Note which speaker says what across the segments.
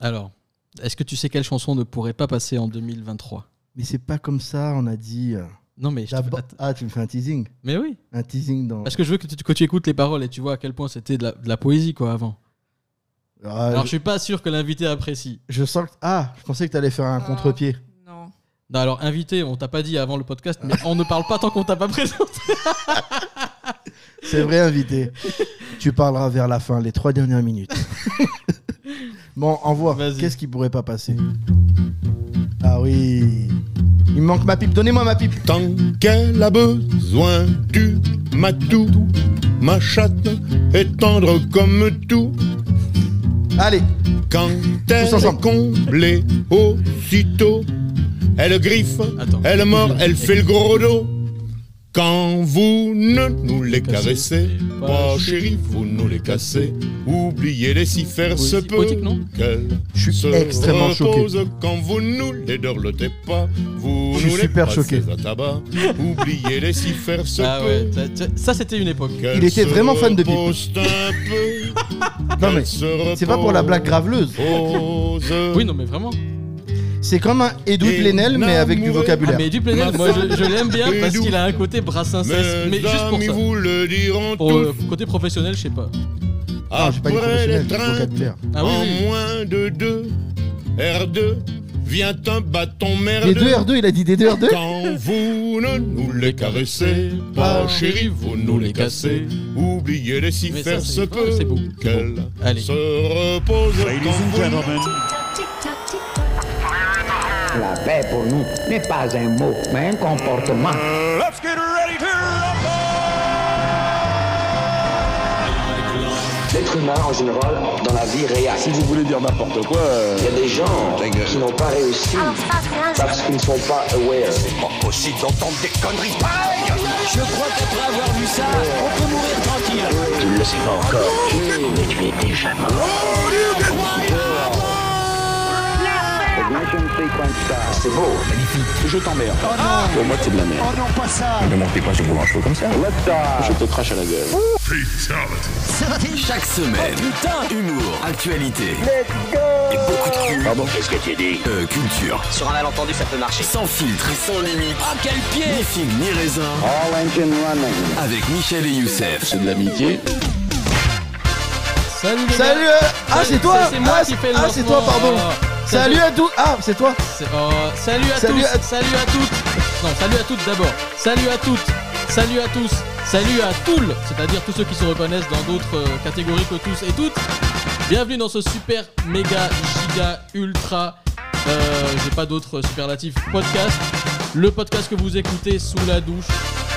Speaker 1: Alors, est-ce que tu sais quelle chanson ne pourrait pas passer en 2023
Speaker 2: Mais c'est pas comme ça, on a dit. euh,
Speaker 1: Non, mais. je te fais-
Speaker 2: d'abord-
Speaker 1: Attends.
Speaker 2: Ah, tu me fais un teasing.
Speaker 1: Mais oui
Speaker 2: Un teasing dans.
Speaker 1: Parce que je veux que tu, que tu écoutes les paroles et tu vois à quel point c'était de la, de la poésie, quoi, avant.
Speaker 2: Ah,
Speaker 1: Alors, je
Speaker 2: je...
Speaker 1: suis pas sûr que l'invité apprécie.
Speaker 2: je sens que. Ah, je pensais que t'allais faire un
Speaker 3: Ah.
Speaker 2: contre-pied.
Speaker 3: Non.
Speaker 1: Non, alors, invité, on t'a pas dit avant le podcast, mais on ne parle pas tant qu'on t'a pas présenté.
Speaker 2: C'est vrai, invité. tu parleras vers la fin, les trois dernières minutes. bon, envoie.
Speaker 1: Vas-y.
Speaker 2: Qu'est-ce qui pourrait pas passer Ah oui. Il me manque ma pipe. Donnez-moi ma pipe.
Speaker 4: Tant qu'elle a besoin du matou, ma chatte est tendre comme tout.
Speaker 2: Allez.
Speaker 4: Quand elle
Speaker 2: ensemble.
Speaker 4: est comblée aussitôt, elle griffe,
Speaker 1: Attends.
Speaker 4: elle mord, elle fait le gros dos. Quand vous ne nous les caressez, pas chérie, vous nous les cassez. Oubliez les s'y faire se
Speaker 1: Poétique-
Speaker 4: peut.
Speaker 1: poétique, non
Speaker 4: qu'elles
Speaker 2: Je suis
Speaker 4: se
Speaker 2: extrêmement choqué.
Speaker 4: reposent Quand vous nous les dorlotez pas, vous
Speaker 2: Je suis
Speaker 4: nous les
Speaker 2: super
Speaker 4: passez
Speaker 2: choqué.
Speaker 4: à tabac. Oubliez les s'y faire se
Speaker 1: Ah
Speaker 4: peut.
Speaker 1: ouais, ça, ça- ça, c'était une époque.
Speaker 4: Qu'elles
Speaker 2: Il était
Speaker 4: se
Speaker 2: vraiment fan de Bip.
Speaker 4: reposent un peu.
Speaker 2: Non, mais
Speaker 4: Qu'elles se
Speaker 2: C'est pas pour la blague graveleuse.
Speaker 4: reposent.
Speaker 1: Oui, non, mais vraiment.
Speaker 2: C'est comme un Edoui
Speaker 4: Et
Speaker 2: Plenel, mais avec du
Speaker 4: n'amoureux-
Speaker 1: Ah,
Speaker 2: vocabulaire.
Speaker 1: mais du Plenel, moi, je, je l'aime bien
Speaker 4: Mais
Speaker 1: parce
Speaker 4: d'où
Speaker 1: qu'il a un côté brassincesque,
Speaker 4: Mes
Speaker 1: mais juste pour
Speaker 4: amis
Speaker 1: ça.
Speaker 4: vous le diront
Speaker 1: Pour
Speaker 4: tous.
Speaker 1: euh, côté professionnel, je sais pas.
Speaker 2: Ah, Non, j'ai pas dit
Speaker 4: Après les
Speaker 2: professionnel, j'ai dit
Speaker 4: trains,
Speaker 2: vocabulaire.
Speaker 1: Ah oui,
Speaker 4: en
Speaker 1: oui.
Speaker 4: moins de deux, R2, vient un bâton merdeux.
Speaker 2: Les deux R2, il a dit des deux R2
Speaker 4: Quand vous ne nous les caressez, pas chérie, vous nous les cassez. Oubliez les s'y
Speaker 1: Ah. Mais ça,
Speaker 4: faire
Speaker 1: c'est-
Speaker 4: se
Speaker 1: ouais,
Speaker 4: peut.
Speaker 1: c'est beau, c'est beau.
Speaker 4: Qu'elle
Speaker 1: Allez.
Speaker 4: se repose
Speaker 5: Ladies
Speaker 4: quand
Speaker 5: and
Speaker 4: vous nous
Speaker 5: gentlemen,
Speaker 6: La paix pour nous n'est pas un mot, mais un comportement.
Speaker 5: let's get ready to rumble!
Speaker 7: L'être humain en général dans la vie réelle. Si vous voulez dire n'importe quoi, il y a des gens qui n'ont pas réussi parce qu'ils ne sont pas aware. C'est pas possible d'entendre des conneries pareilles. Je crois qu'après avoir vu ça, on peut mourir tranquille. Tu ne le sais pas encore, mais tu es déjà mort. C'est beau, magnifique. Je t'emmerde. Pour moi, c'est de la merde. Oh non, pas ça. Ne montez pas sur vos cheveux comme ça. Je te crache à la gueule.
Speaker 8: Chaque semaine, humour, actualité et beaucoup de cul,
Speaker 7: Pardon Qu'est-ce que tu dis
Speaker 8: euh, culture,
Speaker 6: Sur un malentendu, ça peut marcher. Oh,
Speaker 8: sans filtre et sans limite. Ah quel pied Ni figue ni raisin,
Speaker 7: All engine running.
Speaker 8: avec Michel et Youssef.
Speaker 7: C'est de l'amitié.
Speaker 1: Salut, les
Speaker 2: Salut
Speaker 1: gars.
Speaker 2: euh, Ah, c'est toi
Speaker 1: Ça, C'est moi
Speaker 2: Ah,
Speaker 1: qui fais le
Speaker 2: Ah, c'est toi,
Speaker 1: lancement.
Speaker 2: pardon
Speaker 1: Euh,
Speaker 2: Salut à tous Ah, c'est toi
Speaker 1: c'est- oh, salut à
Speaker 2: Salut
Speaker 1: tous,
Speaker 2: à-
Speaker 1: salut à toutes. Non, salut à toutes d'abord. Salut à toutes, salut à tous, salut à tous, c'est-à-dire tous ceux qui se reconnaissent dans d'autres euh, catégories que tous et toutes. Bienvenue dans ce super, méga, giga, ultra, euh, j'ai pas d'autres superlatifs, podcast. Le podcast que vous écoutez sous la douche,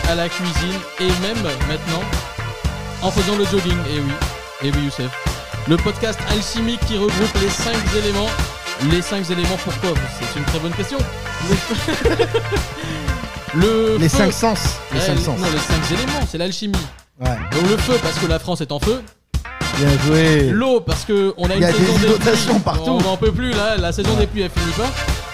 Speaker 1: à la cuisine et même maintenant en faisant le jogging. Et Eh oui, et oui, Youssef. Le podcast alchimique qui regroupe les 5 éléments. Les 5 éléments, pourquoi C'est une très bonne question. Le
Speaker 2: Les
Speaker 1: feu-
Speaker 2: cinq sens Les
Speaker 1: Ouais,
Speaker 2: cinq
Speaker 1: les-
Speaker 2: sens
Speaker 1: Non, les 5 éléments, c'est l'alchimie.
Speaker 2: Ouais,
Speaker 1: Donc le feu parce que la France est en feu.
Speaker 2: bien joué
Speaker 1: L'eau parce que on a
Speaker 2: Il
Speaker 1: une
Speaker 2: y a
Speaker 1: saison
Speaker 2: des
Speaker 1: des
Speaker 2: inondations
Speaker 1: pluies.
Speaker 2: partout.
Speaker 1: On n'en peut plus là, la saison
Speaker 2: Ouais.
Speaker 1: des pluies elle finit pas.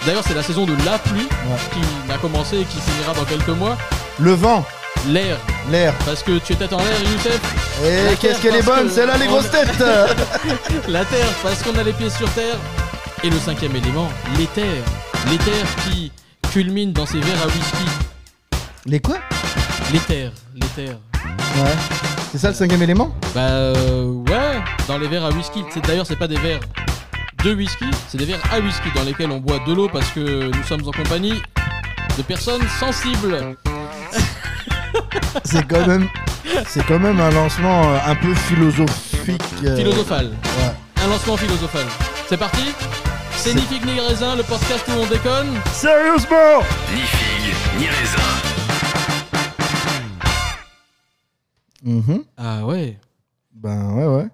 Speaker 1: D'ailleurs c'est la saison de la pluie
Speaker 2: Ouais.
Speaker 1: qui a commencé et qui finira dans quelques mois.
Speaker 2: Le vent,
Speaker 1: L'air,
Speaker 2: l'air
Speaker 1: parce que tu étais en l'air, Youssef.
Speaker 2: Et
Speaker 1: La
Speaker 2: qu'est-ce
Speaker 1: terre,
Speaker 2: qu'elle est
Speaker 1: parce
Speaker 2: bonne,
Speaker 1: que-
Speaker 2: celle-là, les
Speaker 1: on-
Speaker 2: grosses têtes
Speaker 1: La terre, parce qu'on a les pieds sur terre. Et le cinquième élément, l'éther. L'éther qui culmine dans ces verres à whisky.
Speaker 2: Les quoi
Speaker 1: L'éther, l'éther.
Speaker 2: Ouais. C'est ça le cinquième élément
Speaker 1: Bah euh, ouais, dans les verres à whisky. C'est- D'ailleurs, c'est pas des verres de whisky, c'est des verres à whisky dans lesquels on boit de l'eau parce que nous sommes en compagnie de personnes sensibles.
Speaker 2: C'est quand même... C'est quand même un lancement euh, un peu philosophique. euh,
Speaker 1: Philosophales.
Speaker 2: ouais.
Speaker 1: Un lancement philosophal. C'est parti C'est
Speaker 2: C'est-
Speaker 1: ni figue ni raisin, le podcast où on déconne.
Speaker 2: Sérieusement
Speaker 8: Ni figue ni raisin.
Speaker 2: Mhm.
Speaker 1: Ah ouais.
Speaker 2: Ben ouais, ouais.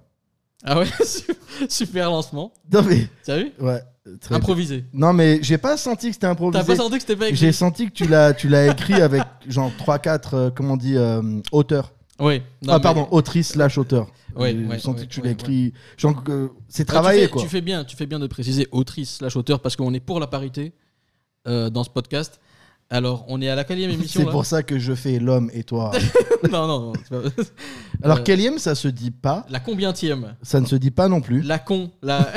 Speaker 1: Ah ouais, super lancement.
Speaker 2: Non mais...
Speaker 1: T'as vu
Speaker 2: Ouais. très bien.
Speaker 1: Improvisé.
Speaker 2: Non mais j'ai pas senti que c'était
Speaker 1: T'as
Speaker 2: improvisé.
Speaker 1: pas senti que c'était pas écrit
Speaker 2: J'ai senti que tu l'as tu l'as écrit avec genre 3 4 comment on dit euh, auteur.
Speaker 1: Oui. non,
Speaker 2: ah
Speaker 1: mais- euh,
Speaker 2: pardon, autrice slash auteur.
Speaker 1: Ouais,
Speaker 2: J'ai
Speaker 1: ouais,
Speaker 2: senti
Speaker 1: ouais,
Speaker 2: que tu
Speaker 1: ouais,
Speaker 2: l'as
Speaker 1: ouais.
Speaker 2: écrit genre que c'est
Speaker 1: Ah, tu
Speaker 2: travaillé
Speaker 1: fais-
Speaker 2: quoi.
Speaker 1: Tu fais bien, tu fais bien de préciser autrice slash auteur parce qu'on est pour la parité euh, dans ce podcast. Alors, on est à la quatrième émission.
Speaker 2: C'est
Speaker 1: là.
Speaker 2: pour ça que je fais l'homme et toi.
Speaker 1: non, non, non. c'est pas-
Speaker 2: Alors
Speaker 1: Euh,
Speaker 2: quelième ça se dit pas,
Speaker 1: La combientième
Speaker 2: ça ne se dit pas non plus.
Speaker 1: La con. La...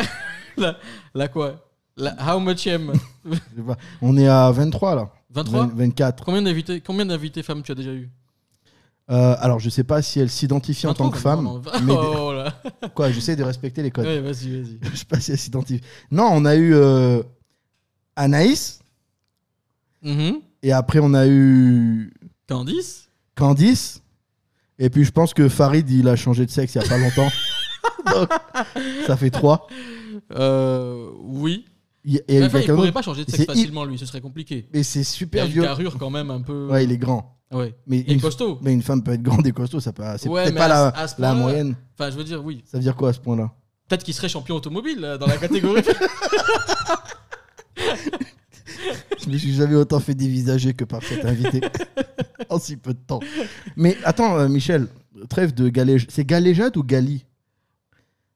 Speaker 1: La, la quoi la How much M
Speaker 2: Je sais pas. On est à 23 là.
Speaker 1: 23
Speaker 2: Vingt- 24.
Speaker 1: Combien d'invités combien d'invités femmes tu as déjà eu
Speaker 2: Euh, alors, je sais pas si elle s'identifie en tant que femme. mais des-
Speaker 1: Oh là
Speaker 2: Quoi, j'essaie de respecter les codes.
Speaker 1: Ouais, vas-y, vas-y.
Speaker 2: Je sais pas si elle s'identifie. Non, on a eu euh, Anaïs.
Speaker 1: Mhm.
Speaker 2: Et après, on a eu
Speaker 1: Candice
Speaker 2: Candice. Et puis, je pense que Farid, il a changé de sexe il y a pas longtemps. Donc, ça fait 3.
Speaker 1: Euh, Oui.
Speaker 2: Il y a- il y a eu
Speaker 1: Enfin, il
Speaker 2: quelqu'un
Speaker 1: pourrait
Speaker 2: d'autre.
Speaker 1: pas changer de
Speaker 2: Et
Speaker 1: sexe
Speaker 2: c'est hi-
Speaker 1: facilement, lui, ce serait compliqué.
Speaker 2: Mais c'est
Speaker 1: Il a
Speaker 2: super
Speaker 1: une
Speaker 2: vieux.
Speaker 1: carrure quand même un peu.
Speaker 2: Ouais, il est grand.
Speaker 1: Ouais.
Speaker 2: Mais
Speaker 1: Il est
Speaker 2: une,
Speaker 1: costaud.
Speaker 2: mais une femme peut être grande et costaud, ça peut- c'est
Speaker 1: Ouais,
Speaker 2: peut-être
Speaker 1: mais
Speaker 2: pas
Speaker 1: à
Speaker 2: la,
Speaker 1: ce- à ce
Speaker 2: la
Speaker 1: point-là-
Speaker 2: moyenne.
Speaker 1: Enfin, je veux dire, oui.
Speaker 2: Ça veut dire quoi à ce point-là
Speaker 1: Peut-être qu'il serait champion automobile euh, dans la catégorie.
Speaker 2: Je me suis jamais autant fait dévisager que par cet invité en si peu de temps. Mais attends, euh, Michel, trêve de galéjade. C'est galéjade ou gali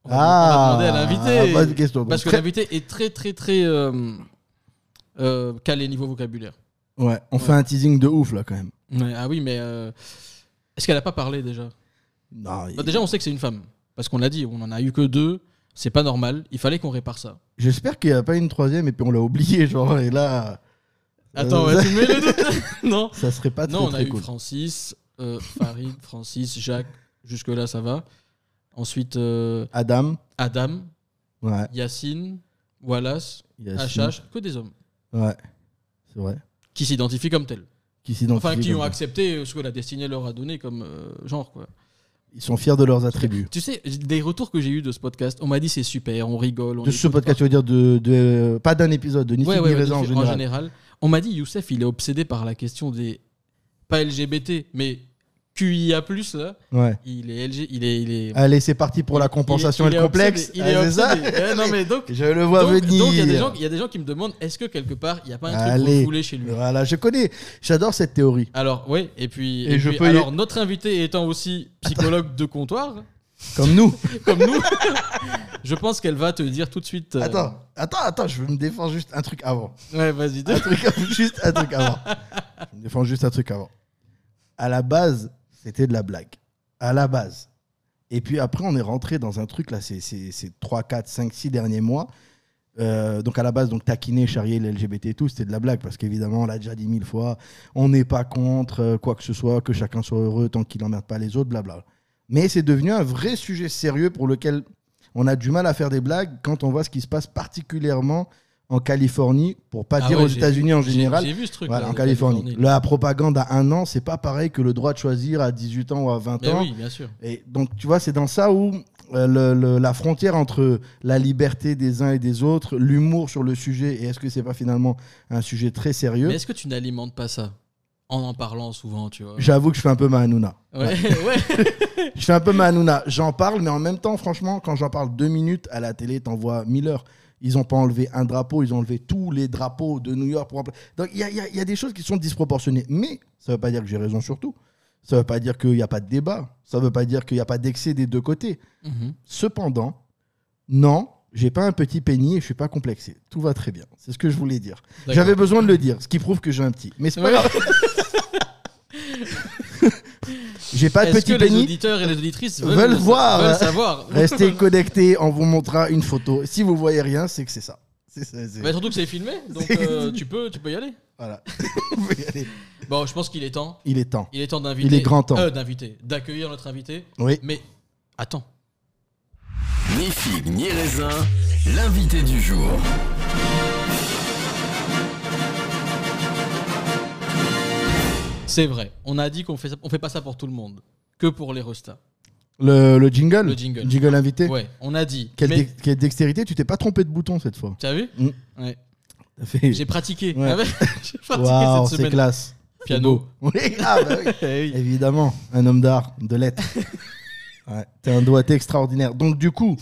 Speaker 1: On va- on va demander à
Speaker 2: ah, bonne
Speaker 1: l'invité.
Speaker 2: question.
Speaker 1: Parce que
Speaker 2: Trêve-
Speaker 1: l'invité est très, très, très euh, euh, calé niveau vocabulaire.
Speaker 2: Ouais, on fait un teasing de ouf là quand même.
Speaker 1: Ouais, ah oui, mais euh, est-ce qu'elle a pas parlé déjà
Speaker 2: Non,
Speaker 1: Bah, Déjà, on sait que c'est une femme. Parce qu'on l'a dit, on en a eu que deux. C'est pas normal. Il fallait qu'on répare ça.
Speaker 2: J'espère qu'il n'y a pas une troisième et puis on l'a oublié, genre, et là,
Speaker 1: Attends,
Speaker 2: Euh,
Speaker 1: ouais, tu me mets le doute. Non.
Speaker 2: ça serait pas très,
Speaker 1: Non, on a
Speaker 2: très
Speaker 1: eu
Speaker 2: cool.
Speaker 1: Francis, euh, Farid, Francis, Jacques. Jusque-là, ça va. Ensuite, euh,
Speaker 2: Adam,
Speaker 1: Adam,
Speaker 2: ouais,
Speaker 1: Yacine, Wallace,
Speaker 2: Yassine,
Speaker 1: HH, que des hommes
Speaker 2: ouais, c'est vrai.
Speaker 1: qui s'identifient comme tels.
Speaker 2: Qui s'identifient.
Speaker 1: Enfin, qui
Speaker 2: comme
Speaker 1: ont
Speaker 2: ça.
Speaker 1: accepté ce que la destinée leur a donné comme euh, genre, quoi.
Speaker 2: Ils sont fiers de leurs attributs.
Speaker 1: Tu sais, des retours que j'ai eu de ce podcast, on m'a dit c'est super, on rigole. On
Speaker 2: De ce
Speaker 1: écoute
Speaker 2: podcast, tu veux dire de, de- pas d'un épisode, de ni
Speaker 1: Ouais,
Speaker 2: figue
Speaker 1: ouais,
Speaker 2: ni
Speaker 1: ouais,
Speaker 2: raisin en
Speaker 1: diffé-
Speaker 2: général.
Speaker 1: On m'a dit Youssef, il est obsédé par la question des pas LGBT, mais QIA+ là,
Speaker 2: Ouais.
Speaker 1: il est LG, il est il est
Speaker 2: Allez, c'est parti Ah, pour la compensation
Speaker 1: il est-
Speaker 2: et le complexe.
Speaker 1: Il est
Speaker 2: Ah, c'est ça
Speaker 1: obsédé. Il est obsédé. Eh, non mais donc
Speaker 2: Je le vois
Speaker 1: donc- donc,
Speaker 2: venir. Bah,
Speaker 1: il y a des gens- il y a des gens qui me demandent est-ce que quelque part il n'y a pas un truc
Speaker 2: Allez.
Speaker 1: refoulé chez lui.
Speaker 2: Voilà, je connais. J'adore cette théorie.
Speaker 1: Alors oui, et puis
Speaker 2: Et je
Speaker 1: puis,
Speaker 2: peux y-
Speaker 1: alors notre invité étant aussi psychologue de comptoir
Speaker 2: Comme nous.
Speaker 1: comme nous, je pense qu'elle va te dire tout de suite. euh,
Speaker 2: Attends, attends, attends, je veux me défendre juste un truc avant.
Speaker 1: Ouais, vas-y.
Speaker 2: Un truc, juste un truc avant. Je me défends juste un truc avant. À la base, c'était de la blague. À la base. Et puis après, on est rentré dans un truc, là, ces, ces, ces 3, 4, 5, 6 derniers mois. Euh, donc à la base, donc taquiner, charrier les LGBT et tout, c'était de la blague parce qu'évidemment, on l'a déjà dit mille fois, on n'est pas contre euh, quoi que ce soit, que chacun soit heureux tant qu'il n'emmerde pas les autres, blabla. Mais c'est devenu un vrai sujet sérieux pour lequel on a du mal à faire des blagues quand on voit ce qui se passe particulièrement en Californie, pour pas
Speaker 1: Ah
Speaker 2: dire
Speaker 1: ouais,
Speaker 2: aux
Speaker 1: j'ai
Speaker 2: États-Unis en
Speaker 1: J'ai-
Speaker 2: général.
Speaker 1: J'ai vu ce truc.
Speaker 2: Voilà,
Speaker 1: là,
Speaker 2: en
Speaker 1: de
Speaker 2: Californie. La propagande à un an, c'est pas pareil que le droit de choisir à 18 ans ou à 20
Speaker 1: Mais
Speaker 2: ans.
Speaker 1: oui, bien sûr.
Speaker 2: Et donc, tu vois, c'est dans ça où euh, le- le- la frontière entre la liberté des uns et des autres, l'humour sur le sujet, et est-ce que c'est pas finalement un sujet très sérieux
Speaker 1: Mais est-ce que tu n'alimentes pas ça en en parlant souvent, tu vois
Speaker 2: J'avoue que je fais un peu ma Hanouna.
Speaker 1: Ouais, ouais.
Speaker 2: Je fais un peu ma Hanouna. J'en parle, mais en même temps, franchement, quand j'en parle deux minutes à la télé, t'en vois mille heures. Ils ont pas enlevé un drapeau, ils ont enlevé tous les drapeaux de New York. Pour... remplir. Donc il y a, il y a- il y a des choses qui sont disproportionnées. Mais ça veut pas dire que j'ai raison sur tout. Ça veut pas dire qu'il n'y a pas de débat. Ça veut pas dire qu'il n'y a pas d'excès des deux côtés.
Speaker 1: Mhm.
Speaker 2: Cependant, non, j'ai pas un petit pénis et je suis pas complexé. Tout va très bien. C'est ce que je voulais dire.
Speaker 1: D'accord.
Speaker 2: J'avais besoin de le dire, ce qui prouve que j'ai un petit. Mais c'est pas
Speaker 1: Ouais.
Speaker 2: grave. j'ai pas de
Speaker 1: Est-ce que
Speaker 2: petit
Speaker 1: les
Speaker 2: pénis.
Speaker 1: auditeurs et les auditrices veulent,
Speaker 2: Veulent voir.
Speaker 1: veulent savoir
Speaker 2: Restez connectés, on vous montrera une photo. Si vous voyez rien, c'est que c'est ça. C'est ça, c'est-
Speaker 1: Mais Bah, surtout que c'est filmé, donc euh, tu peux, tu peux y aller.
Speaker 2: Voilà. Vous pouvez y aller.
Speaker 1: Bon, je pense qu'il est temps.
Speaker 2: Il est temps.
Speaker 1: Il est temps d'inviter.
Speaker 2: Il est grand temps.
Speaker 1: euh, d'inviter, d'accueillir notre invité.
Speaker 2: Oui.
Speaker 1: Mais attends.
Speaker 8: Ni figue, ni raisin, l'invité du jour.
Speaker 1: C'est vrai, on a dit qu'on fait ça- on fait pas ça pour tout le monde, que pour les restas.
Speaker 2: Le, le jingle
Speaker 1: Le jingle.
Speaker 2: invité
Speaker 1: Ouais, on a dit.
Speaker 2: quelle,
Speaker 1: mais-
Speaker 2: dex- quelle dextérité, tu t'es pas trompé de bouton cette fois.
Speaker 1: T'as vu
Speaker 2: Mm.
Speaker 1: Ouais.
Speaker 2: Ça fait-
Speaker 1: J'ai pratiqué.
Speaker 2: Ouais.
Speaker 1: Ah ouais, J'ai pratiqué
Speaker 2: Waouh,
Speaker 1: cette
Speaker 2: c'est
Speaker 1: semaine.
Speaker 2: classe.
Speaker 1: Piano.
Speaker 2: Oui, ah bah oui.
Speaker 1: Eh oui.
Speaker 2: Évidemment, un homme d'art, de lettres. Ouais, T'es un doigté extraordinaire. Donc du coup,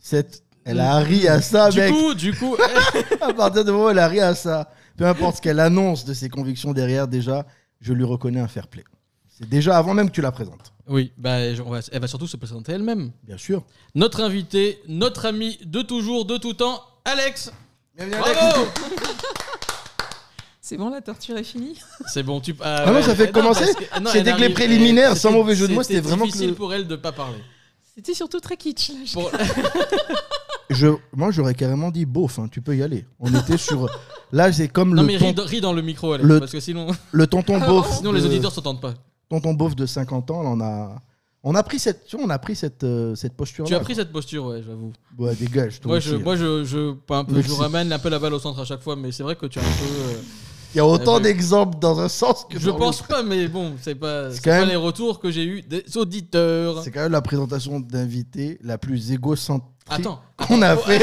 Speaker 2: cette... elle a ri à ça,
Speaker 1: Du
Speaker 2: mec.
Speaker 1: coup, du coup, eh,
Speaker 2: À partir du moment où elle a ri à ça, peu importe ce qu'elle annonce de ses convictions derrière, déjà, je lui reconnais un fair play. C'est déjà avant même que tu la présentes.
Speaker 1: oui, bah, je- on va- elle va surtout se présenter elle-même.
Speaker 2: Bien sûr.
Speaker 1: Notre invité, notre ami de toujours, de tout temps, Alex.
Speaker 2: Bienvenue
Speaker 1: Bravo
Speaker 3: C'est bon, la torture est finie
Speaker 1: C'est bon, tu. Eh
Speaker 2: Ah non, ça fait commencer. C'était que les préliminaires, sans mauvais jeu de mots, c'était vraiment que
Speaker 1: difficile
Speaker 2: le-
Speaker 1: pour elle de pas parler.
Speaker 3: C'était surtout très kitsch. là, je-
Speaker 1: Pour-
Speaker 2: je, moi, j'aurais carrément dit beauf, hein, tu peux y aller. On était sur. Là, c'est comme
Speaker 1: Non,
Speaker 2: le,
Speaker 1: mais
Speaker 2: ton-
Speaker 1: ris, ris dans le micro, Alex,
Speaker 2: le-
Speaker 1: parce que sinon,
Speaker 2: le tonton beauf.
Speaker 1: sinon les
Speaker 2: de-
Speaker 1: auditeurs s'entendent pas.
Speaker 2: Tonton beauf de 50 ans, là, on a. On a pris cette, tu vois, on a pris cette, euh, cette posture.
Speaker 1: Tu as pris cette posture, ouais, j'avoue.
Speaker 2: Ouais, dégage. toi
Speaker 1: Moi,
Speaker 2: aussi,
Speaker 1: je,
Speaker 2: hein.
Speaker 1: moi je, je, pas un peu,
Speaker 2: Merci.
Speaker 1: je ramène un peu la balle au centre à chaque fois, mais c'est vrai que tu as un peu. euh,
Speaker 2: Il y a autant
Speaker 1: Eh ben-
Speaker 2: d'exemples dans un sens que
Speaker 1: Je
Speaker 2: dans
Speaker 1: pense pas, mais bon, c'est pas,
Speaker 2: C'est
Speaker 1: c'est
Speaker 2: quand
Speaker 1: pas
Speaker 2: même-
Speaker 1: les retours que j'ai eu des
Speaker 2: l'autre.
Speaker 1: auditeurs.
Speaker 2: C'est quand même la présentation d'invité la plus égocentrique
Speaker 1: Attends.
Speaker 2: qu'on a fait.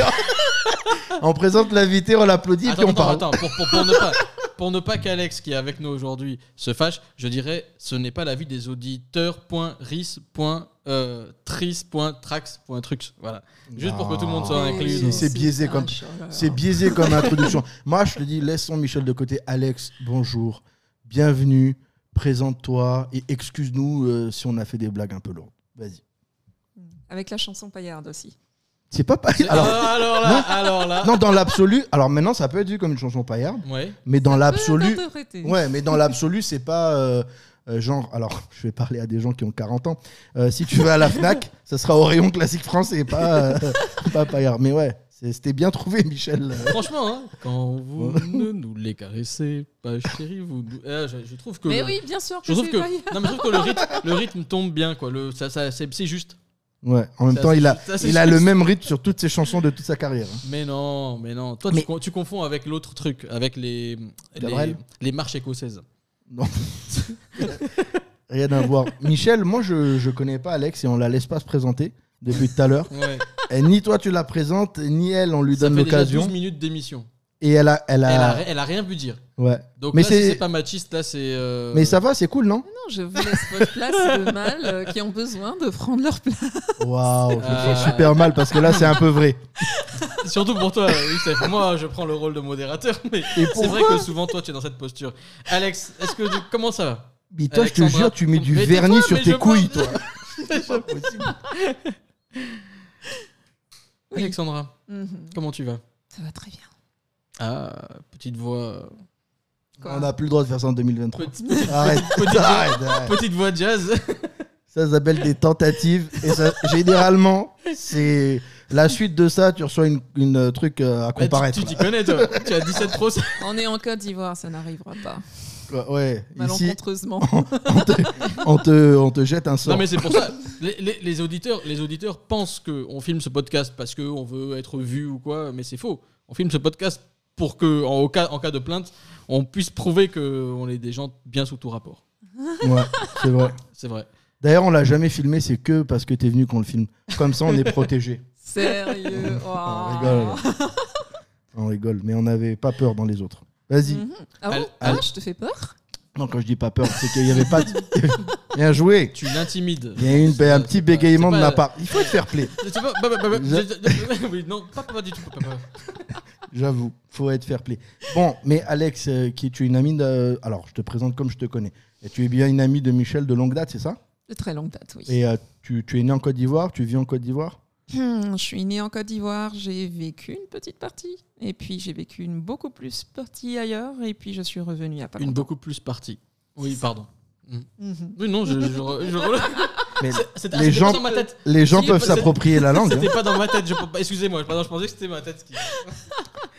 Speaker 2: on présente l'invité, on l'applaudit, puis
Speaker 1: Attends,
Speaker 2: on
Speaker 1: attends,
Speaker 2: parle.
Speaker 1: attends, pour, pour- pour ne pas, pour ne pas qu'Alex, qui est avec nous aujourd'hui, se fâche, je dirais ce n'est pas l'avis des auditeurs. point ris, point, euh, tris, point, trax, point, trucs. Voilà. Juste pour que tout le monde soit
Speaker 2: Ah,
Speaker 1: inclus.
Speaker 2: si,
Speaker 1: dans-
Speaker 2: c'est biaisé
Speaker 3: Ah,
Speaker 2: comme- C'est biaisé comme introduction. Moi, je te dis, laissons Michel de côté. Alex, bonjour, bienvenue, présente-toi et excuse-nous euh, si on a fait des blagues un peu lourdes. Vas-y.
Speaker 3: Avec la chanson paillarde aussi.
Speaker 2: C'est pas pareil.
Speaker 1: Alors,
Speaker 2: Alors,
Speaker 1: Ah, alors là, alors là.
Speaker 2: non, dans l'absolu, alors maintenant, ça peut être vu comme une chanson paillarde,
Speaker 1: Ouais.
Speaker 2: mais dans
Speaker 3: Peu
Speaker 2: l'absolu,
Speaker 3: interprété.
Speaker 2: Ouais, mais dans l'absolu, c'est pas euh, euh, genre. Alors, je vais parler à des gens qui ont 40 ans. Euh, si tu vas à la Fnac, ça sera au rayon classique français, pas euh, pas Payard. Mais ouais, c'est- c'était bien trouvé, Michel. Euh,
Speaker 1: Franchement, hein, quand vous ne nous les caressez pas, chérie, vous. nous- Eh, je, je trouve que.
Speaker 3: Mais
Speaker 1: le-
Speaker 3: oui, bien sûr que
Speaker 1: Je trouve
Speaker 3: c'est
Speaker 1: que,
Speaker 3: paillarde.
Speaker 1: non, mais je trouve que le rythme, le rythme tombe bien, quoi. Le, ça, ça, c'est c'est juste.
Speaker 2: Euh, Ouais. En même
Speaker 1: Ça,
Speaker 2: temps,
Speaker 1: c'est
Speaker 2: il a
Speaker 1: juste- ça, c'est
Speaker 2: il a
Speaker 1: juste.
Speaker 2: le même rythme sur toutes ses chansons de toute sa carrière. hein.
Speaker 1: Mais non, mais non. Toi, tu
Speaker 2: Mais-
Speaker 1: con- tu, confonds avec l'autre truc, avec les, les,
Speaker 2: Gabriel
Speaker 1: les marches écossaises.
Speaker 2: Rien à voir. Michel, moi, je je connais pas Alex et on la laisse pas se présenter depuis tout à l'heure.
Speaker 1: Ouais.
Speaker 2: Et Ni toi, tu la présentes, ni elle, on lui
Speaker 1: Ça
Speaker 2: donne
Speaker 1: fait déjà
Speaker 2: l'occasion.
Speaker 1: 12 minutes d'émission.
Speaker 2: Et elle a elle
Speaker 1: Elle, a,
Speaker 2: a
Speaker 1: ri- elle a rien vu dire.
Speaker 2: ouais.
Speaker 1: Donc
Speaker 2: Mais
Speaker 1: là, si
Speaker 2: c'est-
Speaker 1: c'est pas machiste, là, c'est. euh,
Speaker 2: Mais ça va, c'est cool, non
Speaker 3: Non, je vous laisse votre place de mâles euh, qui ont besoin de prendre leur place.
Speaker 2: Waouh, je me sens
Speaker 1: Euh.
Speaker 2: super mal parce que là, c'est un peu vrai.
Speaker 1: Surtout pour toi, Youssef. Moi, je prends le rôle de modérateur, mais
Speaker 2: Et
Speaker 1: c'est
Speaker 2: pour
Speaker 1: vrai que souvent, toi, tu es dans cette posture. Alex, est-ce que tu- comment ça va
Speaker 2: Mais toi, je te
Speaker 1: Alexandra.
Speaker 2: jure, tu mets du
Speaker 1: Mais
Speaker 2: vernis
Speaker 1: dis-toi,
Speaker 2: sur
Speaker 1: mais
Speaker 2: tes
Speaker 1: je
Speaker 2: couilles,
Speaker 1: parle-
Speaker 2: toi. C'est pas possible.
Speaker 1: Alexandra, comment tu vas
Speaker 3: Ça va très bien.
Speaker 1: Ah, petite voix.
Speaker 3: Quoi.
Speaker 2: On n'a plus le droit de faire ça en 2023.
Speaker 1: Petite,
Speaker 2: Arrête,
Speaker 1: petite-
Speaker 2: arrête, arrête.
Speaker 1: petite voix jazz.
Speaker 2: Ça s'appelle des tentatives. Et ça, généralement, c'est la suite de ça, tu reçois une, une euh, truc euh, à
Speaker 1: Bah, tu-
Speaker 2: comparaître.
Speaker 1: tu t'y
Speaker 2: là.
Speaker 1: connais, toi. tu as 17 pros.
Speaker 3: On est en Côte d'Ivoire, ça n'arrivera pas.
Speaker 2: Quoi, Ouais, ici,
Speaker 3: Malencontreusement.
Speaker 2: on te, on te, on te jette un sort.
Speaker 1: Non mais c'est pour ça. Les, les- les auditeurs, les auditeurs pensent que on filme ce podcast parce que on veut être vu ou quoi, mais c'est faux. On filme ce podcast pour que, en, au cas, en cas de plainte, on puisse prouver que on est des gens bien sous tout rapport.
Speaker 2: Ouais, c'est vrai.
Speaker 1: C'est vrai.
Speaker 2: D'ailleurs, on l'a jamais filmé, c'est que parce que t'es venu qu'on le filme. Comme ça, on est protégé.
Speaker 3: Sérieux. Oh.
Speaker 2: On rigole. On rigole, mais on n'avait pas peur dans les autres. Vas-y.
Speaker 3: Mhm. Ah bon
Speaker 1: Allez,
Speaker 3: Ah,
Speaker 1: allez.
Speaker 3: je te fais peur
Speaker 2: Non, quand je dis pas peur, c'est qu'il n'y avait pas. de- Bien joué.
Speaker 1: Tu l'intimides.
Speaker 2: Il y a eu une- un petit bégayement de
Speaker 1: C'est pas-
Speaker 2: ma part. Il faut être fair play,
Speaker 1: C'est pas- bah, bah, bah, bah, je- oui, non, pas, pas- pas du tout. pas- pas-
Speaker 2: j'avoue. Faut être fair play. Bon, mais Alex, euh, qui tu es une amie de. Alors, je te présente comme je te connais. Et tu es bien une amie de Michel de longue date, c'est ça
Speaker 3: De très longue date, oui.
Speaker 2: Et euh, tu, tu es né en Côte d'Ivoire, tu vis en Côte d'Ivoire
Speaker 3: Hmm, je suis née en Côte d'Ivoire, j'ai vécu une petite partie. Et puis j'ai vécu une beaucoup plus partie ailleurs. Et puis je suis revenue à pas
Speaker 1: Une
Speaker 3: longtemps.
Speaker 1: beaucoup plus partie. Oui, pardon.
Speaker 3: Mhm.
Speaker 1: Oui, non, je, je, re- je re-
Speaker 2: Mais
Speaker 1: c'était-
Speaker 2: les
Speaker 1: c'était
Speaker 2: gens-
Speaker 1: pas dans ma tête.
Speaker 2: les gens
Speaker 1: Si,
Speaker 2: peuvent
Speaker 1: c'est-
Speaker 2: s'approprier la langue. hein.
Speaker 1: C'était pas dans ma tête. je peux pas- Excusez-moi. pardon, Je pensais que c'était ma tête qui.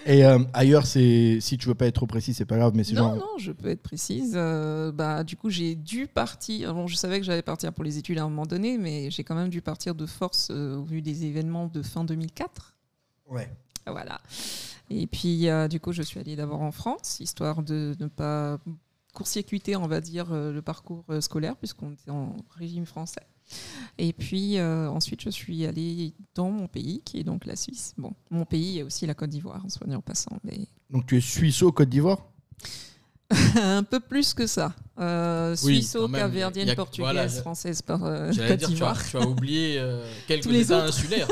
Speaker 2: Et euh, ailleurs, c'est si tu veux pas être trop précis, c'est pas grave, mais c'est
Speaker 3: Non,
Speaker 2: genre.
Speaker 3: non, je peux être précise. Euh, bah, du coup, j'ai dû partir. Bon, je savais que j'allais partir pour les études à un moment donné, mais j'ai quand même dû partir de force euh, au vu des événements de fin 2004.
Speaker 2: Ouais.
Speaker 3: Voilà. Et puis, euh, du coup, je suis allée d'abord en France, histoire de ne pas court-circuiter, on va dire, euh, le parcours euh, scolaire, puisqu'on était en régime français. Et puis, euh, ensuite, je suis allée dans mon pays, qui est donc la Suisse. Bon, mon pays est aussi la Côte d'Ivoire, en soignant en passant, mais
Speaker 2: Donc tu es suisseau Côte d'Ivoire
Speaker 3: Un peu plus que ça. Euh,
Speaker 1: Oui,
Speaker 3: Suisse,
Speaker 1: quand même, il y
Speaker 3: caverdienne,
Speaker 1: a-
Speaker 3: portugaise,
Speaker 1: voilà, je-
Speaker 3: française, par, euh,
Speaker 1: J'allais
Speaker 3: Côte
Speaker 1: dire, tu as,
Speaker 3: d'Ivoire.
Speaker 1: tu as oublié euh, quelques
Speaker 3: Tous les
Speaker 1: états
Speaker 3: autres.
Speaker 1: insulaires.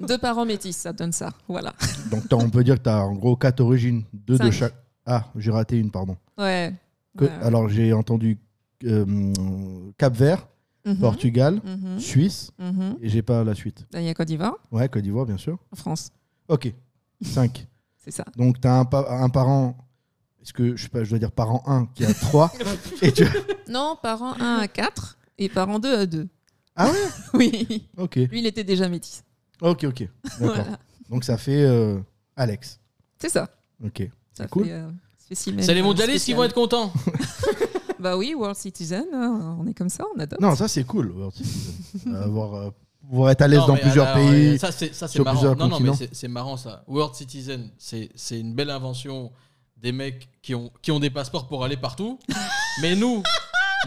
Speaker 3: Deux parents métis, ça donne ça. Voilà.
Speaker 2: Donc t'as- on peut dire que tu as en gros quatre origines, deux de
Speaker 3: Cinq.
Speaker 2: chaque. Ah, j'ai raté une, pardon.
Speaker 3: Ouais.
Speaker 2: Que-
Speaker 3: Ouais.
Speaker 2: Alors j'ai entendu euh, Cap Vert,
Speaker 3: Mhm,
Speaker 2: Portugal,
Speaker 3: mhm,
Speaker 2: Suisse,
Speaker 3: mhm.
Speaker 2: et j'ai pas la suite.
Speaker 3: Il y a Côte d'Ivoire,
Speaker 2: Ouais, Côte d'Ivoire, bien sûr.
Speaker 3: France,
Speaker 2: Ok, 5.
Speaker 3: c'est ça.
Speaker 2: Donc tu as un, pa- un parent, est-ce que je, sais pas, je dois dire parent 1 qui a 3 et tu...
Speaker 3: Non, parents 1 à 4 et parents 2 à 2.
Speaker 2: Ah
Speaker 3: oui Oui.
Speaker 2: Ok,
Speaker 3: Lui, il était déjà métis.
Speaker 2: ok, ok. D'accord.
Speaker 3: Voilà.
Speaker 2: Donc ça fait euh, Alex.
Speaker 3: C'est ça.
Speaker 2: Ok.
Speaker 3: Ça
Speaker 2: C'est cool.
Speaker 3: fait, euh, ça fait six
Speaker 1: C'est les
Speaker 3: mètres
Speaker 1: mondialistes qui vont être
Speaker 3: spéciales.
Speaker 1: contents.
Speaker 3: Bah oui, World Citizen, hein, on est comme ça, on adopte.
Speaker 2: Non, ça c'est cool. World Citizen. Euh, avoir, euh, pouvoir être à l'aise
Speaker 1: Non,
Speaker 2: dans
Speaker 1: mais
Speaker 2: plusieurs
Speaker 1: alors,
Speaker 2: pays.
Speaker 1: euh, Ça, c'est ça, c'est
Speaker 2: sur
Speaker 1: marrant.
Speaker 2: plusieurs
Speaker 1: non, non, mais
Speaker 2: continents.
Speaker 1: c'est- c'est marrant ça. World Citizen, c'est c'est une belle invention des mecs qui ont, qui ont des passeports pour aller partout. mais nous.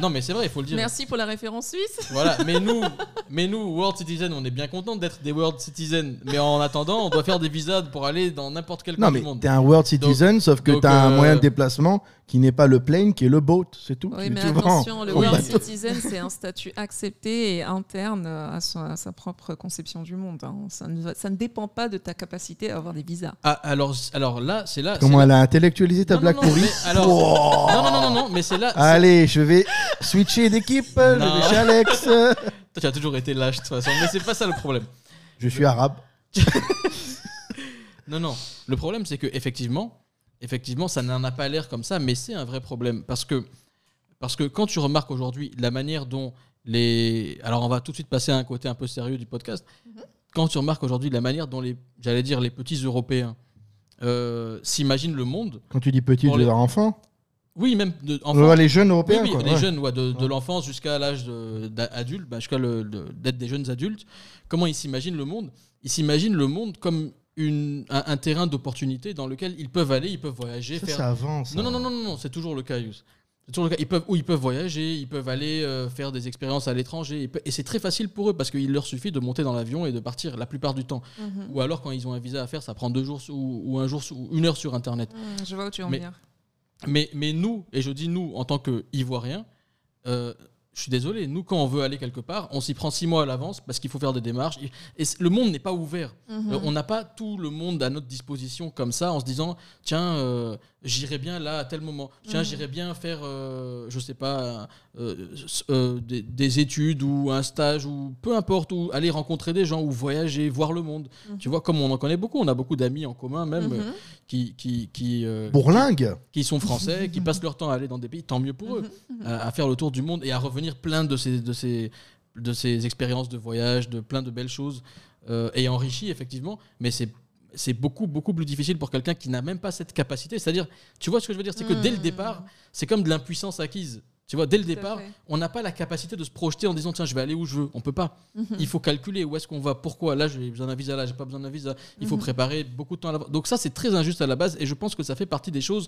Speaker 1: Non, mais c'est vrai, il faut le dire.
Speaker 3: Merci pour la référence suisse.
Speaker 1: Voilà, mais nous, mais nous, World Citizen, on est bien content d'être des World Citizen. Mais en attendant, on doit faire des visas pour aller dans n'importe quel coin
Speaker 2: non,
Speaker 1: du
Speaker 2: mais
Speaker 1: monde.
Speaker 2: t'es un world citizen, sauf que
Speaker 1: donc,
Speaker 2: t'as un
Speaker 1: euh,
Speaker 2: moyen de déplacement qui n'est pas le plane, qui est le boat, c'est tout.
Speaker 3: Oui,
Speaker 2: Tu-
Speaker 3: mais
Speaker 2: tu prends
Speaker 3: attention, le
Speaker 2: ton
Speaker 3: World
Speaker 2: bateau.
Speaker 3: Citizen, c'est un statut accepté et interne euh, à, son- à sa propre conception du monde. hein. Ça, ne, va- ça ne dépend pas de ta capacité à avoir des visas.
Speaker 1: Ah, alors, alors là, c'est là.
Speaker 2: Comment
Speaker 1: c'est
Speaker 2: elle
Speaker 1: là-
Speaker 2: a intellectualisé ta
Speaker 1: Non,
Speaker 2: blague
Speaker 1: non, non,
Speaker 2: pourrie
Speaker 1: mais alors-
Speaker 2: Wow.
Speaker 1: Non, non, non, non, non, mais c'est là. c'est-
Speaker 2: Allez, je vais switcher d'équipe. Je
Speaker 1: Non.
Speaker 2: vais chez Alex.
Speaker 1: Toi, Tu as toujours été lâche de toute façon, mais c'est pas ça le problème.
Speaker 2: Je suis arabe.
Speaker 1: Non, non. Le problème, c'est que effectivement, effectivement, ça n'en a pas l'air comme ça, mais c'est un vrai problème parce que parce que quand tu remarques aujourd'hui la manière dont les alors on va tout de suite passer à un côté un peu sérieux du podcast. Quand tu remarques aujourd'hui la manière dont les j'allais dire les petits Européens euh, s'imaginent le monde.
Speaker 2: Quand tu dis petit,
Speaker 1: Pour
Speaker 2: je veux
Speaker 1: les-
Speaker 2: dire enfant.
Speaker 1: Oui, même de,
Speaker 2: On
Speaker 1: enfants.
Speaker 2: voit les jeunes
Speaker 1: Oui,
Speaker 2: européens.
Speaker 1: oui,
Speaker 2: quoi.
Speaker 1: les
Speaker 2: Ouais.
Speaker 1: jeunes, ouais, de, de
Speaker 2: Ouais.
Speaker 1: l'enfance jusqu'à l'âge de- d'a- adulte, bah, jusqu'à le- le- d'être des jeunes adultes, comment ils s'imaginent le monde Ils s'imaginent le monde comme une, un, un terrain d'opportunité dans lequel ils peuvent aller, ils peuvent voyager,
Speaker 2: Ça,
Speaker 1: faire.
Speaker 2: ça avance.
Speaker 1: non, non,
Speaker 2: hein.
Speaker 1: non, non, non, non, c'est toujours le cas, Yous. C'est toujours le cas. Ils peuvent, ou ils peuvent voyager, ils peuvent aller euh, faire des expériences à l'étranger. ils pe- Et c'est très facile pour eux parce qu'il leur suffit de monter dans l'avion et de partir la plupart du temps.
Speaker 2: Mhm.
Speaker 1: Ou alors, quand ils ont un visa à faire, ça prend deux jours ou, ou un jour ou une heure sur Internet.
Speaker 3: je vois où tu veux en
Speaker 1: Mais-
Speaker 3: venir.
Speaker 1: Mais, mais nous, et je dis nous en tant qu'Ivoiriens, euh, je suis désolé, nous, quand on veut aller quelque part, on s'y prend six mois à l'avance parce qu'il faut faire des démarches. Et- Et c- le monde n'est pas ouvert.
Speaker 3: Mm.
Speaker 1: Euh,
Speaker 3: Mhm.
Speaker 1: on n'a pas tout le monde à notre disposition comme ça en se disant tiens, euh, j'irai bien là à tel moment. Tiens,
Speaker 3: Mhm.
Speaker 1: j'irai bien faire, euh, je sais pas, euh, s- euh, des, des études ou un stage ou peu importe, ou aller rencontrer des gens ou voyager, voir le monde. Tu vois, comme on en connaît beaucoup, on a beaucoup d'amis en commun même
Speaker 3: Mhm.
Speaker 1: euh, qui. qui, qui euh,
Speaker 2: Bourlingue.
Speaker 1: qui sont français, qui passent leur temps à aller dans des pays, tant mieux pour eux, à, à faire le tour du monde et à revenir plein de ces, de ces, de ces expériences de voyage, de plein de belles choses, euh, et enrichi effectivement, mais c'est c'est beaucoup beaucoup plus difficile pour quelqu'un qui n'a même pas cette capacité. C'est-à-dire, tu vois ce que je veux dire, c'est que dès le
Speaker 3: Mhm.
Speaker 1: départ, c'est comme de l'impuissance acquise. Tu vois, dès le
Speaker 3: à
Speaker 1: départ,
Speaker 3: fait.
Speaker 1: on n'a pas la capacité de se projeter en disant tiens, je vais aller où je veux. On peut pas.
Speaker 3: Mhm.
Speaker 1: Il faut calculer où est-ce qu'on va, pourquoi. Là, j'ai besoin d'un visa, là, j'ai pas besoin d'un visa. Il faut
Speaker 3: Mhm.
Speaker 1: préparer beaucoup de temps à l'avance. Donc ça, c'est très injuste à la base, et je pense que ça fait partie des choses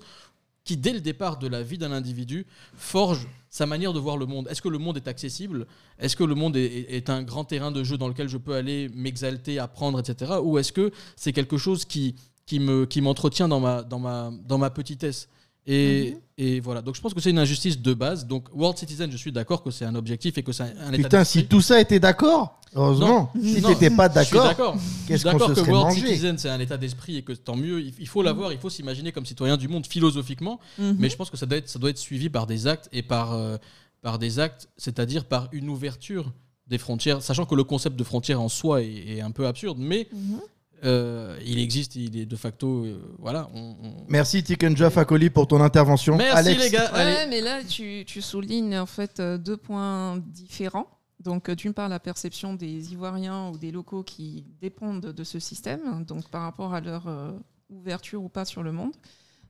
Speaker 1: qui, dès le départ de la vie d'un individu, forge sa manière de voir le monde. Est-ce que le monde est accessible Est-ce que le monde est, est- est un grand terrain de jeu dans lequel je peux aller m'exalter, apprendre, etc. Ou est-ce que c'est quelque chose qui, qui me- qui m'entretient qui dans, ma, dans, ma, dans ma petitesse et, et voilà, donc je pense que c'est une injustice de base. Donc World Citizen, je suis d'accord que c'est un objectif et que c'est un, un état
Speaker 2: Putain,
Speaker 1: d'esprit.
Speaker 2: si tout ça était d'accord, heureusement.
Speaker 1: Non.
Speaker 2: Si
Speaker 1: Non,
Speaker 2: t'étais pas
Speaker 1: Je suis
Speaker 2: d'accord,
Speaker 1: d'accord.
Speaker 2: qu'est-ce qu'on
Speaker 1: D'accord
Speaker 2: se
Speaker 1: que
Speaker 2: serait
Speaker 1: World
Speaker 2: mangé
Speaker 1: Citizen, c'est un état d'esprit et que tant mieux, il il faut l'avoir, il faut s'imaginer comme citoyen du monde philosophiquement,
Speaker 3: Mhm.
Speaker 1: mais je pense que ça doit être, ça doit être suivi par des actes et par, euh, par des actes, c'est-à-dire par une ouverture des frontières, sachant que le concept de frontière en soi est, est un peu absurde, mais
Speaker 3: Mhm.
Speaker 1: euh, il existe, il est de facto, euh, voilà. on- on-
Speaker 2: Merci Tikenja Fakoli pour ton intervention.
Speaker 1: Merci
Speaker 2: Alex,
Speaker 1: les gars.
Speaker 3: Ouais,
Speaker 1: Allez.
Speaker 3: mais là, tu, tu soulignes en fait euh, deux points différents. Donc, euh, d'une part, la perception des Ivoiriens ou des locaux qui dépendent de ce système, donc par rapport à leur euh, ouverture ou pas sur le monde.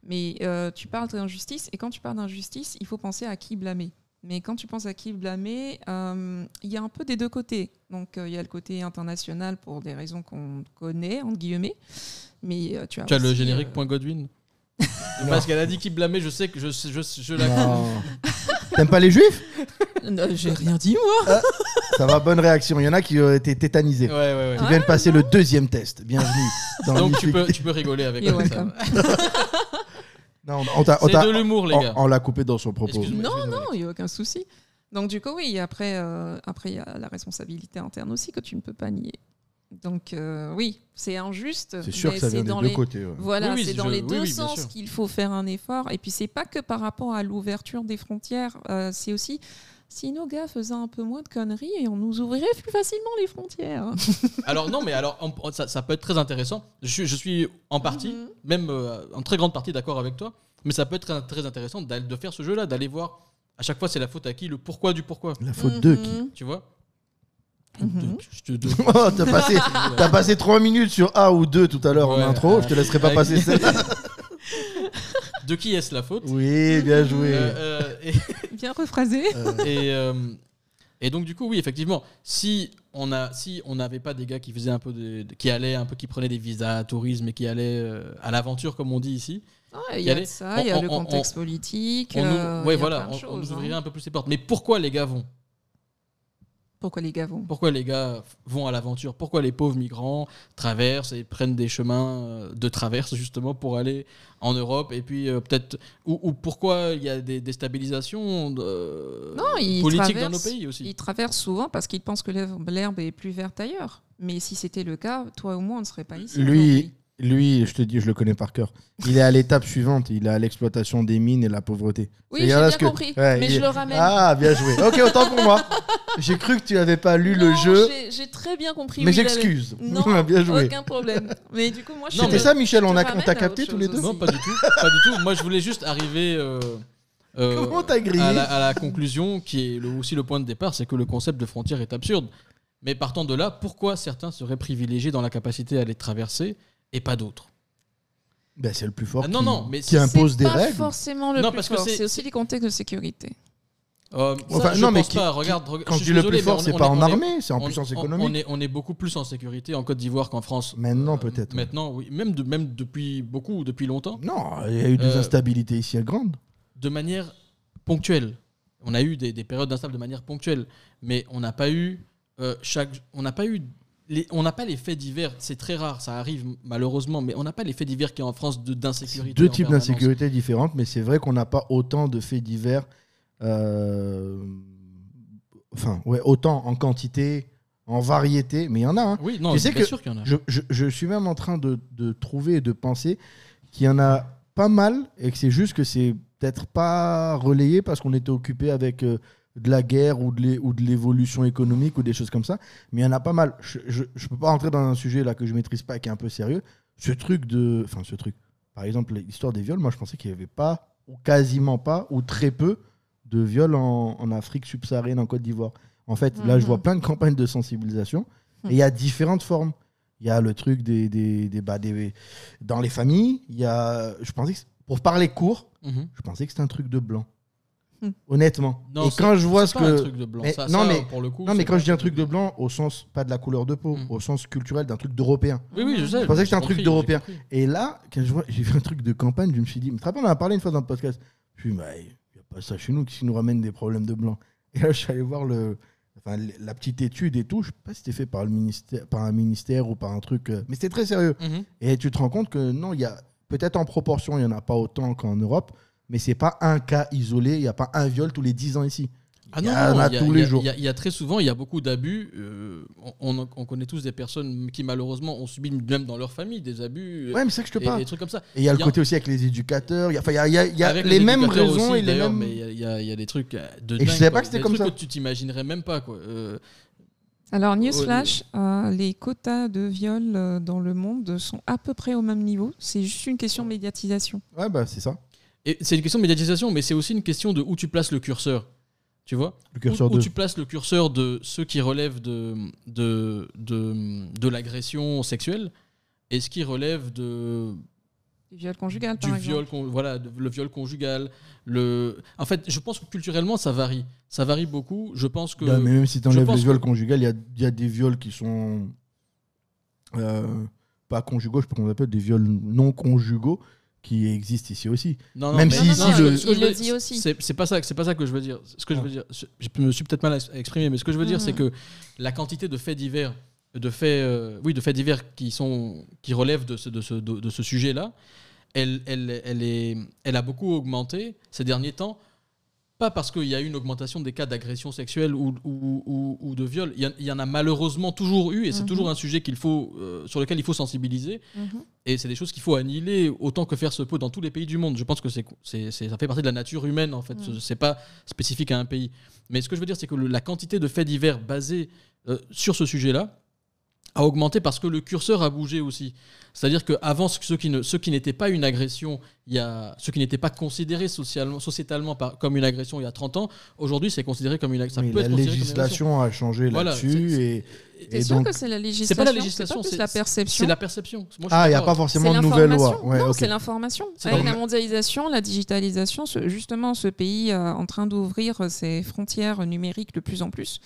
Speaker 3: Mais euh, tu parles d'injustice, et quand tu parles d'injustice, il faut penser à qui blâmer. Mais quand tu penses à qui blâmer, euh, il y a un peu des deux côtés. Donc, euh, il y a le côté international pour des raisons qu'on connaît, entre guillemets. Mais euh, tu as,
Speaker 1: Tu as le
Speaker 3: aussi,
Speaker 1: générique
Speaker 3: euh,
Speaker 1: point Godwin Parce qu'elle a dit qu'il blâmait, je sais que je, je, je la.
Speaker 2: Non. T'aimes pas les juifs
Speaker 3: Non, J'ai rien dit, moi.
Speaker 2: Ça va, bonne réaction. Il y en a qui ont été tétanisés.
Speaker 1: Ouais, ouais,
Speaker 3: Ah.
Speaker 1: ouais.
Speaker 2: Ils viennent passer le deuxième test. Bienvenue. dans
Speaker 1: Donc tu
Speaker 2: l'Ifrique.
Speaker 1: peux, tu peux rigoler avec
Speaker 3: You're
Speaker 1: avec ça.
Speaker 3: welcome.
Speaker 2: Non, on t'a- on
Speaker 1: C'est
Speaker 2: t'a-
Speaker 1: de l'humour, les
Speaker 2: on-
Speaker 1: gars.
Speaker 2: on l'a coupé dans son propos.
Speaker 1: Excuse-moi,
Speaker 3: Non,
Speaker 1: excuse-moi.
Speaker 3: Non, il n'y a aucun souci. Donc, du coup, oui, après, euh, après, il y a la responsabilité interne aussi que tu ne peux pas nier. Donc, euh, oui, c'est injuste.
Speaker 2: C'est sûr
Speaker 3: mais
Speaker 2: que ça
Speaker 3: c'est
Speaker 2: vient des
Speaker 3: dans
Speaker 2: deux
Speaker 3: les- Mmh.
Speaker 2: côtés. ouais.
Speaker 1: Oui,
Speaker 3: Voilà,
Speaker 1: oui,
Speaker 3: c'est
Speaker 1: je-
Speaker 3: dans les
Speaker 1: oui,
Speaker 3: deux
Speaker 1: oui, bien
Speaker 3: sens
Speaker 1: sûr.
Speaker 3: qu'il faut faire un effort. Et puis, c'est pas que par rapport à l'ouverture des frontières, euh, c'est aussi si nos gars faisaient un peu moins de conneries et on nous ouvrirait plus facilement les frontières.
Speaker 1: Alors non, mais alors on- on- ça, ça peut être très intéressant. Je, suis- je suis en partie,
Speaker 3: Mhm.
Speaker 1: même euh, en très grande partie d'accord avec toi, mais ça peut être très, très intéressant d'aller- de faire ce jeu-là, d'aller voir. À chaque fois, c'est la faute à qui, le pourquoi du pourquoi,
Speaker 2: La faute d'eux qui.
Speaker 3: Mhm.
Speaker 1: tu vois.
Speaker 3: Mhm.
Speaker 1: Je te donne.
Speaker 2: Oh, T'as passé, t'as passé 3 minutes sur A ou 2 tout à l'heure
Speaker 1: Ouais.
Speaker 2: en intro, je te laisserai pas
Speaker 1: Avec-
Speaker 2: passer celle-là.
Speaker 1: De qui est-ce la faute
Speaker 2: Oui, bien joué.
Speaker 1: Euh, euh, et-
Speaker 3: Bien rephrasé.
Speaker 1: et, euh, et donc du coup oui effectivement si on a si on n'avait pas des gars qui faisaient un peu de, de- qui allaient un peu qui prenaient des visas à tourisme et qui allaient euh, à l'aventure comme on dit ici
Speaker 3: Ah, Il y a
Speaker 1: Allez,
Speaker 3: de ça, il y a
Speaker 1: on-
Speaker 3: le
Speaker 1: on-
Speaker 3: contexte politique.
Speaker 1: on
Speaker 3: euh,
Speaker 1: nous,
Speaker 3: il y
Speaker 1: ouais
Speaker 3: a
Speaker 1: voilà
Speaker 3: plein de
Speaker 1: on, on
Speaker 3: choses,
Speaker 1: nous
Speaker 3: hein.
Speaker 1: ouvrirait un peu plus les portes mais pourquoi les gars vont
Speaker 3: Pourquoi les gars vont
Speaker 1: pourquoi les gars vont à l'aventure pourquoi les pauvres migrants traversent et prennent des chemins euh, de traverse justement pour aller en Europe et puis euh, peut-être ou, ou pourquoi il y a des déstabilisations euh,
Speaker 3: Non, ils
Speaker 1: politiques dans nos
Speaker 3: traversent-
Speaker 1: pays aussi
Speaker 3: Ils traversent souvent parce qu'ils pensent que l'herbe l'herbe est plus verte ailleurs. Mais si c'était le cas, toi au moins, on ne serait pas ici.
Speaker 2: Lui,
Speaker 3: aujourd'hui.
Speaker 2: lui, je te dis, je le connais par cœur. Il est à l'étape suivante, il est à l'exploitation des mines et la pauvreté.
Speaker 3: Oui,
Speaker 2: C'est-à-dire
Speaker 3: j'ai
Speaker 2: là
Speaker 3: bien
Speaker 2: ce que-
Speaker 3: compris,
Speaker 2: Ouais,
Speaker 3: mais
Speaker 2: il-
Speaker 3: je le ramène.
Speaker 2: Ah, bien joué. Ok, autant pour moi. J'ai cru que tu n'avais pas lu le
Speaker 3: Non,
Speaker 2: jeu,
Speaker 3: j'ai- J'ai très bien compris.
Speaker 2: mais
Speaker 3: où il allait.
Speaker 2: j'excuse.
Speaker 3: Non,
Speaker 2: bien joué.
Speaker 3: aucun problème. Mais du coup, moi, je
Speaker 1: Non,
Speaker 2: C'était
Speaker 1: mais-
Speaker 2: ça, Michel, on a- on
Speaker 3: te ramène à
Speaker 2: t'a capté
Speaker 3: autre
Speaker 2: tous les
Speaker 3: chose
Speaker 2: deux.
Speaker 1: Non,
Speaker 3: aussi.
Speaker 1: pas du tout. Pas du tout. Moi, je voulais juste arriver. euh, euh,
Speaker 2: Comment t'as grillé
Speaker 1: à la, à la conclusion, qui est le- aussi le point de départ, c'est que le concept de frontière est absurde. Mais partant de là, pourquoi certains seraient privilégiés dans la capacité à les traverser et pas d'autres
Speaker 2: Ben, c'est le plus fort
Speaker 1: Ah, non,
Speaker 2: qui,
Speaker 1: non, mais
Speaker 2: qui
Speaker 1: c'est-
Speaker 2: impose
Speaker 3: C'est
Speaker 2: des
Speaker 3: pas
Speaker 2: règles.
Speaker 3: forcément le
Speaker 1: Non,
Speaker 3: plus
Speaker 1: parce que
Speaker 3: fort.
Speaker 1: c'est-
Speaker 3: C'est aussi les contextes de sécurité.
Speaker 1: Euh, ça,
Speaker 2: Enfin,
Speaker 1: je
Speaker 2: non, mais
Speaker 1: pense
Speaker 2: qui-
Speaker 1: pas.
Speaker 2: qui-
Speaker 1: Regarde, reg-
Speaker 2: Quand
Speaker 1: je
Speaker 2: je
Speaker 1: suis
Speaker 2: dis le
Speaker 1: désolé,
Speaker 2: plus fort,
Speaker 1: mais on-
Speaker 2: c'est
Speaker 1: on
Speaker 2: pas
Speaker 1: est-
Speaker 2: en
Speaker 1: on est-
Speaker 2: armée, c'est en
Speaker 1: on-
Speaker 2: puissance
Speaker 1: on-
Speaker 2: économique.
Speaker 1: On est, on est beaucoup plus en sécurité en Côte d'Ivoire qu'en France.
Speaker 2: Maintenant, Ah, peut-être.
Speaker 1: Maintenant, oui. Même, de, même depuis beaucoup, depuis longtemps.
Speaker 2: Non, il y a eu des
Speaker 1: Euh,
Speaker 2: instabilités ici grandes.
Speaker 1: de manière ponctuelle. On a eu des, des périodes d'instable de manière ponctuelle, mais on n'a pas eu euh, chaque, on n'a pas eu, les, on n'a pas les faits divers. C'est très rare, ça arrive malheureusement, mais on n'a pas les faits divers qu'il y a en France de- d'insécurité.
Speaker 2: Deux
Speaker 1: en
Speaker 2: types
Speaker 1: permanence.
Speaker 2: d'insécurité différentes, mais c'est vrai qu'on n'a pas autant de faits divers, euh, enfin, ouais, autant en quantité, en variété, mais il y en a. hein.
Speaker 1: Oui, non,
Speaker 2: Tu
Speaker 1: c'est
Speaker 2: sais
Speaker 1: bien
Speaker 2: que-
Speaker 1: sûr qu'il y en a.
Speaker 2: Je, je- je suis même en train de, de trouver et de penser qu'il y en a pas mal et que c'est juste que c'est peut-être pas relayé parce qu'on était occupé avec euh, de la guerre ou de l'é- ou de l'évolution économique ou des choses comme ça. Mais il y en a pas mal. Je, je, je peux pas rentrer dans un sujet là que je maîtrise pas et qui est un peu sérieux. Ce truc de. Enfin, ce truc. Par exemple, l'histoire des viols, moi je pensais qu'il y avait pas, ou quasiment pas, ou très peu de viols en, en Afrique subsaharienne, en Côte d'Ivoire. En fait, là je
Speaker 3: Mhm. Hmm.
Speaker 2: vois plein de campagnes de sensibilisation et il y a différentes formes. Il y a le truc des, des, des, bah, des- dans les familles. Il y a, je pensais que c'est- pour parler court,
Speaker 1: Mhm.
Speaker 2: je pensais que c'était un truc de blanc.
Speaker 3: Hmm.
Speaker 2: Honnêtement.
Speaker 1: Non,
Speaker 2: et quand je vois
Speaker 1: C'est
Speaker 2: ce
Speaker 1: pas un
Speaker 2: que,
Speaker 1: truc de blanc.
Speaker 2: mais-
Speaker 1: ça,
Speaker 2: non,
Speaker 1: ça,
Speaker 2: mais-
Speaker 1: pour le coup.
Speaker 2: non mais
Speaker 1: c'est
Speaker 2: quand
Speaker 1: pas
Speaker 2: je dis un truc de blanc, au sens pas de la couleur de peau,
Speaker 1: Mm.
Speaker 2: au sens culturel d'un truc d'européen.
Speaker 1: Oui, oui, je sais.
Speaker 2: pensais que
Speaker 1: j'ai
Speaker 2: c'était un truc
Speaker 1: compris,
Speaker 2: d'Européen.
Speaker 1: j'ai compris.
Speaker 2: Et là, quand je vois, j'ai vu un truc de campagne, je me suis dit, mais tu te rappelles, on en a parlé une fois dans le podcast. Je me suis dit, bah, il n'y a pas ça chez nous qui nous ramène des problèmes de blanc. Et là, je suis allé voir le, enfin, l- la petite étude et tout. Je sais pas si c'était fait par, le ministère, par un ministère ou par un truc, euh, mais c'était très sérieux.
Speaker 1: Mhm.
Speaker 2: Et tu te rends compte que non, il y a peut-être en proportion, il n'y en a pas autant qu'en Europe, mais c'est pas un cas isolé, il n'y a pas un viol tous les 10 ans ici.
Speaker 1: Ah
Speaker 2: Il
Speaker 1: non,
Speaker 2: y
Speaker 1: non,
Speaker 2: en a
Speaker 1: il y a-
Speaker 2: tous
Speaker 1: il
Speaker 2: les
Speaker 1: y a-
Speaker 2: jours.
Speaker 1: Il y, a- il y a très souvent, il y a beaucoup d'abus. euh, on, on- on connaît tous des personnes qui malheureusement ont subi même dans leur famille des abus euh,
Speaker 2: Ouais, mais c'est ça que je te
Speaker 1: et
Speaker 2: parle.
Speaker 1: des trucs comme ça.
Speaker 2: Et il y a le
Speaker 1: y a-
Speaker 2: côté aussi avec les éducateurs, il y a, enfin, il y a, il y a- il y a
Speaker 1: Avec
Speaker 2: les mêmes
Speaker 1: éducateurs
Speaker 2: raisons
Speaker 1: aussi,
Speaker 2: et les
Speaker 1: d'ailleurs,
Speaker 2: mêmes.
Speaker 1: Mais il y a- il y, a- il y a des trucs euh, de
Speaker 2: Et je
Speaker 1: dingue,
Speaker 2: savais pas
Speaker 1: quoi.
Speaker 2: que c'était
Speaker 1: Des
Speaker 2: comme
Speaker 1: trucs
Speaker 2: ça.
Speaker 1: que tu t'imaginerais même pas quoi. Euh,
Speaker 3: Alors,
Speaker 2: Oh,
Speaker 3: newsflash, euh, les quotas de viol euh, dans le monde sont à peu près au même niveau. C'est juste une question de médiatisation.
Speaker 2: Ouais, bah c'est ça.
Speaker 1: et c'est une question de médiatisation, mais c'est aussi une question de où tu places le curseur. Tu vois
Speaker 2: Le curseur
Speaker 1: où, où
Speaker 2: 2.
Speaker 1: tu places le curseur de ceux qui relèvent de, de, de, de l'agression sexuelle et ce qui relève de,
Speaker 3: Du viol conjugal,
Speaker 1: du
Speaker 3: par
Speaker 1: viol,
Speaker 3: exemple.
Speaker 1: con- voilà, de- le viol conjugal. Le... En fait, je pense que culturellement, ça varie. Ça varie beaucoup. Je pense que.
Speaker 2: Non, mais même si tu
Speaker 1: je
Speaker 2: enlèves
Speaker 1: pense
Speaker 2: les viols
Speaker 1: que-
Speaker 2: conjugaux, il y a, il y a des viols qui sont. euh, pas conjugaux, je sais pas comment on appelle, des viols non conjugaux qui existent ici aussi.
Speaker 1: Non,
Speaker 2: Même
Speaker 1: mais-
Speaker 2: si ici,
Speaker 1: ce que-
Speaker 2: le-
Speaker 1: ce que je
Speaker 3: il le
Speaker 1: veux-
Speaker 3: dit aussi.
Speaker 1: C'est c'est pas ça, c'est pas ça que je veux dire. Ce que je
Speaker 2: Ah.
Speaker 1: veux dire, je je me suis peut-être mal ex- exprimé, mais ce que je veux dire,
Speaker 3: Mhm.
Speaker 1: c'est que la quantité de faits divers, de faits, euh, oui, de faits divers qui sont, qui relèvent de ce, de ce, de, de ce sujet-là, elle, elle, elle est, elle a beaucoup augmenté ces derniers temps. Pas parce qu'il y a eu une augmentation des cas d'agression sexuelle ou, ou, ou- ou de viol. Il y en- il y, en a malheureusement toujours eu, et c'est
Speaker 3: Mhm.
Speaker 1: toujours un sujet qu'il faut, euh, sur lequel il faut sensibiliser.
Speaker 3: Mhm.
Speaker 1: Et c'est des choses qu'il faut annihiler autant que faire se peut dans tous les pays du monde. Je pense que c'est, c'est, c'est- ça fait partie de la nature humaine, en fait.
Speaker 3: Mm.
Speaker 1: C'est pas spécifique à un pays. Mais ce que je veux dire, c'est que le- la quantité de faits divers basés euh, sur ce sujet-là a augmenté parce que le curseur a bougé aussi. C'est-à-dire qu'avant, ceux qui ne- ceux qui n'étaient pas une agression, il y a, ceux qui n'étaient pas considérés socialement, sociétalement par- comme une agression il y a 30 ans, aujourd'hui c'est considéré comme une agression.
Speaker 2: Mais la législation a changé
Speaker 1: Voilà,
Speaker 2: là-dessus.
Speaker 1: c'est-
Speaker 2: Et,
Speaker 3: T'es
Speaker 2: et
Speaker 3: sûr
Speaker 2: donc,
Speaker 3: que c'est la législation
Speaker 1: C'est pas la législation,
Speaker 3: plus
Speaker 1: c'est
Speaker 3: la
Speaker 1: c'est-
Speaker 3: perception.
Speaker 1: C'est la perception. Moi, je suis
Speaker 2: ah, il n'y a
Speaker 1: d'accord.
Speaker 2: pas forcément
Speaker 3: C'est
Speaker 2: de nouvelles lois.
Speaker 3: l'information.
Speaker 2: Ouais,
Speaker 3: non,
Speaker 2: ok.
Speaker 3: c'est l'information.
Speaker 1: C'est
Speaker 3: Avec
Speaker 1: dans-
Speaker 3: la mondialisation, la digitalisation, ce- justement, ce pays euh, en train d'ouvrir euh, ses frontières numériques de plus en plus.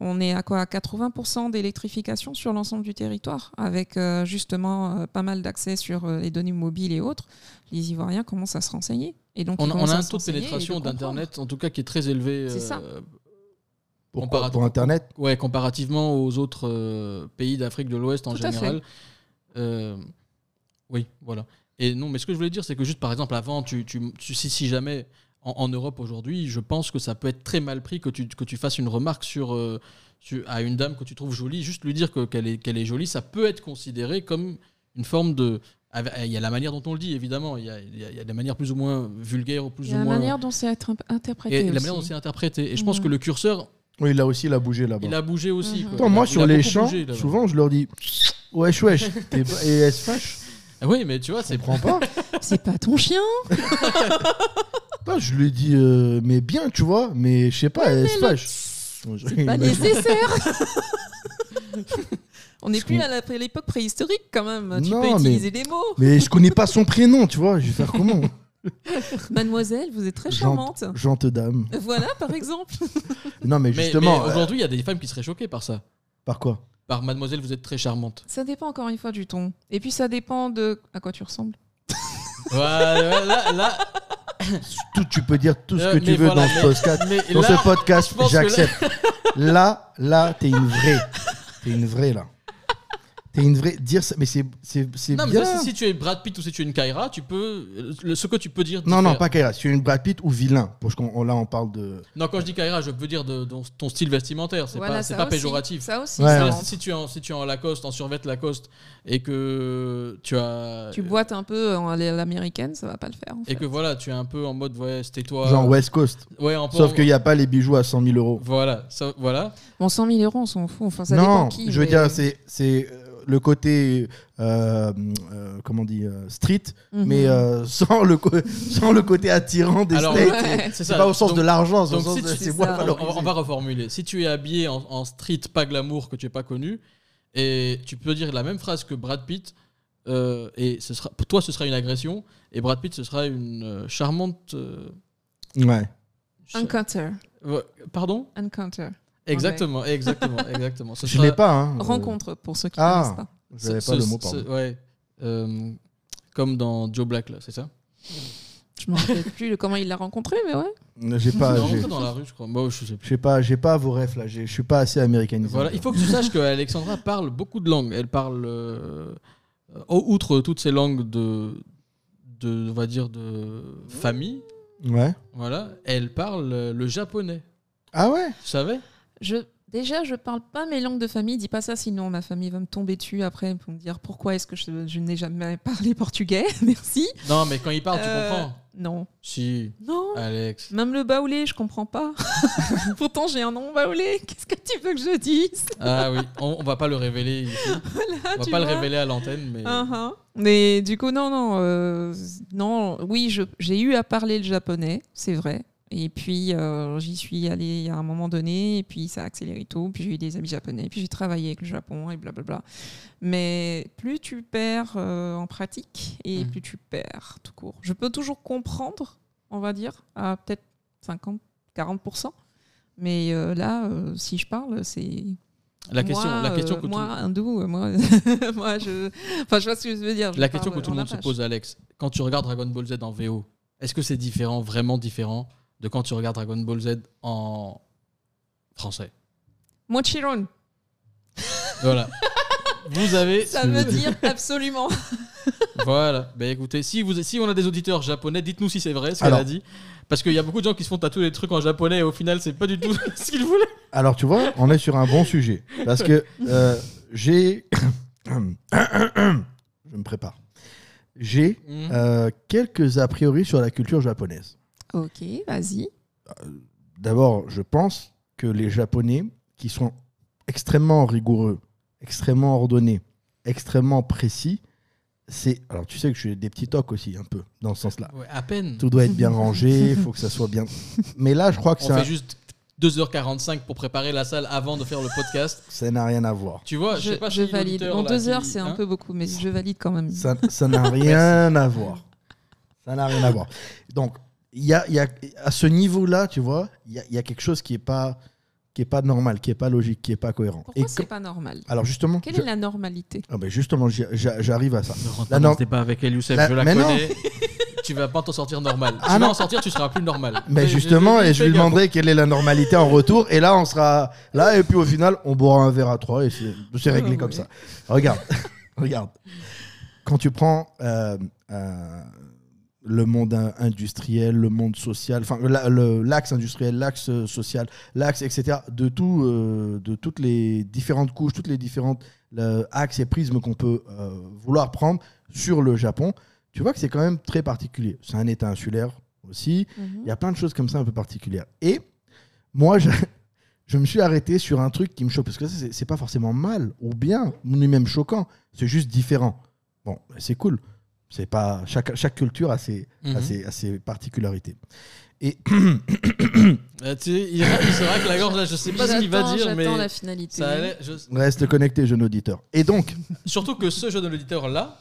Speaker 3: On est à quoi à 80% d'électrification sur l'ensemble du territoire, avec euh, justement euh, pas mal d'accès sur euh, les données mobiles et autres. Les Ivoiriens commencent à se renseigner. Et donc,
Speaker 1: On,
Speaker 3: ils
Speaker 1: on
Speaker 3: commencent
Speaker 1: a
Speaker 3: à
Speaker 1: un
Speaker 3: se
Speaker 1: taux de
Speaker 3: renseigner et
Speaker 1: pénétration
Speaker 3: comprendre.
Speaker 1: d'Internet, en tout cas, qui est très élevé.
Speaker 3: C'est
Speaker 1: euh,
Speaker 3: ça.
Speaker 2: Pourquoi
Speaker 1: comparatif-
Speaker 2: Pour Internet
Speaker 1: Ouais, comparativement aux autres euh, pays d'Afrique de l'Ouest en
Speaker 3: Tout à
Speaker 1: général. Euh, oui, voilà. Et non, mais ce que je voulais dire, c'est que juste par exemple, avant, tu, tu- tu- si, si jamais en, en Europe aujourd'hui, je pense que ça peut être très mal pris que tu, que tu fasses une remarque sur, euh, sur- à une dame que tu trouves jolie, juste lui dire que- qu'elle est, qu'elle est jolie, ça peut être considéré comme une forme de. avec- Il y a la manière dont on le dit, évidemment. Il y a, il y a- il y a des manières plus ou moins vulgaires ou plus
Speaker 3: Il y
Speaker 1: ou
Speaker 3: a la
Speaker 1: moins.
Speaker 3: manière dont c'est être imp- interprété.
Speaker 1: et la
Speaker 3: aussi.
Speaker 1: manière dont c'est interprété. Et je pense
Speaker 3: Mhm.
Speaker 1: que le curseur,
Speaker 2: Oui, là aussi, il a bougé là-bas.
Speaker 1: il a bougé aussi.
Speaker 3: Mhm.
Speaker 1: quoi.
Speaker 2: Attends,
Speaker 1: Il a-
Speaker 2: moi,
Speaker 1: il
Speaker 2: sur
Speaker 1: a
Speaker 2: les
Speaker 1: beaucoup
Speaker 2: champs,
Speaker 1: bougé, là-bas.
Speaker 2: souvent, je leur dis Wesh, wesh. T'es pas- Et elles se fâchent.
Speaker 1: Ah Oui, mais tu vois, c'est
Speaker 2: Je comprends pas.
Speaker 3: C'est pas ton chien.
Speaker 2: Attends, je lui dis euh, Mais bien, tu vois. Mais je sais pas, elles se fâchent.
Speaker 3: C'est pas nécessaire. On n'est plus à la- à l'époque préhistorique quand même. Tu
Speaker 2: Non,
Speaker 3: peux
Speaker 2: mais-
Speaker 3: utiliser des mots.
Speaker 2: Mais je connais pas son prénom, tu vois. Je vais faire comment
Speaker 3: Mademoiselle, vous êtes très charmante.
Speaker 2: Gente, gente dame.
Speaker 3: Voilà, par exemple.
Speaker 2: Non, mais
Speaker 1: Mais-
Speaker 2: justement.
Speaker 1: mais
Speaker 2: euh,
Speaker 1: aujourd'hui, il y a des femmes qui seraient choquées par ça.
Speaker 2: Par quoi
Speaker 1: Par mademoiselle, vous êtes très charmante.
Speaker 3: Ça dépend encore une fois du ton. Et puis ça dépend de à quoi tu ressembles.
Speaker 1: Voilà, là, là,
Speaker 2: tout, Tu peux dire tout ce
Speaker 1: Euh,
Speaker 2: que tu
Speaker 1: mais
Speaker 2: veux
Speaker 1: voilà,
Speaker 2: dans ce
Speaker 1: mais-
Speaker 2: podcast.
Speaker 1: mais
Speaker 2: Dans
Speaker 1: là,
Speaker 2: ce podcast,
Speaker 1: je pense que là-
Speaker 2: j'accepte. Là, là, t'es une vraie. T'es une vraie, là. T'es une vraie. Dire ça, mais c'est c'est- c'est
Speaker 1: Non, mais
Speaker 2: bien.
Speaker 1: ça, si si tu es Brad Pitt ou si tu es une Kyra, tu peux. le- ce que tu peux dire.
Speaker 2: non, non,
Speaker 1: diffère.
Speaker 2: pas Kaira. Tu es une Brad Pitt ou vilain. Parce qu'on on- là, on parle de.
Speaker 1: Non, quand je dis Kyra, je veux dire de, de ton style vestimentaire. C'est
Speaker 3: Voilà,
Speaker 1: pas, c'est
Speaker 3: ça
Speaker 1: pas
Speaker 3: aussi.
Speaker 1: péjoratif.
Speaker 3: Ça aussi.
Speaker 2: Ouais,
Speaker 3: ça
Speaker 1: Voilà,
Speaker 3: rentre.
Speaker 1: si, tu es en, si tu es en Lacoste, en survêt Lacoste, et que tu as.
Speaker 3: Tu boites un peu en- à l'américaine, ça va pas le faire. en
Speaker 1: Et
Speaker 3: fait.
Speaker 1: que voilà, tu es un peu en mode, ouais, c'était toi.
Speaker 2: Genre West Coast.
Speaker 1: Ouais, en
Speaker 2: Sauf qu'il n'y a pas les bijoux à 100 000 euros.
Speaker 1: Voilà, ça, voilà.
Speaker 3: Bon, 100 000 euros, on s'en fout. Enfin, ça dépend
Speaker 2: non,
Speaker 3: qui.
Speaker 2: je veux
Speaker 3: mais-
Speaker 2: dire, c'est c'est, euh, le côté. euh, euh, comment on dit euh, Street,
Speaker 3: Mhm.
Speaker 2: mais euh, sans, le co- sans le côté attirant des
Speaker 1: Alors,
Speaker 2: States.
Speaker 3: ouais.
Speaker 2: C'est pas au sens
Speaker 1: Donc,
Speaker 2: de l'argent, c'est au
Speaker 1: Donc,
Speaker 2: sens
Speaker 1: si
Speaker 2: de.
Speaker 1: tu-
Speaker 2: C'est
Speaker 3: c'est
Speaker 2: moins
Speaker 3: ça.
Speaker 1: on, va-
Speaker 2: valorisé.
Speaker 1: on va reformuler. Si tu es habillé en, en street pas glamour que tu n'es pas connu, et tu peux dire la même phrase que Brad Pitt, euh, et ce sera, pour toi ce sera une agression, et Brad Pitt ce sera une euh, charmante. euh,
Speaker 2: Ouais.
Speaker 1: cha-
Speaker 3: Encounter.
Speaker 1: Ouais, Pardon
Speaker 3: Encounter.
Speaker 1: Exactement, exactement, exactement. Ce
Speaker 2: Je
Speaker 1: sera-
Speaker 2: l'ai pas. Hein. Euh,
Speaker 3: Rencontre, pour ceux qui ne
Speaker 2: Ah.
Speaker 3: connaissent pas.
Speaker 1: ce-
Speaker 2: J'avais
Speaker 1: ce-
Speaker 2: pas le mot,
Speaker 1: ce-
Speaker 2: pardon.
Speaker 1: ouais, euh, comme dans Joe Black, là, c'est ça
Speaker 3: Je me rappelle plus de comment il l'a rencontré, mais ouais.
Speaker 2: J'ai pas.
Speaker 1: Non,
Speaker 2: Ah, j'ai-
Speaker 1: rentré dans la rue, je crois. Moi, je sais plus.
Speaker 2: Je sais pas, j'ai pas vos refs là, j'ai- je suis pas assez américanisé.
Speaker 1: Voilà, il faut que tu saches que Alexandra parle beaucoup de langues. Elle parle, euh, euh, outre toutes ces langues de, de, on va dire, de famille,
Speaker 2: Ouais.
Speaker 1: voilà, elle parle euh, le japonais.
Speaker 2: Ah ouais
Speaker 1: Tu savais
Speaker 3: Je, déjà, je parle pas mes langues de famille. Dis pas ça, sinon ma famille va me tomber dessus après pour me dire pourquoi est-ce que je, je n'ai jamais parlé portugais. Merci.
Speaker 1: Non, mais quand il parle, tu
Speaker 3: Euh,
Speaker 1: comprends.
Speaker 3: Non.
Speaker 1: Si,
Speaker 3: Non.
Speaker 1: Alex.
Speaker 3: Même le baoulé, je comprends pas. Pourtant, j'ai un nom baoulé. Qu'est-ce que tu veux que je dise
Speaker 1: Ah oui, on, on va pas le révéler. ici.
Speaker 3: Voilà,
Speaker 1: On va
Speaker 3: tu
Speaker 1: pas le
Speaker 3: vois.
Speaker 1: révéler à l'antenne, mais.
Speaker 3: Hein, hein. Mais du coup, non, non. euh, non, oui, je- j'ai eu à parler le japonais, c'est vrai. Et puis, euh, j'y suis allée à un moment donné, et puis ça a accéléré tout. Puis j'ai eu des amis japonais, puis j'ai travaillé avec le Japon, et blablabla. Mais plus tu perds euh, en pratique, et
Speaker 1: Mhm.
Speaker 3: plus tu perds tout court. Je peux toujours comprendre, on va dire, à peut-être 50, 40%. Mais euh, là, euh, si je parle, c'est
Speaker 1: La question,
Speaker 3: moi,
Speaker 1: la question
Speaker 3: euh,
Speaker 1: que tout-
Speaker 3: moi, hindou, euh, moi, moi, je. Enfin, je vois ce que je veux dire. je
Speaker 1: La question que
Speaker 3: parle euh,
Speaker 1: tout le
Speaker 3: en
Speaker 1: monde se
Speaker 3: apache.
Speaker 1: pose, Alex, quand tu regardes Dragon Ball Z en VO, est-ce que c'est différent, vraiment différent, de quand tu regardes Dragon Ball Z en français
Speaker 3: Mochiron,
Speaker 1: Voilà. Vous avez.
Speaker 3: ça veut dire absolument.
Speaker 1: Voilà. Ben écoutez, si, vous, si on a des auditeurs japonais, dites-nous si c'est vrai ce qu'elle
Speaker 2: Alors.
Speaker 1: a dit. Parce qu'il y a beaucoup de gens qui se font tatouer des trucs en japonais et au final, c'est pas du tout ce qu'ils voulaient.
Speaker 2: Alors tu vois, on est sur un bon sujet. Parce que euh, j'ai. je me prépare. J'ai euh, quelques a priori sur la culture japonaise.
Speaker 3: ok, vas-y.
Speaker 2: D'abord, je pense que les Japonais, qui sont extrêmement rigoureux extrêmement ordonné, extrêmement précis. C'est alors tu sais que je suis des petits tocs aussi un peu dans ce sens-là.
Speaker 1: Euh, Ouais, à peine.
Speaker 2: Tout doit être bien rangé, faut que ça soit bien. Mais là, je crois que
Speaker 1: On
Speaker 2: ça,
Speaker 1: fait juste 2h45 pour préparer la salle avant de faire le podcast.
Speaker 2: ça n'a rien à voir.
Speaker 1: Tu vois, je,
Speaker 3: je,
Speaker 1: sais pas
Speaker 3: je
Speaker 1: si
Speaker 3: valide.
Speaker 1: l'auditeur,
Speaker 3: En
Speaker 1: là,
Speaker 3: deux
Speaker 1: qui-
Speaker 3: heures, c'est un
Speaker 1: hein,
Speaker 3: peu beaucoup, mais je valide quand même.
Speaker 2: Ça ça n'a rien à voir. Ça n'a rien à voir. Donc, il y a, il y a- à ce niveau-là, tu vois, il y a, il y a quelque chose qui est pas qui est pas normal, qui est pas logique, qui est pas cohérent.
Speaker 3: Pourquoi
Speaker 2: Et
Speaker 3: c'est
Speaker 2: que-
Speaker 3: pas normal
Speaker 2: Alors justement,
Speaker 3: Quelle
Speaker 2: je-
Speaker 3: est la normalité
Speaker 2: Ah ben justement, j'y- j'a- j'arrive à ça.
Speaker 1: Ne rentre
Speaker 2: La
Speaker 1: pas dans
Speaker 2: norme-
Speaker 1: ce débat avec elle, Youssef,
Speaker 2: La-
Speaker 1: je la
Speaker 2: mais non.
Speaker 1: connais. tu vas pas t'en sortir normal.
Speaker 2: Ah
Speaker 1: tu vas
Speaker 2: non.
Speaker 1: en sortir, tu seras plus normal.
Speaker 2: Mais
Speaker 1: Fais-
Speaker 2: justement,
Speaker 1: fais-
Speaker 2: et je
Speaker 1: fais
Speaker 2: lui
Speaker 1: gaffe.
Speaker 2: demanderai quelle est la normalité en retour. Et là, on sera là, et puis au final, on boira un verre à trois, et c'est c'est réglé
Speaker 3: Ouais,
Speaker 1: Ah,
Speaker 2: comme
Speaker 3: ouais.
Speaker 2: ça. Regarde, regarde. Quand tu prends euh, euh, le monde in- industriel, le monde social, enfin la- le- l'axe industriel, l'axe euh, social, l'axe, etc., de, tout, euh, de toutes les différentes couches, toutes les différentes euh, axes et prismes qu'on peut euh, vouloir prendre sur le Japon, tu vois que c'est quand même très particulier. C'est un État insulaire aussi. Il
Speaker 1: Mhm.
Speaker 2: y a plein de choses comme ça un peu particulières. Et moi, je, je me suis arrêté sur un truc qui me choque, parce que ça, c'est- c'est pas forcément mal ou bien, ni même choquant, c'est juste différent. Bon, ben, c'est cool. C'est pas chaque, chaque culture a ses, a,
Speaker 1: Mhm.
Speaker 2: ses, a ses particularités. Et
Speaker 1: Euh, tu sais, il, il se racle la gorge là, je sais pas ce qu'il va
Speaker 3: J'attends-
Speaker 1: dire, mais
Speaker 3: J'attends la finalité.
Speaker 1: ça allait. je-
Speaker 2: reste connecté, jeune auditeur. Et donc,
Speaker 1: Surtout que ce jeune auditeur là,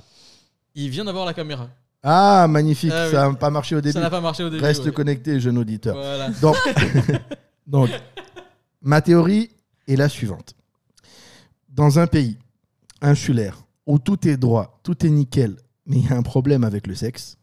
Speaker 1: il vient d'avoir la caméra.
Speaker 2: ah, magnifique,
Speaker 1: Ah oui.
Speaker 2: ça n'a pas marché au début.
Speaker 1: Ça n'a pas marché au début.
Speaker 2: Reste
Speaker 1: ouais.
Speaker 2: connecté, jeune auditeur.
Speaker 1: Voilà.
Speaker 2: Donc, donc, ma théorie est la suivante. Dans un pays insulaire où tout est droit, tout est nickel, mais il y a un problème avec le sexe.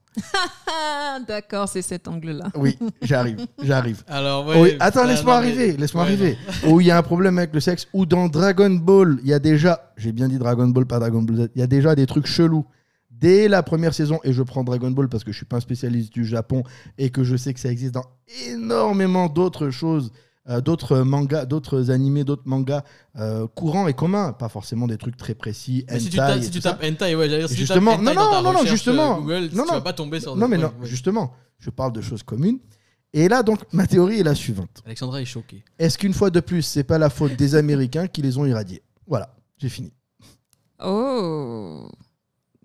Speaker 3: Ah, d'accord, c'est cet angle-là.
Speaker 2: Oui, j'arrive, j'arrive.
Speaker 1: Alors, ouais,
Speaker 2: Oui, attends,
Speaker 1: ça-
Speaker 2: laisse-moi
Speaker 1: bah, non, mais-
Speaker 2: arriver, laisse-moi
Speaker 1: Ouais,
Speaker 2: arriver. Où il y a un problème avec le sexe, ou dans Dragon Ball, il y a déjà, j'ai bien dit Dragon Ball, pas Dragon Ball Z, il y a déjà des trucs chelous. Dès la première saison, et je prends Dragon Ball parce que je suis pas un spécialiste du Japon et que je sais que ça existe dans énormément d'autres choses, euh, d'autres mangas, d'autres animés, d'autres mangas euh, courants et communs, pas forcément des trucs très précis.
Speaker 1: Mais si tu
Speaker 2: hentai
Speaker 1: tapes,
Speaker 2: et
Speaker 1: si tu
Speaker 2: tout ça.
Speaker 1: tapes hentai, ouais, j'allais dire, si
Speaker 2: Justement,
Speaker 1: tu tapes hentai
Speaker 2: non,
Speaker 1: dans ta
Speaker 2: non, non, non,
Speaker 1: recherche, euh,
Speaker 2: justement.
Speaker 1: Google,
Speaker 2: Non,
Speaker 1: tu
Speaker 2: non.
Speaker 1: vas pas tomber sur.
Speaker 2: non
Speaker 1: des-
Speaker 2: mais non,
Speaker 1: ouais, ouais.
Speaker 2: justement, je parle de choses communes. Et là, donc, ma théorie est la suivante.
Speaker 1: Alexandra est choquée.
Speaker 2: Est-ce qu'une fois de plus, c'est pas la faute des Américains qui les ont irradiés Voilà, j'ai fini.
Speaker 3: Oh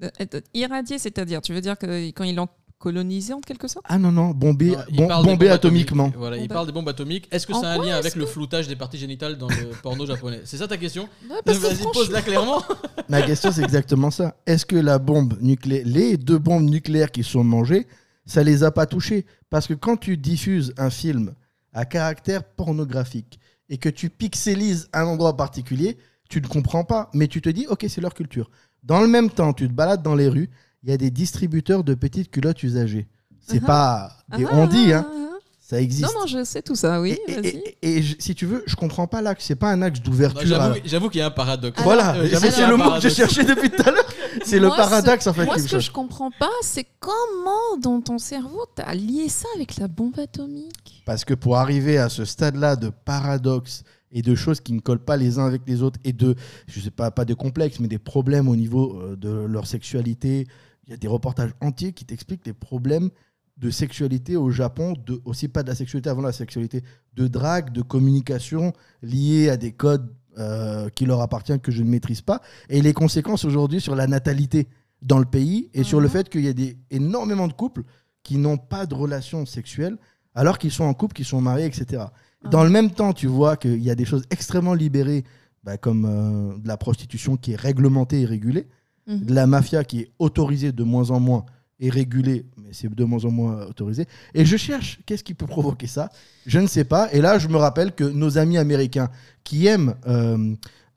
Speaker 3: Euh, euh, Irradié, c'est-à-dire, tu veux dire que quand ils l'ont colonisé en quelque sorte
Speaker 2: Ah non, non, bombé,
Speaker 1: Non, il
Speaker 2: bom-
Speaker 1: parle des
Speaker 2: bombé
Speaker 1: bombes
Speaker 2: atomiquement.
Speaker 1: atomiques. Voilà, il
Speaker 3: Bombes-
Speaker 1: parle des bombes atomiques. Est-ce que
Speaker 3: En
Speaker 1: ça a un
Speaker 3: quoi
Speaker 1: lien
Speaker 3: est-ce
Speaker 1: avec le
Speaker 3: que-
Speaker 1: floutage des parties génitales dans le porno japonais C'est ça ta question
Speaker 3: Ouais, parce que
Speaker 1: Vas-y,
Speaker 3: franchement-
Speaker 1: pose-la clairement.
Speaker 2: Ma question, c'est exactement ça. Est-ce que la bombe nucléaire, les deux bombes nucléaires qui sont mangées, ça les a pas touchés Parce que quand tu diffuses un film à caractère pornographique et que tu pixelises un endroit particulier, tu ne comprends pas, mais tu te dis, ok, c'est leur culture. Dans le même temps, tu te balades dans les rues, il y a des distributeurs de petites culottes usagées. C'est
Speaker 3: Ah
Speaker 2: pas des
Speaker 3: Ah,
Speaker 2: on dit,
Speaker 3: ah,
Speaker 2: hein, ça existe.
Speaker 3: Non, non, je sais tout ça, oui,
Speaker 2: et, et-
Speaker 3: vas-y.
Speaker 2: et- et je- si tu veux, je comprends pas l'axe. C'est pas un axe
Speaker 1: Non,
Speaker 2: d'ouverture. à-
Speaker 1: Bah, j'avoue- J'avoue qu'il y a un paradoxe.
Speaker 2: Voilà,
Speaker 1: Euh, j'avoue
Speaker 2: c'est
Speaker 1: qu'il y a
Speaker 2: le
Speaker 1: un
Speaker 2: mot que je
Speaker 1: paradoxe.
Speaker 2: cherchais depuis tout à l'heure. C'est le
Speaker 3: Moi,
Speaker 2: paradoxe en fait.
Speaker 3: Moi,
Speaker 2: qui
Speaker 3: ce
Speaker 2: me
Speaker 3: que
Speaker 2: choque.
Speaker 3: je comprends pas, c'est comment dans ton cerveau t'as lié ça avec la bombe atomique
Speaker 2: Parce que pour arriver à ce stade-là de paradoxe et de choses qui ne collent pas les uns avec les autres et de, je sais pas, pas de complexes, mais des problèmes au niveau euh, de leur sexualité, il y a des reportages entiers qui t'expliquent les problèmes de sexualité au Japon, de, aussi pas de la sexualité avant la sexualité, de drague, de communication liée à des codes euh, qui leur appartiennent que je ne maîtrise pas, et les conséquences aujourd'hui sur la natalité dans le pays et sur le
Speaker 3: Mhm.
Speaker 2: fait qu'il y a des, énormément de couples qui n'ont pas de relation sexuelle alors qu'ils sont en couple, qu'ils sont mariés, etc.
Speaker 3: Ah.
Speaker 2: Dans le même temps, tu vois qu'il y a des choses extrêmement libérées, bah, comme euh, de la prostitution qui est réglementée et régulée,
Speaker 3: Mhm.
Speaker 2: de la mafia qui est autorisée de moins en moins et régulée, mais c'est de moins en moins autorisé. Et je cherche, qu'est-ce qui peut provoquer ça Je ne sais pas. Et là, je me rappelle que nos amis américains qui aiment, euh,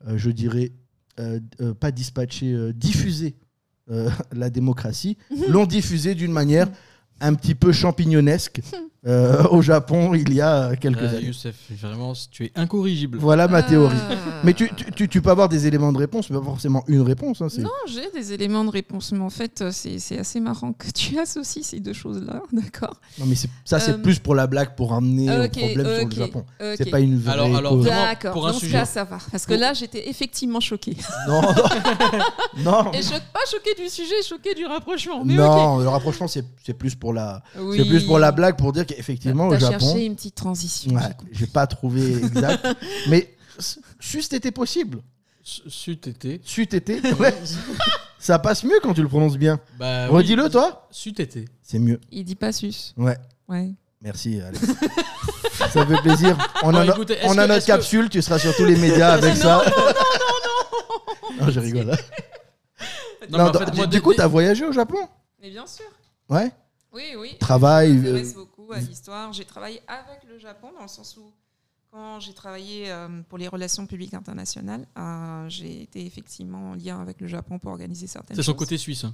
Speaker 2: euh, je dirais, euh, euh, pas dispatcher, euh, diffuser euh, la démocratie,
Speaker 3: Mhm.
Speaker 2: l'ont diffusée d'une manière un petit peu champignonnesque euh, au Japon il y a quelques
Speaker 1: Ah,
Speaker 2: années.
Speaker 1: Youssef, vraiment, tu es incorrigible.
Speaker 2: Voilà ma théorie.
Speaker 3: Ah.
Speaker 2: Mais tu, tu- tu- tu peux avoir des éléments de réponse, mais pas forcément une réponse. hein, c'est-
Speaker 3: Non, j'ai des éléments de réponse, mais en fait, euh, c'est c'est assez marrant que tu associes ces deux choses-là, d'accord
Speaker 2: Non, mais c'est- ça, c'est
Speaker 3: Euh,
Speaker 2: plus pour la blague, pour amener au
Speaker 3: Ok,
Speaker 2: problème sur
Speaker 3: ok,
Speaker 2: le Japon. C'est
Speaker 3: ok.
Speaker 2: pas une vraie.
Speaker 1: Alors- alors,
Speaker 2: cause.
Speaker 1: vraiment,
Speaker 3: D'accord,
Speaker 1: pour un
Speaker 3: dans ce
Speaker 1: sujet.
Speaker 3: cas, ça va. Parce que là, j'étais effectivement choquée.
Speaker 2: Non, non. non.
Speaker 3: Et choque pas choquée du sujet, choquée du rapprochement. Mais ok.
Speaker 2: Non, le rapprochement, c'est c'est plus pour la, c'est
Speaker 3: Oui.
Speaker 2: plus pour la blague, pour dire qu'effectivement au
Speaker 3: T'as
Speaker 2: Japon,
Speaker 3: cherché une petite transition.
Speaker 2: ouais,
Speaker 3: j'ai compris.
Speaker 2: j'ai pas trouvé exact, mais c- juste était possible.
Speaker 1: Sut-été.
Speaker 2: Sut-été, ouais. ça passe mieux quand tu le prononces bien.
Speaker 1: Bah, oui.
Speaker 2: Redis-le, toi.
Speaker 1: Sut-été.
Speaker 2: C'est mieux.
Speaker 3: Il dit pas sus.
Speaker 2: Ouais.
Speaker 3: Ouais.
Speaker 2: Merci, Alex. ça fait plaisir. On
Speaker 1: Bon,
Speaker 2: a, no-
Speaker 1: écoutez, est-ce
Speaker 2: on
Speaker 1: que-
Speaker 2: a notre
Speaker 1: est-ce que-
Speaker 2: capsule. Tu seras sur tous les médias avec ça. Non, non, non, non. je rigole. hein.
Speaker 1: Non,
Speaker 2: Non,
Speaker 1: mais en
Speaker 2: dans-
Speaker 1: fait,
Speaker 2: du-
Speaker 1: moi,
Speaker 2: du
Speaker 1: dès-
Speaker 2: coup,
Speaker 1: dès-
Speaker 2: t'as voyagé au Japon
Speaker 3: Mais bien sûr.
Speaker 2: Ouais.
Speaker 3: Oui, oui.
Speaker 2: Travail,
Speaker 3: Je m'intéresse
Speaker 2: euh,
Speaker 3: beaucoup à l'histoire. J'ai travaillé avec le Japon dans le sens où, quand j'ai travaillé euh, pour les relations publiques internationales, euh, j'ai été effectivement en lien avec le Japon pour organiser certaines
Speaker 1: C'est son
Speaker 3: choses.
Speaker 1: côté suisse. hein.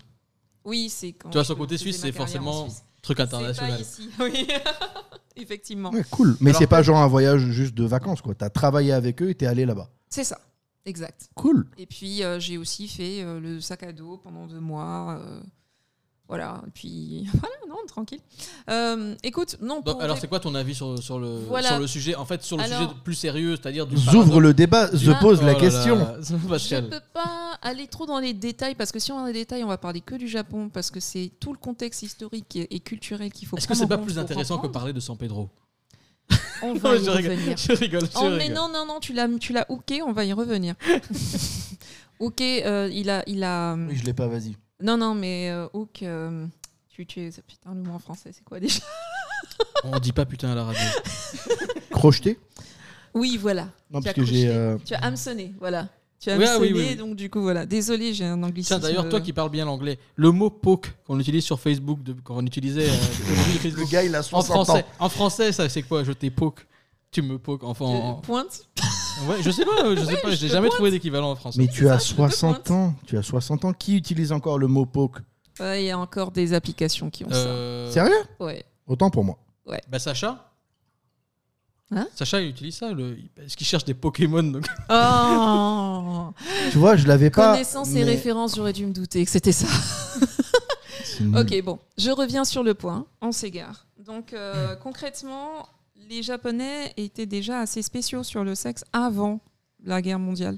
Speaker 3: Oui, c'est quand.
Speaker 1: Tu vois, son
Speaker 3: je
Speaker 1: côté
Speaker 3: faisais
Speaker 1: suisse,
Speaker 3: ma
Speaker 1: c'est
Speaker 3: carrière en
Speaker 1: forcément
Speaker 3: Suisse.
Speaker 1: truc
Speaker 3: C'est pas
Speaker 1: international.
Speaker 3: ici, oui. effectivement.
Speaker 2: Ouais, cool. Mais
Speaker 1: Alors
Speaker 2: c'est pas genre un voyage juste de vacances, quoi. T'as travaillé avec eux et t'es allé là-bas.
Speaker 3: C'est ça, exact.
Speaker 2: Cool.
Speaker 3: Et puis euh, j'ai aussi fait euh, le sac à dos pendant deux mois. euh, voilà, et puis voilà, non, tranquille. Euh, écoute, non,
Speaker 1: Donc,
Speaker 3: pour
Speaker 1: alors, c'est quoi ton avis sur, sur le,
Speaker 3: Voilà.
Speaker 1: sur le sujet En fait, sur le
Speaker 3: Alors-
Speaker 1: sujet plus sérieux, c'est-à-dire du.
Speaker 2: J'ouvre le débat, je
Speaker 3: Ah.
Speaker 2: pose
Speaker 1: Oh
Speaker 2: la
Speaker 1: là
Speaker 2: question.
Speaker 1: là,
Speaker 3: Je ne
Speaker 1: Pascal.
Speaker 3: peux pas aller trop dans les détails parce que si on a des détails, on va parler que du Japon parce que c'est tout le contexte historique et, et culturel qu'il faut.
Speaker 1: Est-ce que
Speaker 3: prendre
Speaker 1: c'est pas
Speaker 3: en compte
Speaker 1: plus
Speaker 3: pour
Speaker 1: intéressant que
Speaker 3: comprendre
Speaker 1: parler de San Pedro
Speaker 3: On
Speaker 1: Non,
Speaker 3: va y
Speaker 1: je rigole,
Speaker 3: revenir.
Speaker 1: Je rigole, je
Speaker 3: Oh, mais
Speaker 1: rigole.
Speaker 3: non, non, non, tu l'as, tu l'as hooké, on va y revenir. hooké, euh, il a, il a.
Speaker 2: Oui, je l'ai pas, vas-y.
Speaker 3: Non, non, mais euh, hook, euh, tu, tu es. Putain, le mot en français, c'est quoi déjà
Speaker 1: On dit pas putain à la radio.
Speaker 2: Crocheté
Speaker 3: Oui, voilà.
Speaker 2: Non,
Speaker 3: Tu
Speaker 2: parce
Speaker 3: as
Speaker 2: que j'ai.
Speaker 3: crocheté.
Speaker 2: euh,
Speaker 3: Tu as hameçonné, voilà. Tu as
Speaker 1: Oui, ah,
Speaker 3: hameçonné,
Speaker 1: oui, oui, oui.
Speaker 3: donc du coup, voilà. Désolé, j'ai un anglicisme.
Speaker 1: Tiens, d'ailleurs, toi qui parles bien l'anglais, le mot poke qu'on utilise sur Facebook, de- qu'on utilisait euh, depuis
Speaker 2: Le
Speaker 1: Facebook,
Speaker 2: gars, il a
Speaker 1: en
Speaker 2: 60
Speaker 1: français,
Speaker 2: ans.
Speaker 1: en français, ça c'est quoi Je t'ai poke. Tu me poke, enfin.
Speaker 3: Euh,
Speaker 1: en-
Speaker 3: pointe.
Speaker 1: Ouais, je sais pas, je sais pas, j'ai
Speaker 3: te
Speaker 1: jamais trouvé d'équivalent en français.
Speaker 2: Mais tu as
Speaker 3: te
Speaker 2: 60
Speaker 3: pointe.
Speaker 2: ans. Tu as 60 ans. Qui utilise encore le mot poke
Speaker 3: Ouais, Il y a encore des applications qui ont
Speaker 1: Euh,
Speaker 2: Sérieux
Speaker 3: ça. Ouais.
Speaker 2: Autant pour moi.
Speaker 1: Bah Sacha
Speaker 3: Hein
Speaker 1: Sacha il utilise ça, le... parce qu'il cherche des Pokémon. Donc...
Speaker 3: Oh
Speaker 2: Tu vois, je l'avais pas.
Speaker 3: Connaissant ces
Speaker 2: mais
Speaker 3: références, j'aurais dû me douter que c'était ça.
Speaker 2: c'est nul.
Speaker 3: Ok, bon, je reviens sur le point. On s'égare. Donc, euh,
Speaker 2: Hmm.
Speaker 3: concrètement, les Japonais étaient déjà assez spéciaux sur le sexe avant la guerre mondiale.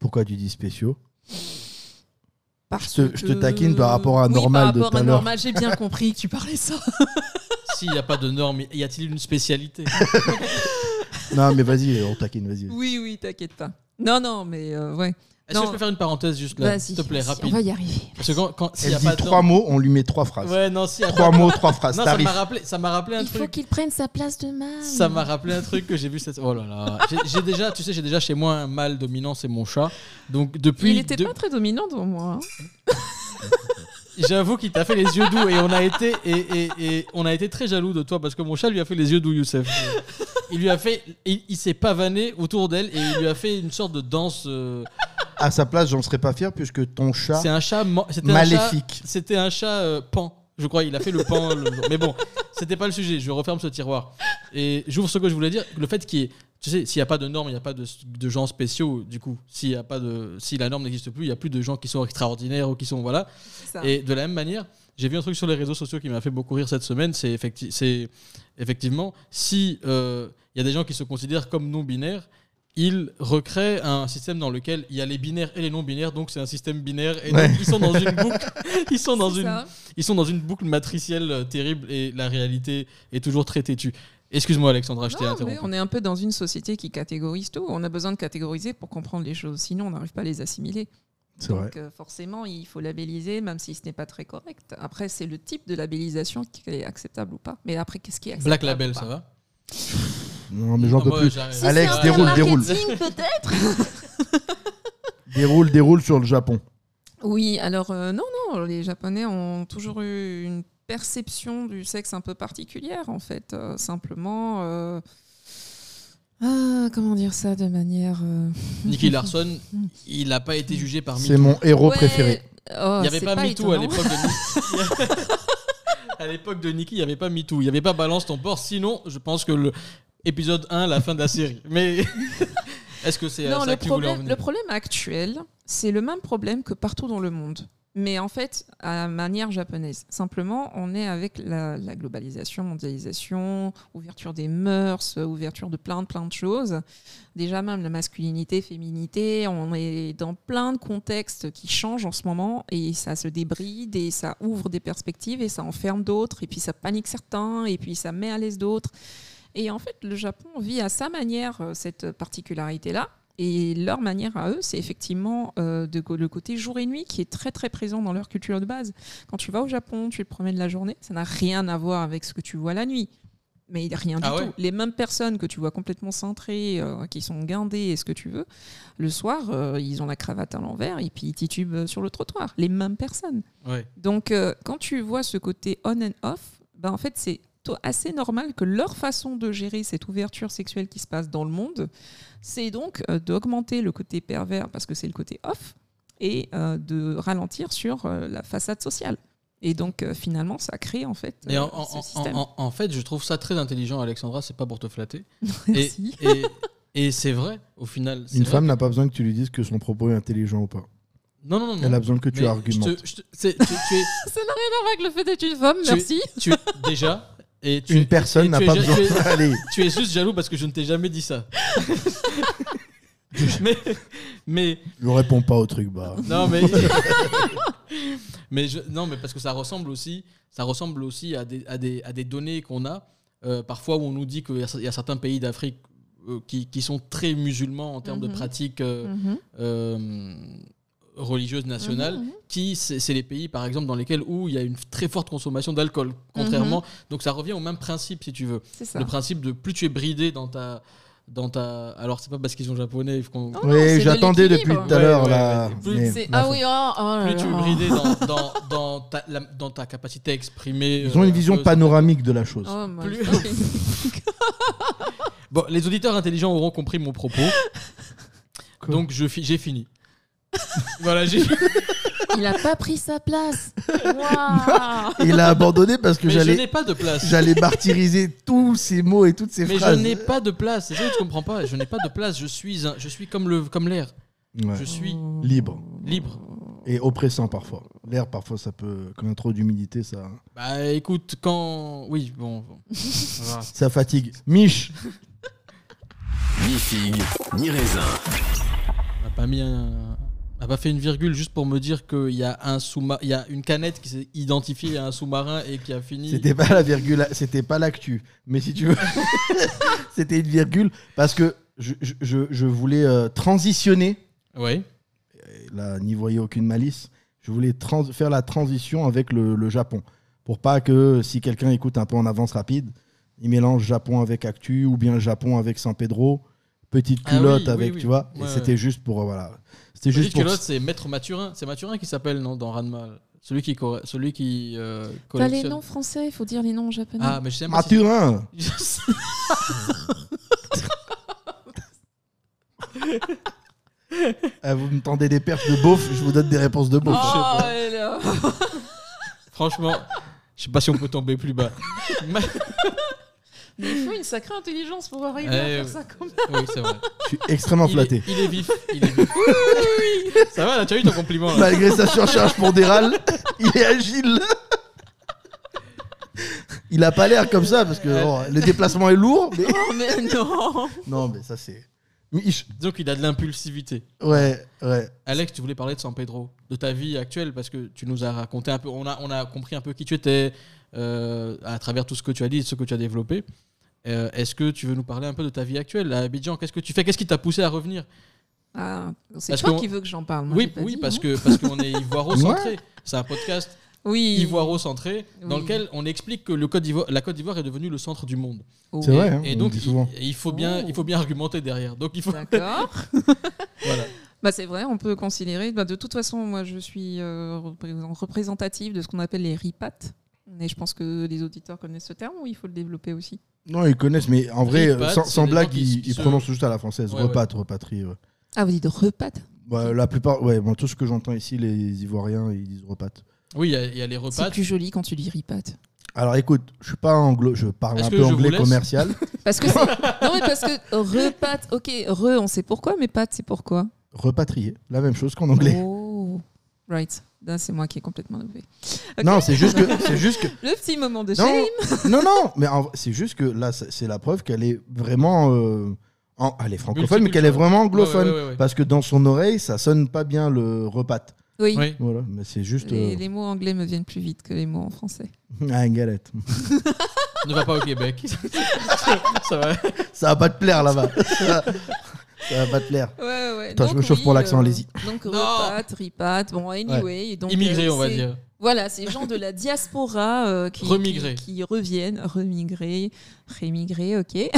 Speaker 2: Pourquoi tu dis spéciaux
Speaker 3: Parce
Speaker 2: Je te- je te
Speaker 3: que-
Speaker 2: taquine par rapport à
Speaker 3: Oui,
Speaker 2: normal
Speaker 3: par
Speaker 2: de
Speaker 3: rapport
Speaker 2: tout à
Speaker 3: à
Speaker 2: l'heure.
Speaker 3: normal, j'ai bien compris que tu parlais ça.
Speaker 1: S'il n'y a pas de normes, y a-t-il une spécialité
Speaker 2: Non, mais vas-y, on taquine, vas-y. vas-y.
Speaker 3: Oui, oui, t'inquiète pas. Non, non, mais euh, ouais.
Speaker 1: Est-ce que
Speaker 3: Non. Bah,
Speaker 1: je peux faire une parenthèse juste là S'il te plaît,
Speaker 3: vas-y,
Speaker 1: rapide.
Speaker 3: On va y arriver.
Speaker 1: Parce que quand, quand- s'il y
Speaker 2: Elle
Speaker 1: a pas
Speaker 2: dit
Speaker 1: de
Speaker 2: trois
Speaker 1: normes-
Speaker 2: mots, on lui met trois phrases.
Speaker 1: Ouais, non, s'il y a
Speaker 2: Trois mots, trois phrases.
Speaker 1: Non, ça
Speaker 2: Tarif.
Speaker 1: m'a rappelé, ça m'a rappelé un
Speaker 3: Il faut
Speaker 1: truc.
Speaker 3: qu'il prenne sa place de mal.
Speaker 1: Ça m'a rappelé un truc que j'ai vu cette. Oh là là. J'ai- J'ai déjà, tu sais, j'ai déjà chez moi un mâle dominant, c'est mon chat. Donc depuis.
Speaker 3: Il n'était
Speaker 1: de-
Speaker 3: pas très dominant devant moi. hein.
Speaker 1: J'avoue qu'il t'a fait les yeux doux et on a été et, et- et on a été très jaloux de toi parce que mon chat lui a fait les yeux doux, Youssef. Il lui a fait, il, il s'est pavané autour d'elle et il lui a fait une sorte de danse. euh,
Speaker 2: À sa place, j'en serais pas fier puisque ton chat.
Speaker 1: C'est un chat mo- c'était un chat-
Speaker 2: Maléfique.
Speaker 1: C'était un chat euh, pan. Je crois il a fait le pan. le- Mais bon, c'était pas le sujet. Je referme ce tiroir et j'ouvre ce que je voulais dire. Le fait qu'il y ait- tu sais, s'il n'y a pas de normes, il n'y a pas de, de gens spéciaux. Du coup, s'il y a pas de, si la norme n'existe plus, il n'y a plus de gens qui sont extraordinaires ou qui sont voilà.
Speaker 3: C'est ça.
Speaker 1: Et de la même manière, j'ai vu un truc sur les réseaux sociaux qui m'a fait beaucoup rire cette semaine. C'est effecti- c'est effectivement, si euh, il y a des gens qui se considèrent comme non binaires, ils recréent un système dans lequel il y a les binaires et les non binaires. Donc c'est un système binaire. Et donc,
Speaker 2: Ouais.
Speaker 1: ils sont dans une boucle. Ils sont dans
Speaker 3: C'est
Speaker 1: une,
Speaker 3: ça.
Speaker 1: ils sont dans une boucle matricielle euh, terrible et la réalité est toujours très têtue. Excuse-moi Alexandra, je t'ai
Speaker 3: Non, mais
Speaker 1: interrompu.
Speaker 3: on est un peu dans une société qui catégorise tout. On a besoin de catégoriser pour comprendre les choses. Sinon, on n'arrive pas à les assimiler.
Speaker 2: C'est vrai.
Speaker 3: Donc, euh, forcément, il faut labelliser, même si ce n'est pas très correct. Après, c'est le type de labellisation qui est acceptable ou pas. Mais après, qu'est-ce qui est Ah, bah. acceptable
Speaker 1: Black Label,
Speaker 3: ou pas
Speaker 1: ça va
Speaker 2: Non, mais j'en
Speaker 1: Ah,
Speaker 2: peux
Speaker 1: moi,
Speaker 2: plus.
Speaker 1: j'arrive.
Speaker 2: Si Alex,
Speaker 1: Ouais.
Speaker 2: déroule, déroule. Déroule, déroule sur le Japon.
Speaker 3: Oui, alors euh, non, non, les Japonais ont toujours eu une perception du sexe un peu particulière, en fait. euh, simplement, euh, ah, comment dire ça de manière... euh,
Speaker 1: Nicky Larson, il n'a pas été jugé par
Speaker 2: C'est
Speaker 1: MeToo.
Speaker 2: mon héros
Speaker 3: ouais,
Speaker 2: préféré.
Speaker 1: Il
Speaker 3: oh,
Speaker 1: n'y avait
Speaker 3: c'est
Speaker 1: pas, MeToo à
Speaker 3: étonnant.
Speaker 1: l'époque de Nicky. à l'époque de Nicky, il n'y avait pas MeToo. Il n'y avait pas Balance ton port. Sinon, je pense que le épisode 1, la fin de la série. Mais est-ce que c'est à
Speaker 3: Non,
Speaker 1: ça
Speaker 3: le
Speaker 1: que tu voulais en
Speaker 3: problème, le
Speaker 1: venir
Speaker 3: problème actuel, c'est le même problème que partout dans le monde. Mais en fait, à manière japonaise. Simplement, on est avec la, la globalisation, mondialisation, ouverture des mœurs, ouverture de plein de plein de choses. Déjà même la masculinité, féminité, on est dans plein de contextes qui changent en ce moment et ça se débride et ça ouvre des perspectives et ça enferme d'autres et puis ça panique certains et puis ça met à l'aise d'autres. Et en fait, le Japon vit à sa manière euh, cette particularité-là. Et leur manière à eux, c'est effectivement euh, de, go- le côté jour et nuit qui est très très présent dans leur culture de base. Quand tu vas au Japon, tu te promènes la journée, ça n'a rien à voir avec ce que tu vois la nuit. Mais il y a rien
Speaker 1: Ah
Speaker 3: du
Speaker 1: ouais
Speaker 3: tout. Les mêmes personnes que tu vois complètement cintrées, euh, qui sont guindées et ce que tu veux, le soir, euh, ils ont la cravate à l'envers et puis ils titubent euh, sur le trottoir. Les mêmes personnes.
Speaker 1: Ouais.
Speaker 3: Donc, euh, quand tu vois ce côté on and off, ben, en fait, c'est to- assez normal que leur façon de gérer cette ouverture sexuelle qui se passe dans le monde, c'est donc euh, d'augmenter le côté pervers parce que c'est le côté off et euh, de ralentir sur euh, la façade sociale. Et donc, euh, finalement, ça crée en fait
Speaker 1: Mais
Speaker 3: euh,
Speaker 1: en, en-
Speaker 3: ce
Speaker 1: en-
Speaker 3: système.
Speaker 1: en- en fait, je trouve ça très intelligent, Alexandra. C'est pas pour te flatter. Et,
Speaker 3: Merci.
Speaker 1: et, et c'est vrai, au final. c'est
Speaker 2: Une
Speaker 1: vrai.
Speaker 2: femme n'a pas besoin que tu lui dises que son propos est intelligent ou pas.
Speaker 1: Non, non, non. non.
Speaker 2: Elle a besoin que tu
Speaker 1: Mais
Speaker 2: argumentes.
Speaker 1: je te- je te- c'est- tu, tu es,
Speaker 3: Ça n'a rien à voir avec le fait d'être une femme,
Speaker 1: Tu-
Speaker 3: merci.
Speaker 1: tu es- déjà. Et tu,
Speaker 2: Une personne
Speaker 1: et
Speaker 2: n'a
Speaker 1: tu es
Speaker 2: pas
Speaker 1: ja-
Speaker 2: besoin.
Speaker 1: tu es-
Speaker 2: Allez,
Speaker 1: Tu es juste jaloux parce que je ne t'ai jamais dit ça. mais, mais,
Speaker 2: je réponds pas au truc, bah.
Speaker 1: non, mais, mais je- non, mais parce que ça ressemble aussi, ça ressemble aussi à des, à des, à des données qu'on a. euh, parfois, où on nous dit qu'il y, a- il y a certains pays d'Afrique euh, qui, qui sont très musulmans en termes de
Speaker 3: Mhm.
Speaker 1: pratiques euh,
Speaker 3: Mhm.
Speaker 1: euh, religieuses nationales,
Speaker 3: Mhm, mhm.
Speaker 1: qui c'est c'est les pays par exemple dans lesquels où il y a une très forte consommation d'alcool, contrairement. Donc ça revient au même principe si tu veux.
Speaker 3: C'est Mhm. ça.
Speaker 1: Le principe de plus tu es bridé dans ta. Dans ta... Alors, c'est pas parce qu'ils sont japonais qu'on.
Speaker 3: Oh non, c'est
Speaker 2: Oui,
Speaker 3: de
Speaker 2: j'attendais depuis
Speaker 3: l'équilibre.
Speaker 2: tout à
Speaker 1: Ouais,
Speaker 2: l'heure,
Speaker 1: ouais,
Speaker 2: là.
Speaker 1: ouais.
Speaker 2: mais-
Speaker 3: C'est-
Speaker 2: ma
Speaker 3: Ah
Speaker 2: faute.
Speaker 3: oui, oh, oh là
Speaker 1: Plus tu es
Speaker 3: là.
Speaker 1: bridé dans, dans, dans, ta, la- dans ta capacité à exprimer.
Speaker 2: Ils ont
Speaker 1: euh,
Speaker 2: une
Speaker 1: un
Speaker 2: vision
Speaker 1: peu-
Speaker 2: panoramique de la chose.
Speaker 3: Oh my
Speaker 1: Plus-
Speaker 3: fucking-
Speaker 1: Bon, les auditeurs intelligents auront compris mon propos. Donc, je fi- j'ai fini. voilà, j'ai fini.
Speaker 3: Il a pas pris sa place. Waouh.
Speaker 2: Et Il a abandonné parce que
Speaker 1: Mais je n'ai
Speaker 2: j'allais,
Speaker 1: pas de place.
Speaker 2: j'allais martyriser tous ces mots et toutes ces
Speaker 1: Mais je
Speaker 2: phrases.
Speaker 1: n'ai pas de place. C'est ça que tu comprends pas. Je n'ai pas de place. Je suis, un- je suis comme le comme l'air.
Speaker 2: Ouais.
Speaker 1: Je suis
Speaker 2: Libre
Speaker 1: libre.
Speaker 2: et oppressant parfois. L'air, parfois, ça peut. Quand il y a trop d'humidité, ça,
Speaker 1: Bah, écoute, quand. Oui, bon. bon. Voilà.
Speaker 2: ça fatigue. Mich,
Speaker 8: Ni figue, ni raisin.
Speaker 1: On n'a pas mis un. on n'a pas fait une virgule juste pour me dire qu'il y a un sous il y a une canette qui s'est identifiée à un sous-marin et qui a fini.
Speaker 2: c'était pas la virgule, c'était pas l'actu. Mais si tu veux, c'était une virgule parce que je, je- je- je voulais euh, transitionner.
Speaker 1: Oui.
Speaker 2: Et Là, n'y voyez aucune malice. Je voulais trans- faire la transition avec le, le Japon. Pour pas que si quelqu'un écoute un peu en avance rapide, il mélange Japon avec actu ou bien Japon avec San Pedro, petite
Speaker 1: Ah oui,
Speaker 2: culotte
Speaker 1: oui,
Speaker 2: avec,
Speaker 1: oui.
Speaker 2: tu vois.
Speaker 1: Ouais,
Speaker 2: et c'était
Speaker 1: ouais.
Speaker 2: juste pour. euh, Voilà. C'était
Speaker 1: Juste
Speaker 2: juste pour.
Speaker 1: l'autre, c'est Maître Mathurin. C'est Mathurin qui s'appelle, non, dans Ranma. Celui qui, corre- celui qui euh,
Speaker 3: T'as les
Speaker 1: collectionne.
Speaker 3: noms français, il faut dire les noms japonais.
Speaker 1: ah, mais je sais pas. si-
Speaker 2: Maturin
Speaker 1: Je sais-
Speaker 2: Ah, Vous me tendez des perches de beauf, je vous donne des réponses de beauf.
Speaker 3: Oh, elle est là.
Speaker 1: Franchement, je sais pas si on peut tomber plus bas. Ma-
Speaker 3: Mais il faut une sacrée intelligence pour arriver
Speaker 1: Eh,
Speaker 3: à faire
Speaker 1: oui.
Speaker 3: ça comme
Speaker 1: Oui, c'est vrai.
Speaker 2: Je suis extrêmement
Speaker 1: Il
Speaker 2: flatté.
Speaker 1: est, il est vif. Il est vif. Ça va, là, tu as eu ton compliment. là.
Speaker 2: Malgré sa surcharge pondérale, il est agile. Il a pas l'air comme ça parce que bon, le déplacement est lourd. mais-
Speaker 3: Oh, mais non.
Speaker 2: Non, mais ça c'est. Mich-
Speaker 1: Disons qu'il a de l'impulsivité.
Speaker 2: Ouais, ouais.
Speaker 1: Alex, tu voulais parler de San Pedro, de ta vie actuelle, parce que tu nous as raconté un peu, on a, on a compris un peu qui tu étais euh, à travers tout ce que tu as dit, ce que tu as développé. Euh, Est-ce que tu veux nous parler un peu de ta vie actuelle à Abidjan Qu'est-ce que tu fais Qu'est-ce qui t'a poussé à revenir
Speaker 3: Ah, c'est
Speaker 1: Parce
Speaker 3: toi
Speaker 1: qu'on-
Speaker 3: qui veux que j'en parle. moi, j'ai
Speaker 1: Oui,
Speaker 3: pas
Speaker 1: oui,
Speaker 3: dit, hein.
Speaker 1: parce
Speaker 3: non
Speaker 1: que parce qu'on est ivoiro-centré. C'est un podcast
Speaker 3: Oui.
Speaker 1: ivoiro-centré dans
Speaker 3: Oui.
Speaker 1: lequel on explique que le Côte d'Ivoire, la Côte d'Ivoire est devenue le centre du monde.
Speaker 3: Oh.
Speaker 2: C'est vrai, hein,
Speaker 1: Et
Speaker 2: on
Speaker 1: donc
Speaker 2: le dit
Speaker 1: il-
Speaker 2: souvent.
Speaker 1: il, faut bien,
Speaker 3: Oh.
Speaker 1: il faut bien argumenter derrière. Donc il faut
Speaker 3: D'accord.
Speaker 1: voilà.
Speaker 3: Bah, c'est vrai, on peut considérer. bah, de toute façon, moi, je suis euh, représent- représentative de ce qu'on appelle les RIPAT. Mais je pense que les auditeurs connaissent ce terme ou il faut le développer aussi
Speaker 2: Non, ils connaissent, mais en vrai,
Speaker 1: Ripat,
Speaker 2: euh, sans,
Speaker 1: c'est
Speaker 2: sans
Speaker 1: des gens
Speaker 2: blague,
Speaker 1: qui-
Speaker 2: ils,
Speaker 1: qui
Speaker 2: ils
Speaker 1: se-
Speaker 2: prononcent juste à la française.
Speaker 1: Ouais,
Speaker 2: repat, repatrie. ouais.
Speaker 3: Ah, vous dites REPAT
Speaker 2: Bah, la plupart, ouais, bon, tout ce que j'entends ici, les Ivoiriens, ils disent repat.
Speaker 1: Oui, il y a- il y, a les repas.
Speaker 3: C'est plus joli quand tu dis RIPAT.
Speaker 2: Alors écoute, je suis pas anglo, je parle
Speaker 1: Est-ce
Speaker 2: un
Speaker 1: que
Speaker 2: peu
Speaker 1: je vous
Speaker 2: anglais
Speaker 1: laisse
Speaker 2: commercial.
Speaker 3: Parce que c'est- non mais parce que repat, ok, re on sait pourquoi, mais pat c'est pourquoi.
Speaker 2: Repatrié, la même chose qu'en anglais.
Speaker 3: Oh, right. Là c'est moi qui est complètement nommé.
Speaker 1: Oh.
Speaker 2: Non, c'est juste que, c'est juste que,
Speaker 3: Le petit moment de
Speaker 2: non,
Speaker 3: shame.
Speaker 2: non, non, mais en- c'est juste que là, c'est c'est la preuve qu'elle est vraiment, euh, en- elle est francophone, mais qu'elle est vraiment anglophone,
Speaker 1: Ouais, ouais, ouais, ouais.
Speaker 2: parce que dans son oreille, ça sonne pas bien le repat.
Speaker 3: Oui.
Speaker 1: Oui.
Speaker 2: Voilà, mais c'est juste.
Speaker 3: Les, les mots anglais me viennent plus vite que les mots en français.
Speaker 2: euh, Ah, une galette.
Speaker 1: Ne va pas au Québec. ça va.
Speaker 2: Ça va pas te plaire là-bas. Ça va pas te plaire.
Speaker 3: Ouais, ouais. euh,
Speaker 2: Attends, je me chauffe pour l'accent, allez-y.
Speaker 3: Donc,
Speaker 1: Non.
Speaker 3: repat, ripat, bon, anyway. et donc,
Speaker 1: Immigré,
Speaker 3: euh,
Speaker 1: on va
Speaker 3: c'est-
Speaker 1: dire.
Speaker 3: Voilà, c'est les gens de la diaspora euh, qui,
Speaker 1: Remigrés.
Speaker 3: qui, qui reviennent, remigrés, rémigrés, ok,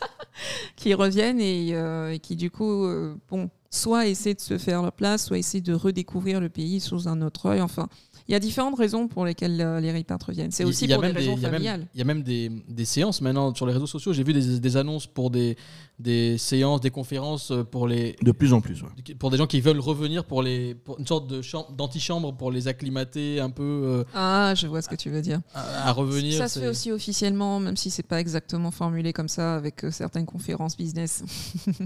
Speaker 3: qui reviennent et, euh, et qui du coup, euh, bon, soit essaient de se faire leur place, soit essaient de redécouvrir le pays sous un autre œil. Enfin, il y a différentes raisons pour lesquelles euh, les ripates reviennent. C'est
Speaker 1: Il-
Speaker 3: aussi
Speaker 1: il y a
Speaker 3: pour des
Speaker 1: même
Speaker 3: raisons
Speaker 1: il y a même-
Speaker 3: familiales.
Speaker 1: Il y a même des, des séances maintenant sur les réseaux sociaux. J'ai vu des, des annonces pour des, des séances, des conférences euh, pour, les,
Speaker 2: De plus en plus, ouais.
Speaker 1: pour des gens qui veulent revenir pour, les, pour une sorte de chambre- d'antichambre pour les acclimater un peu euh,
Speaker 3: Ah, je vois ce que tu veux dire.
Speaker 1: à, à revenir.
Speaker 3: ça se fait
Speaker 1: c'est-
Speaker 3: aussi officiellement, même si c'est pas exactement formulé comme ça avec euh, certaines conférences business.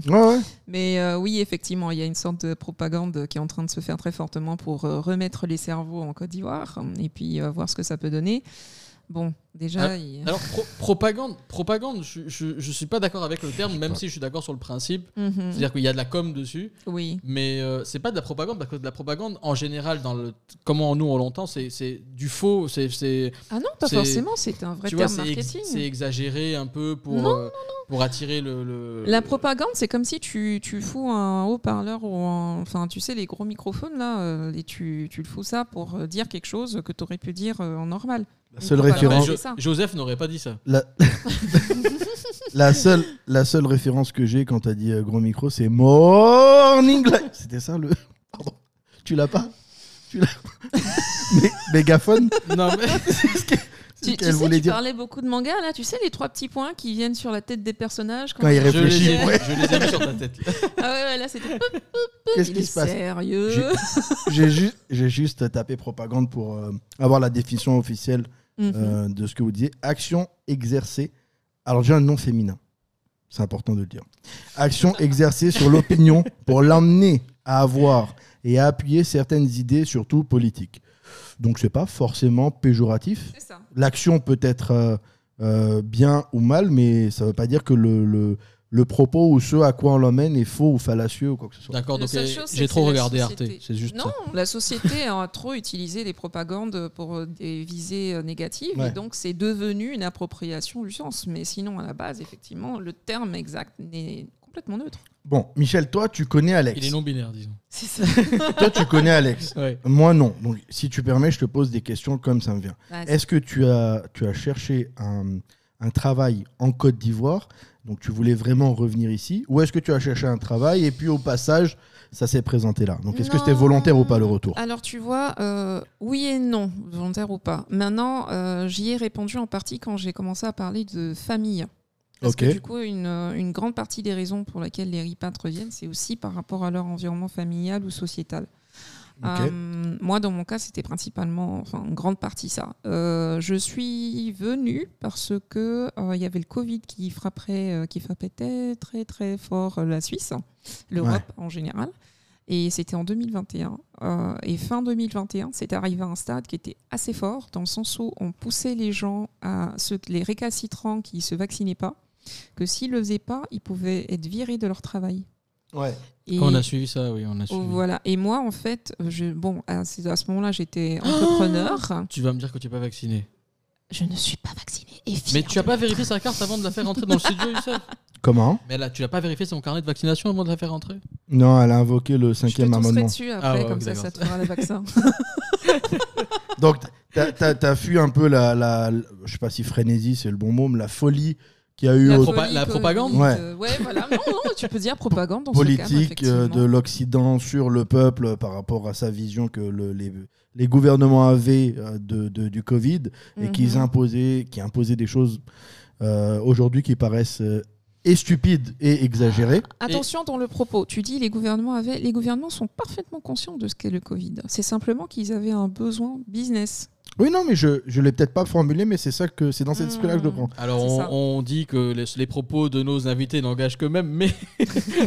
Speaker 2: Ouais, ouais.
Speaker 3: Mais euh, oui, effectivement, il y a une sorte de propagande qui est en train de se faire très fortement pour euh, remettre les cerveaux en Côte d'Ivoire et puis euh, voir ce que ça peut donner. Bon,
Speaker 1: Ah.
Speaker 3: déjà, il-
Speaker 1: Alors, pro- propagande, propagande je, je, je suis pas d'accord avec le terme, même si je suis d'accord sur le principe.
Speaker 3: Mhm.
Speaker 1: C'est-à-dire qu'il y a de la com dessus,
Speaker 3: oui,
Speaker 1: mais euh, c'est pas de la propagande, parce que de la propagande, en général, dans le, comment nous on l'entend, c'est c'est du faux, c'est- c'est
Speaker 3: ah non, pas
Speaker 1: C'est-
Speaker 3: forcément. C'est un vrai
Speaker 1: tu vois,
Speaker 3: terme
Speaker 1: c'est ex-
Speaker 3: marketing.
Speaker 1: c'est exagéré un peu pour,
Speaker 3: Non,
Speaker 1: euh, pour attirer le, le-
Speaker 3: La propagande, c'est comme si tu, tu fous un haut-parleur ou un- enfin, tu sais, les gros microphones là, euh, et tu, tu le fous ça pour euh, dire quelque chose que tu aurais pu dire euh, en normal.
Speaker 2: La seule
Speaker 3: Une propagande.
Speaker 1: Mais
Speaker 2: référence.
Speaker 1: Jo-
Speaker 3: c'est ça.
Speaker 1: Joseph n'aurait pas dit ça.
Speaker 2: La... la, seule, la seule référence que j'ai quand t'as dit euh, gros micro, c'est Morning Live. C'était ça le. Pardon. Tu l'as pas Tu l'as Mais mégaphone
Speaker 1: Non, mais
Speaker 3: Tu, tu
Speaker 2: qu'elle
Speaker 3: sais,
Speaker 2: voulait
Speaker 3: tu
Speaker 2: dire.
Speaker 3: parlais beaucoup de manga là, tu sais, les trois petits points qui viennent sur la tête des personnages
Speaker 2: Quand il
Speaker 1: je les,
Speaker 2: réfléchit,
Speaker 1: ai,
Speaker 2: ouais.
Speaker 1: je les ai mis sur ta tête.
Speaker 3: Ah ouais, ouais, là c'était
Speaker 2: qu'est-ce
Speaker 3: Il
Speaker 2: qui
Speaker 3: est
Speaker 2: se passe
Speaker 3: Sérieux
Speaker 2: J'ai- J'ai juste, j'ai juste tapé propagande pour euh, avoir la définition officielle
Speaker 3: Mhm.
Speaker 2: euh, de ce que vous disiez. Action exercée. Alors j'ai un nom féminin. C'est important de le dire. Action exercée sur l'opinion pour l'emmener à avoir et à appuyer certaines idées, surtout politiques. Donc c'est pas forcément péjoratif.
Speaker 3: C'est ça.
Speaker 2: L'action peut être euh, euh, bien ou mal, mais ça veut pas dire que le, le, le propos ou ce à quoi on l'emmène est faux ou fallacieux ou quoi que ce soit.
Speaker 1: D'accord,
Speaker 3: La
Speaker 1: donc
Speaker 3: seule
Speaker 1: euh,
Speaker 3: chose, c'est
Speaker 1: j'ai
Speaker 3: que
Speaker 1: trop
Speaker 3: c'est la
Speaker 1: regardé Arte.
Speaker 3: société.
Speaker 1: C'est juste
Speaker 3: Non,
Speaker 1: ça.
Speaker 3: la société a trop utilisé les propagandes pour euh, des visées euh, négatives,
Speaker 2: Ouais.
Speaker 3: et donc c'est devenu une appropriation du sens. Mais sinon, à la base, effectivement, le terme exact n'est complètement neutre.
Speaker 2: Bon, Michel, toi, tu connais Alex.
Speaker 1: Il est non binaire, disons.
Speaker 3: C'est ça.
Speaker 2: Toi, tu connais Alex.
Speaker 1: Ouais.
Speaker 2: Moi, non. Donc, si tu permets, je te pose des questions comme ça me vient.
Speaker 3: Vas-y.
Speaker 2: Est-ce que tu as, tu as cherché un, un travail en Côte d'Ivoire Donc, tu voulais vraiment revenir ici Ou est-ce que tu as cherché un travail et puis, au passage, ça s'est présenté là Donc, est-ce que
Speaker 3: Non.
Speaker 2: c'était volontaire ou pas le retour
Speaker 3: Alors tu vois, euh, oui et non, volontaire ou pas. Maintenant, euh, j'y ai répondu en partie quand j'ai commencé à parler de famille. Parce
Speaker 2: Ok.
Speaker 3: que du coup, une, euh, une grande partie des raisons pour lesquelles les ripates reviennent, c'est aussi par rapport à leur environnement familial ou sociétal.
Speaker 2: Ok.
Speaker 3: Euh, moi, dans mon cas, c'était principalement, enfin, en grande partie ça. Euh, je suis venue parce que euh, il y avait le Covid qui frapperait, euh, qui frappait très très fort euh, la Suisse, l'Europe en général. Et c'était en 2021. Euh, et fin 2021, c'est arrivé à un stade qui était assez fort, dans le sens où on poussait les gens à ceux, les récalcitrants qui se vaccinaient pas, que s'ils le faisaient pas, ils pouvaient être virés de leur travail.
Speaker 2: Ouais.
Speaker 3: Et-
Speaker 1: On a suivi ça, oui, on a
Speaker 3: Oh,
Speaker 1: suivi.
Speaker 3: voilà. Et moi, en fait, je, bon, à, c'est- à ce moment-là, j'étais entrepreneur.
Speaker 1: Tu vas me dire que tu n'es pas vacciné.
Speaker 3: Je ne suis pas vaccinée. Et fière
Speaker 1: Mais tu n'as
Speaker 3: de
Speaker 1: pas
Speaker 3: moi.
Speaker 1: vérifié sa carte avant de la faire entrer dans le studio, Youssef
Speaker 2: Comment
Speaker 1: Mais là, tu n'as pas vérifié son carnet de vaccination avant de la faire entrer
Speaker 2: Non, elle a invoqué le
Speaker 3: Je te
Speaker 2: cinquième
Speaker 3: tousserai
Speaker 2: amendement.
Speaker 3: dessus après,
Speaker 1: Ah ouais,
Speaker 3: comme
Speaker 1: ok,
Speaker 3: ça,
Speaker 1: d'accord.
Speaker 3: ça te fera le vaccin.
Speaker 2: Donc, t'as- t'as t'as fui un peu la, la, la- Je sais pas si frénésie, c'est le bon mot, mais la folie qu'il y a eu
Speaker 3: la,
Speaker 2: au
Speaker 1: propa-
Speaker 3: folie
Speaker 1: la
Speaker 3: Covid,
Speaker 1: propagande
Speaker 2: Ouais.
Speaker 3: euh, ouais, voilà. Non, non, tu peux dire propagande dans ce cas,
Speaker 2: politique euh,
Speaker 3: effectivement.
Speaker 2: de l'Occident sur le peuple euh, par rapport à sa vision que le- les, les gouvernements avaient euh, de, de- du Covid et
Speaker 3: Mhm.
Speaker 2: qu'ils imposaient, qui imposaient des choses euh, aujourd'hui qui paraissent euh, et stupides et exagérées.
Speaker 3: Attention dans le propos. Tu dis les gouvernements avaient, les gouvernements sont parfaitement conscients de ce qu'est le Covid. C'est simplement qu'ils avaient un besoin business.
Speaker 2: Oui, non, mais je je l'ai peut-être pas formulé, mais c'est ça que c'est dans cette
Speaker 3: Mhm.
Speaker 2: esprit-là que je le prends.
Speaker 1: Alors,
Speaker 3: C'est
Speaker 1: on,
Speaker 3: ça.
Speaker 1: on dit que les, les propos de nos invités n'engagent que même, mais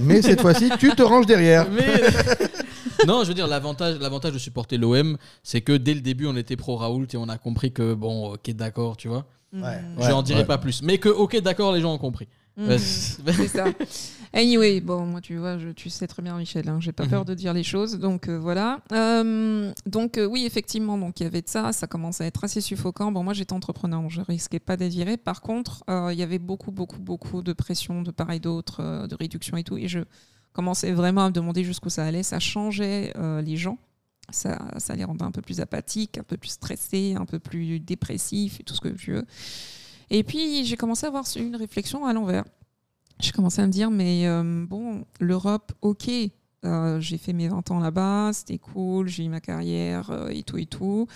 Speaker 2: Mais cette fois-ci, tu te ranges derrière.
Speaker 1: Mais- non, je veux dire, l'avantage, l'avantage de supporter l'OM, c'est que dès le début, on était pro Raoult et on a compris que, bon, ok, d'accord, tu vois.
Speaker 3: Mm.
Speaker 2: Ouais,
Speaker 1: je n'en dirai
Speaker 2: ouais.
Speaker 1: pas plus. Mais que, ok, d'accord, les gens ont compris.
Speaker 3: Mm.
Speaker 1: Bah, c'est-
Speaker 3: C'est ça. Anyway, bon, moi, tu vois, je, tu sais très bien, Michel, hein, j'ai pas
Speaker 1: Mhm.
Speaker 3: peur de dire les choses, donc euh, voilà. Euh, donc, euh, oui, effectivement, donc il y avait de ça, ça commençait à être assez suffocant. Bon, moi, j'étais entrepreneur, donc je risquais pas d'être virée. Par contre, euh, il y avait beaucoup, beaucoup, beaucoup de pression de part et d'autre, euh, de réduction et tout, et je commençait vraiment à me demander jusqu'où ça allait, ça changeait euh, les gens. Ça, ça les rendait un peu plus apathiques, un peu plus stressés, un peu plus dépressifs et tout ce que tu veux. Et puis j'ai commencé à avoir une réflexion à l'envers. J'ai commencé à me dire, mais euh, bon, l'Europe, ok, euh, j'ai fait mes 20 ans là-bas, c'était cool, j'ai eu ma carrière euh, et tout et tout.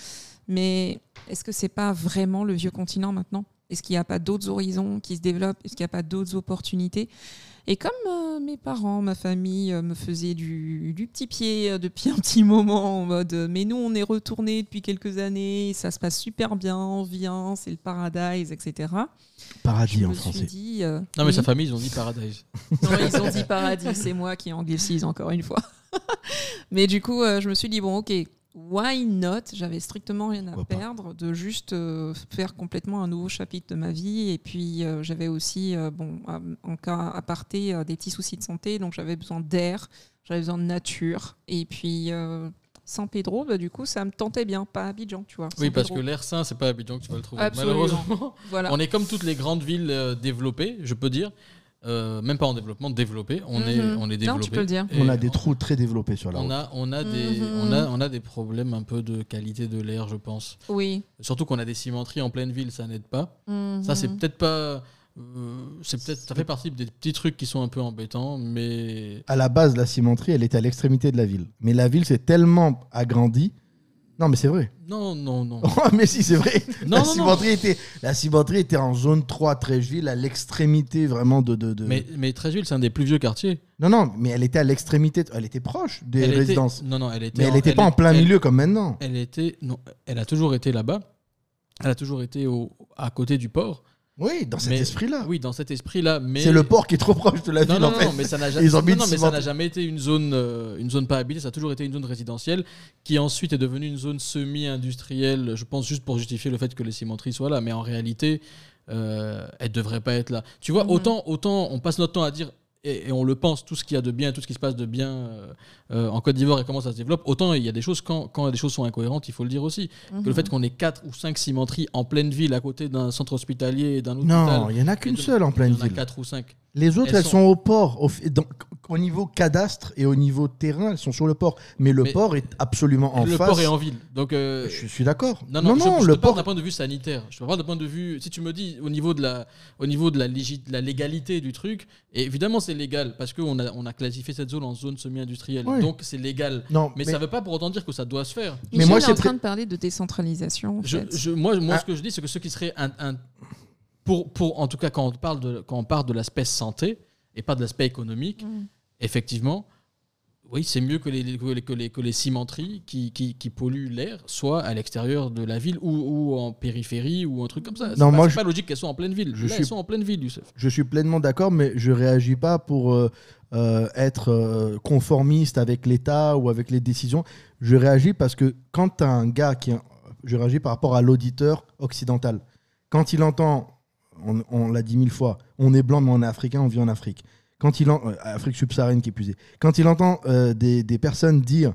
Speaker 3: Mais est-ce que c'est pas vraiment le vieux continent maintenant Est-ce qu'il n'y a pas d'autres horizons qui se développent Est-ce qu'il n'y a pas d'autres opportunités Et comme euh, mes parents, ma famille euh, me faisaient du, du petit pied euh, depuis un petit moment en mode euh, mais nous on est retournés depuis quelques années, ça se passe super bien, on vient, c'est le paradise, etc. Je
Speaker 2: Paradis en
Speaker 3: me suis
Speaker 2: français.
Speaker 3: dit, euh,
Speaker 1: Non, mais
Speaker 3: oui.
Speaker 1: sa famille, ils ont dit Paradise.
Speaker 3: Non, ils ont dit paradis, c'est moi qui anglicise encore une fois. Mais du coup, euh, je me suis dit, bon, ok, why not J'avais strictement rien à
Speaker 2: Pourquoi pas
Speaker 3: perdre de juste euh, faire complètement un nouveau chapitre de ma vie. Et puis, euh, j'avais aussi, euh, bon, à- en cas aparté, euh, des petits soucis de santé. Donc, j'avais besoin d'air, j'avais besoin de nature. Et puis, euh, San Pedro, bah, du coup, ça me tentait bien, pas Abidjan, tu vois.
Speaker 1: Oui,
Speaker 3: San
Speaker 1: parce que
Speaker 3: Pedro.
Speaker 1: l'air sain, c'est pas à Abidjan que tu vas le trouver.
Speaker 3: Absolument.
Speaker 1: Malheureusement,
Speaker 3: Voilà.
Speaker 1: on est comme toutes les grandes villes euh, développées, je peux dire. Euh, même pas en développement, développées. On, est,
Speaker 3: Mhm.
Speaker 1: on est
Speaker 3: Non,
Speaker 1: développé.
Speaker 3: tu peux le dire.
Speaker 1: Et
Speaker 2: On a des trous très développés sur la
Speaker 1: On
Speaker 2: route.
Speaker 1: a, on, a des,
Speaker 3: Mhm.
Speaker 1: on, a, on a des problèmes un peu de qualité de l'air, je pense.
Speaker 3: Oui.
Speaker 1: Surtout qu'on a des cimenteries en pleine ville, ça n'aide pas. Ça, c'est
Speaker 3: Mhm.
Speaker 1: peut-être pas. euh, c'est peut-être, ça fait partie des petits trucs qui sont un peu embêtants, mais.
Speaker 2: À la base, la cimenterie, elle était à l'extrémité de la ville. Mais la ville s'est tellement agrandie. Non, mais c'est vrai.
Speaker 1: Non, non, non.
Speaker 2: Oh, mais si, c'est vrai.
Speaker 1: Non,
Speaker 2: la,
Speaker 1: non, non.
Speaker 2: cimenterie Était, la cimenterie était en zone 3, Trècheville, à l'extrémité vraiment de. de, de-
Speaker 1: Mais, mais Tréjul, c'est un des plus vieux quartiers.
Speaker 2: Non, non, mais elle était à l'extrémité. Elle était proche des
Speaker 1: Elle était-
Speaker 2: résidences.
Speaker 1: Non, non, elle était.
Speaker 2: Mais elle
Speaker 1: en-
Speaker 2: n'était pas en plein
Speaker 1: elle-
Speaker 2: milieu comme maintenant.
Speaker 1: Elle était. Non, elle a toujours été là-bas. Elle a toujours été au, à côté du port.
Speaker 2: Oui, dans cet
Speaker 1: Mais-
Speaker 2: esprit-là.
Speaker 1: Oui, dans cet esprit-là. Mais
Speaker 2: Ah. C'est le port qui est trop proche de la
Speaker 1: Non,
Speaker 2: ville,
Speaker 1: non,
Speaker 2: en
Speaker 1: non,
Speaker 2: Ah, fait.
Speaker 1: mais ça n'a jamais,
Speaker 2: Ils ont mis
Speaker 1: non, non,
Speaker 2: une
Speaker 1: mais ça n'a
Speaker 2: cimenterie.
Speaker 1: jamais été une zone, euh, une zone pas habitée. Ça a toujours été une zone résidentielle qui ensuite est devenue une zone semi-industrielle. Je pense juste pour justifier le fait que les cimenteries soient là, mais en réalité, euh, elles devraient pas être là. Tu vois,
Speaker 3: Mhm.
Speaker 1: autant, autant on passe notre temps à dire. Et, et on le pense, tout ce qu'il y a de bien, tout ce qui se passe de bien euh, euh, en Côte d'Ivoire et comment ça se développe. Autant il y a des choses, quand, quand des choses sont incohérentes, il faut le dire aussi.
Speaker 3: Mhm.
Speaker 1: Que le fait qu'on ait quatre ou cinq cimenteries en pleine ville à côté d'un centre hospitalier et d'un hôpital.
Speaker 2: Non, il n'y en a
Speaker 1: et
Speaker 2: qu'une
Speaker 1: de-
Speaker 2: seule en pleine
Speaker 1: Il y en a
Speaker 2: ville.
Speaker 1: quatre ou cinq.
Speaker 2: Les autres,
Speaker 1: Elles
Speaker 2: elles,
Speaker 1: sont-
Speaker 2: sont... au port. Au, f- donc, au niveau cadastre et au niveau terrain, elles sont sur le port. Mais le
Speaker 1: Mais-
Speaker 2: port est absolument en
Speaker 1: le
Speaker 2: face.
Speaker 1: port est en ville. Donc, euh,
Speaker 2: Je suis d'accord.
Speaker 1: Non, non, je, je
Speaker 2: le
Speaker 1: te parle
Speaker 2: port.
Speaker 1: d'un point de vue sanitaire. Je te parle d'un point de vue. Si tu me dis au niveau de la, au niveau de la, légi- de la légalité du truc, et évidemment c'est légal parce qu'on a, on a classifié cette zone en zone semi-industrielle.
Speaker 2: Oui.
Speaker 1: Donc c'est légal.
Speaker 2: Non,
Speaker 1: Mais,
Speaker 2: mais-
Speaker 1: ça ne veut pas pour autant dire que ça doit se faire.
Speaker 2: Mais moi,
Speaker 3: Michel est en
Speaker 2: c'est
Speaker 3: train
Speaker 2: très-
Speaker 3: de parler de décentralisation. en
Speaker 1: Je-
Speaker 3: fait.
Speaker 1: je- moi, moi
Speaker 2: Ah.
Speaker 1: ce que je dis, c'est que ce qui serait un, un- pour, pour, en tout cas, quand on parle de, quand on parle de l'aspect santé et pas de l'aspect économique,
Speaker 3: Mm.
Speaker 1: effectivement, oui, c'est mieux que les, que les, que les, que les cimenteries qui, qui, qui polluent l'air soient à l'extérieur de la ville ou, ou en périphérie ou un truc comme ça. C'est
Speaker 2: Non,
Speaker 1: pas,
Speaker 2: moi,
Speaker 1: c'est
Speaker 2: je-
Speaker 1: pas logique qu'elles soient en pleine ville.
Speaker 2: je
Speaker 1: Là,
Speaker 2: suis-
Speaker 1: elles sont en pleine ville, Youssef.
Speaker 2: Je suis pleinement d'accord, mais je réagis pas pour euh, euh, être euh, conformiste avec l'État ou avec les décisions. Je réagis parce que quand tu un gars qui. est- Je réagis par rapport à l'auditeur occidental. Quand il entend, on, on l'a dit mille fois, on est blanc, mais on est africain, on vit en Afrique. Quand il en, euh, Afrique subsaharienne qui est plus est. Quand il entend euh, des, des personnes dire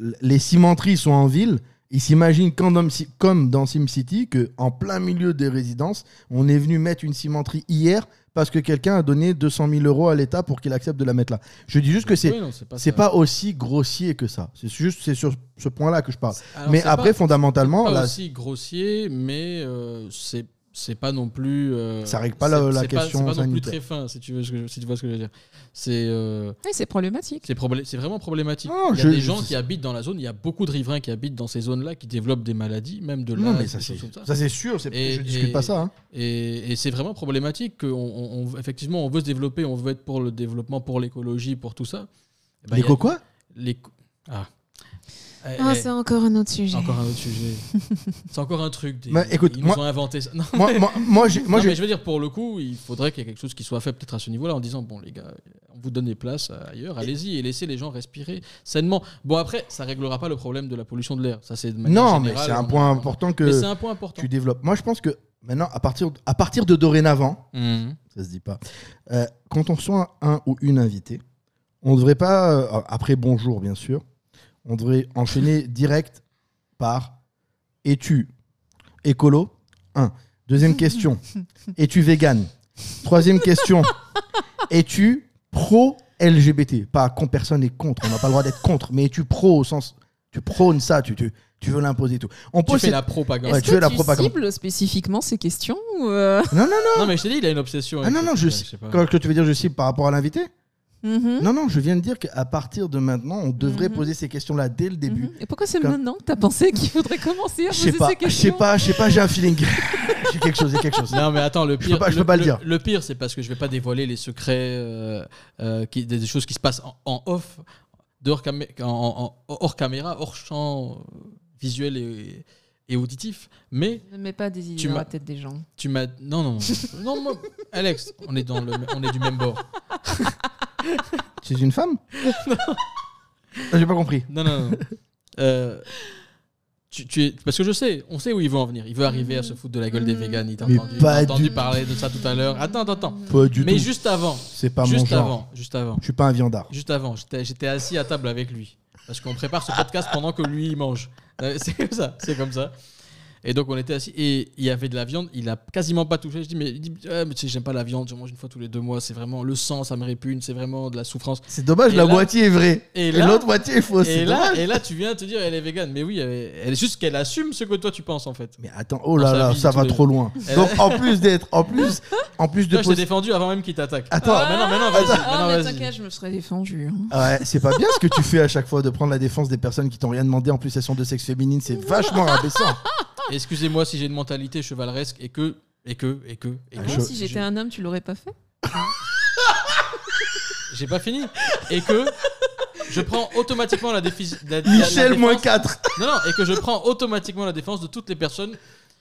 Speaker 2: euh, les cimenteries sont en ville, il s'imagine quand dans- comme dans SimCity qu'en plein milieu des résidences, on est venu mettre une cimenterie hier parce que quelqu'un a donné 200 000 euros à l'État pour qu'il accepte de la mettre là. Je dis juste que c'est
Speaker 1: Oui, non, c'est pas.
Speaker 2: c'est
Speaker 1: ça.
Speaker 2: pas aussi grossier que ça. C'est juste c'est sur ce point-là que je parle.
Speaker 1: Alors,
Speaker 2: mais
Speaker 1: c'est pas-
Speaker 2: après, fondamentalement,
Speaker 1: pas
Speaker 2: là,
Speaker 1: aussi grossier, mais euh, c'est c'est pas non plus. euh,
Speaker 2: Ça règle pas la-
Speaker 1: c'est-
Speaker 2: la
Speaker 1: c'est pas-
Speaker 2: question
Speaker 1: C'est pas non plus
Speaker 2: sanitaire.
Speaker 1: très fin, si tu, veux, ce que je- si tu vois ce que je veux dire. C'est. euh,
Speaker 3: Oui, Eh, c'est problématique.
Speaker 1: C'est problé- c'est vraiment problématique.
Speaker 2: Non,
Speaker 1: il y a
Speaker 2: je-
Speaker 1: des
Speaker 2: je-
Speaker 1: gens qui habitent dans la zone, il y a beaucoup de riverains qui habitent dans ces zones-là, qui développent des maladies, même de
Speaker 2: non,
Speaker 1: l'asthme,
Speaker 2: mais ça
Speaker 1: des
Speaker 2: c'est
Speaker 1: choses comme ça.
Speaker 2: ça, c'est sûr. c'est-
Speaker 1: Et-
Speaker 2: je discute
Speaker 1: et- bah,
Speaker 2: pas ça. hein.
Speaker 1: Et, et c'est vraiment problématique qu'on on- on- effectivement on veut se développer, on veut être pour le développement, pour l'écologie, pour tout ça. Eh ben,
Speaker 2: Les
Speaker 1: il y a-
Speaker 2: quoi
Speaker 1: les co- Ah. Eh, eh,
Speaker 3: Ah, c'est encore un autre
Speaker 1: c'est
Speaker 3: sujet.
Speaker 1: encore un autre sujet. c'est encore un truc. des-
Speaker 2: Mais écoute,
Speaker 1: ils
Speaker 2: moi-
Speaker 1: nous ont inventé ça. Non,
Speaker 2: Moi, moi, moi, j'ai- moi,
Speaker 1: non,
Speaker 2: j'ai-
Speaker 1: mais je veux dire, pour le coup, il faudrait qu'il y ait quelque chose qui soit fait peut-être à ce niveau-là en disant bon, les gars, on vous donne des places ailleurs, allez-y et laissez les gens respirer sainement. Bon, après, ça réglera pas le problème de la pollution de l'air. Ça, c'est de manière
Speaker 2: non, mais
Speaker 1: générale,
Speaker 2: c'est un
Speaker 1: on-
Speaker 2: point important
Speaker 1: Mais c'est
Speaker 2: que
Speaker 1: un point important.
Speaker 2: tu développes. Moi, je pense que maintenant, à partir à partir de dorénavant,
Speaker 1: Mhm.
Speaker 2: ça se dit pas. euh, quand on reçoit un ou une invitée, on devrait pas euh, après bonjour, bien sûr. On devrait enchaîner direct par es-tu écolo 1. Deuxième question, es-tu vegan Troisième question, es-tu pro LGBT, pas con, personne n'est contre, on n'a pas le droit d'être contre, mais tu pro au sens, tu prônes ça, tu, tu, tu veux l'imposer et tout. On
Speaker 1: Tu
Speaker 2: pose
Speaker 1: fais
Speaker 2: cette-
Speaker 1: la propagande.
Speaker 2: Ouais,
Speaker 3: Est-ce
Speaker 2: tu
Speaker 3: que
Speaker 2: fais la
Speaker 3: tu
Speaker 2: propagande.
Speaker 3: cibles spécifiquement ces questions ou euh,
Speaker 2: Non, non, non,
Speaker 1: Non, mais je t'ai dit, il a une obsession.
Speaker 2: ah,
Speaker 1: avec
Speaker 2: non,
Speaker 1: le
Speaker 2: non, je,
Speaker 1: Portugal, sais pas.
Speaker 2: quand que tu veux dire je cible par rapport à l'invité
Speaker 1: Hein
Speaker 3: mhm,
Speaker 2: Non, non, je viens de dire qu'à partir de maintenant, on devrait
Speaker 3: Mhm.
Speaker 2: poser ces questions-là dès le début.
Speaker 3: mhm. Et pourquoi c'est
Speaker 2: Comme-
Speaker 3: maintenant que tu as pensé qu'il faudrait commencer à
Speaker 2: Je
Speaker 3: poser
Speaker 2: sais pas,
Speaker 3: ces
Speaker 2: je sais
Speaker 3: questions
Speaker 2: pas, je sais pas, j'ai un feeling. j'ai quelque chose, j'ai quelque chose.
Speaker 1: Non mais attends, le
Speaker 2: Je peux
Speaker 1: pire,
Speaker 2: pas- je peux pas le dire.
Speaker 1: Le pire, c'est parce que je vais pas dévoiler les secrets, euh, euh, qui, des, des choses qui se passent en, en off, dehors camé- en- en- en- hors caméra, hors champ euh, visuel et, et auditif. Mais
Speaker 3: Ne mets pas des idées
Speaker 1: Tu
Speaker 3: dans
Speaker 1: m'as-
Speaker 3: la tête des gens.
Speaker 1: tu m'as, non non, non, moi- Alex, on est dans le, on est du même bord.
Speaker 2: Tu es une femme Non. J'ai pas compris.
Speaker 1: Non non. non. Euh, tu, tu es, parce que je sais, on sait où ils vont en venir. Ils veulent arriver à se foutre de la gueule des véganes. Il t'a
Speaker 2: Mais
Speaker 1: entendu,
Speaker 2: pas
Speaker 1: t'as entendu
Speaker 2: du-
Speaker 1: parler de ça tout à l'heure. Attends, attends, attends.
Speaker 2: Pas du
Speaker 1: Mais
Speaker 2: tout.
Speaker 1: juste avant,
Speaker 2: C'est pas mon
Speaker 1: juste
Speaker 2: genre.
Speaker 1: avant, juste avant.
Speaker 2: Je suis pas un viandard.
Speaker 1: Juste avant, j'étais j'étais assis à table avec lui. Parce qu'on prépare ce podcast pendant que lui, il mange. Euh, C'est comme ça, c'est comme ça. Et donc, on était assis et il y avait de la viande. Il a quasiment pas touché. Je dis, mais, il dit, Ah, mais tu sais, j'aime pas la viande. Je mange une fois tous les deux mois. C'est vraiment le sang, ça me répugne. C'est vraiment de la souffrance.
Speaker 2: C'est dommage,
Speaker 1: Et
Speaker 2: la
Speaker 1: là-
Speaker 2: moitié est vraie.
Speaker 1: et
Speaker 2: Et,
Speaker 1: là-
Speaker 2: l'autre moitié est fausse.
Speaker 1: et,
Speaker 2: C'est
Speaker 1: là,
Speaker 2: dommage.
Speaker 1: et là, tu viens te dire, elle est végane. Mais oui, elle est, elle est juste qu'elle assume ce que toi, tu penses, en fait.
Speaker 2: Mais attends, oh
Speaker 1: Dans
Speaker 2: là
Speaker 1: sa
Speaker 2: là,
Speaker 1: vie,
Speaker 2: ça
Speaker 1: tous
Speaker 2: va
Speaker 1: les-
Speaker 2: trop loin.
Speaker 1: Elle-
Speaker 2: Donc en plus d'être, en plus, en plus de
Speaker 1: Toi, je t'ai
Speaker 2: poser.
Speaker 1: défendu avant même qu'il t'attaque.
Speaker 2: Attends.
Speaker 1: Ah, mais non, mais non, vas-y. mais non,
Speaker 3: Ah, mais
Speaker 1: vas-y.
Speaker 3: t'inquiète, je me serais défendue. hein.
Speaker 2: Ouais, c'est pas bien ce que tu fais à chaque fois de prendre la défense des personnes qui t'ont rien demandé. En plus, elles sont de sexe féminine, c'est vachement rabaissant.
Speaker 1: Excusez-moi si j'ai une mentalité chevaleresque et que, et que, et que, et
Speaker 2: Ah,
Speaker 1: que.
Speaker 2: je-
Speaker 3: si j'étais un homme, tu l'aurais pas fait
Speaker 1: J'ai pas fini. Et que je prends automatiquement la, défi- la- la- la
Speaker 2: Michel
Speaker 1: défense.
Speaker 2: moins 4.
Speaker 1: Non, non, et que je prends automatiquement la défense de toutes les personnes.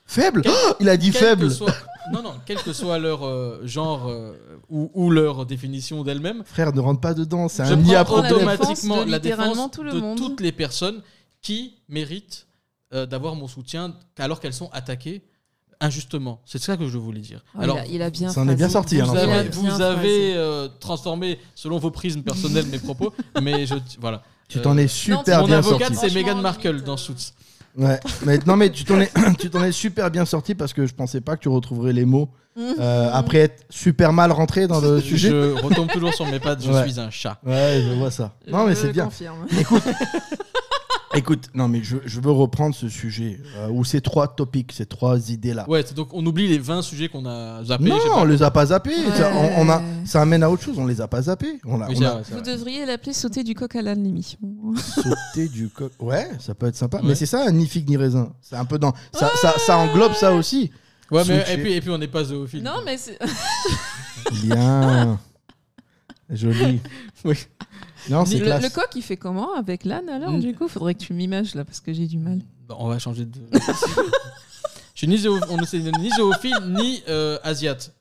Speaker 2: Faible Oh, Il a dit
Speaker 1: quel Que
Speaker 2: faible.
Speaker 1: soit, non, non, quel que soit leur euh, genre euh, ou, ou leur définition d'elle-même.
Speaker 2: Frère, ne rentre pas dedans, c'est
Speaker 1: Je
Speaker 2: un nid à
Speaker 1: prends
Speaker 3: prendre
Speaker 2: problème.
Speaker 3: automatique.
Speaker 1: automatiquement
Speaker 3: de
Speaker 1: la
Speaker 3: littéralement
Speaker 1: défense
Speaker 3: tout le
Speaker 1: de
Speaker 3: monde.
Speaker 1: toutes les personnes qui méritent euh, d'avoir mon soutien alors qu'elles sont attaquées injustement. C'est ça que je voulais dire.
Speaker 3: Oh,
Speaker 1: alors,
Speaker 3: il, a, il a bien
Speaker 2: ça en est bien sorti,
Speaker 3: phrasé.
Speaker 2: hein,
Speaker 1: Vous
Speaker 2: Il a
Speaker 1: avez,
Speaker 3: bien
Speaker 1: vous
Speaker 3: phrasé.
Speaker 1: avez, euh, transformé, selon vos prismes personnels, mes propos, mais je, voilà.
Speaker 2: Tu t'en es
Speaker 3: t'es
Speaker 2: super
Speaker 1: Mon
Speaker 2: bien
Speaker 1: avocate,
Speaker 2: sorti.
Speaker 1: c'est Meghan
Speaker 3: Franchement,
Speaker 1: Markle
Speaker 3: limite,
Speaker 1: dans
Speaker 3: euh,
Speaker 1: Suits.
Speaker 2: Ouais. Mais, non, mais tu t'en es, tu t'en es super bien sorti parce que je pensais pas que tu retrouverais les mots
Speaker 3: Mhm.
Speaker 2: euh, après être super mal rentré dans le sujet.
Speaker 1: Je retombe toujours sur mes pattes, je
Speaker 2: Ouais.
Speaker 1: suis un chat.
Speaker 2: Ouais, je vois ça.
Speaker 3: Je
Speaker 2: Non, mais c'est
Speaker 3: le
Speaker 2: bien.
Speaker 3: confirme.
Speaker 2: Écoute, non, mais je, je veux reprendre ce sujet euh, ou ces trois topics, ces trois idées-là.
Speaker 1: Ouais, c'est- donc on oublie les 20 sujets qu'on a zappés.
Speaker 2: non,
Speaker 1: je sais pas.
Speaker 2: on les a pas zappés.
Speaker 3: Ouais.
Speaker 2: Ça, on, on a, ça amène à autre chose. On les a pas zappés. On a,
Speaker 1: Oui,
Speaker 2: on
Speaker 1: c'est
Speaker 2: a
Speaker 1: vrai, c'est
Speaker 3: Vous
Speaker 1: vrai.
Speaker 3: devriez l'appeler sauter du coq à l'âne, l'émission.
Speaker 2: sauté du coq. Ouais, ça peut être sympa.
Speaker 1: Ouais.
Speaker 2: Mais c'est ça, ni figue ni raisin. C'est un peu dans. Ça,
Speaker 3: Ah.
Speaker 2: ça, ça englobe ça aussi.
Speaker 1: Ouais, mais,
Speaker 2: Sujet.
Speaker 1: et, puis, et puis on n'est pas zoophile.
Speaker 3: Non, mais c'est.
Speaker 2: Oh, Bien. Joli.
Speaker 1: Oui.
Speaker 2: Non,
Speaker 3: Le,
Speaker 2: c'est classe.
Speaker 3: le coq, il fait comment avec l'âne alors
Speaker 1: Mm.
Speaker 3: Du coup, faudrait que tu m'images là parce que j'ai du mal.
Speaker 1: Bon, on va changer de. je suis ni, zoophile, on ne sait ni zoophile ni euh, asiate.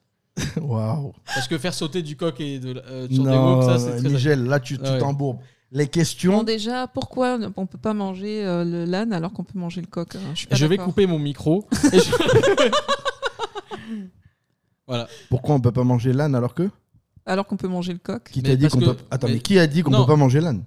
Speaker 2: Waouh.
Speaker 1: Parce que faire sauter du coq et de, la- euh, sur des
Speaker 2: Non,
Speaker 1: woke, ça c'est très.
Speaker 2: Michel, là, tu tu
Speaker 1: Ah ouais.
Speaker 2: t'embourbes. Les
Speaker 3: Bon,
Speaker 2: questions.
Speaker 3: déjà, pourquoi on peut pas manger euh, le l'âne alors qu'on peut manger le coq hein Je, suis pas
Speaker 1: Je vais
Speaker 3: d'accord.
Speaker 1: couper mon micro. et je- voilà.
Speaker 2: Pourquoi on peut pas manger l'âne alors que
Speaker 3: Alors qu'on peut manger le coq.
Speaker 2: Qui
Speaker 1: Mais
Speaker 2: t'a dit
Speaker 1: parce
Speaker 2: qu'on
Speaker 1: que-
Speaker 2: peut Attends,
Speaker 1: mais-
Speaker 2: mais qui a dit qu'on
Speaker 1: Non.
Speaker 2: peut pas manger l'âne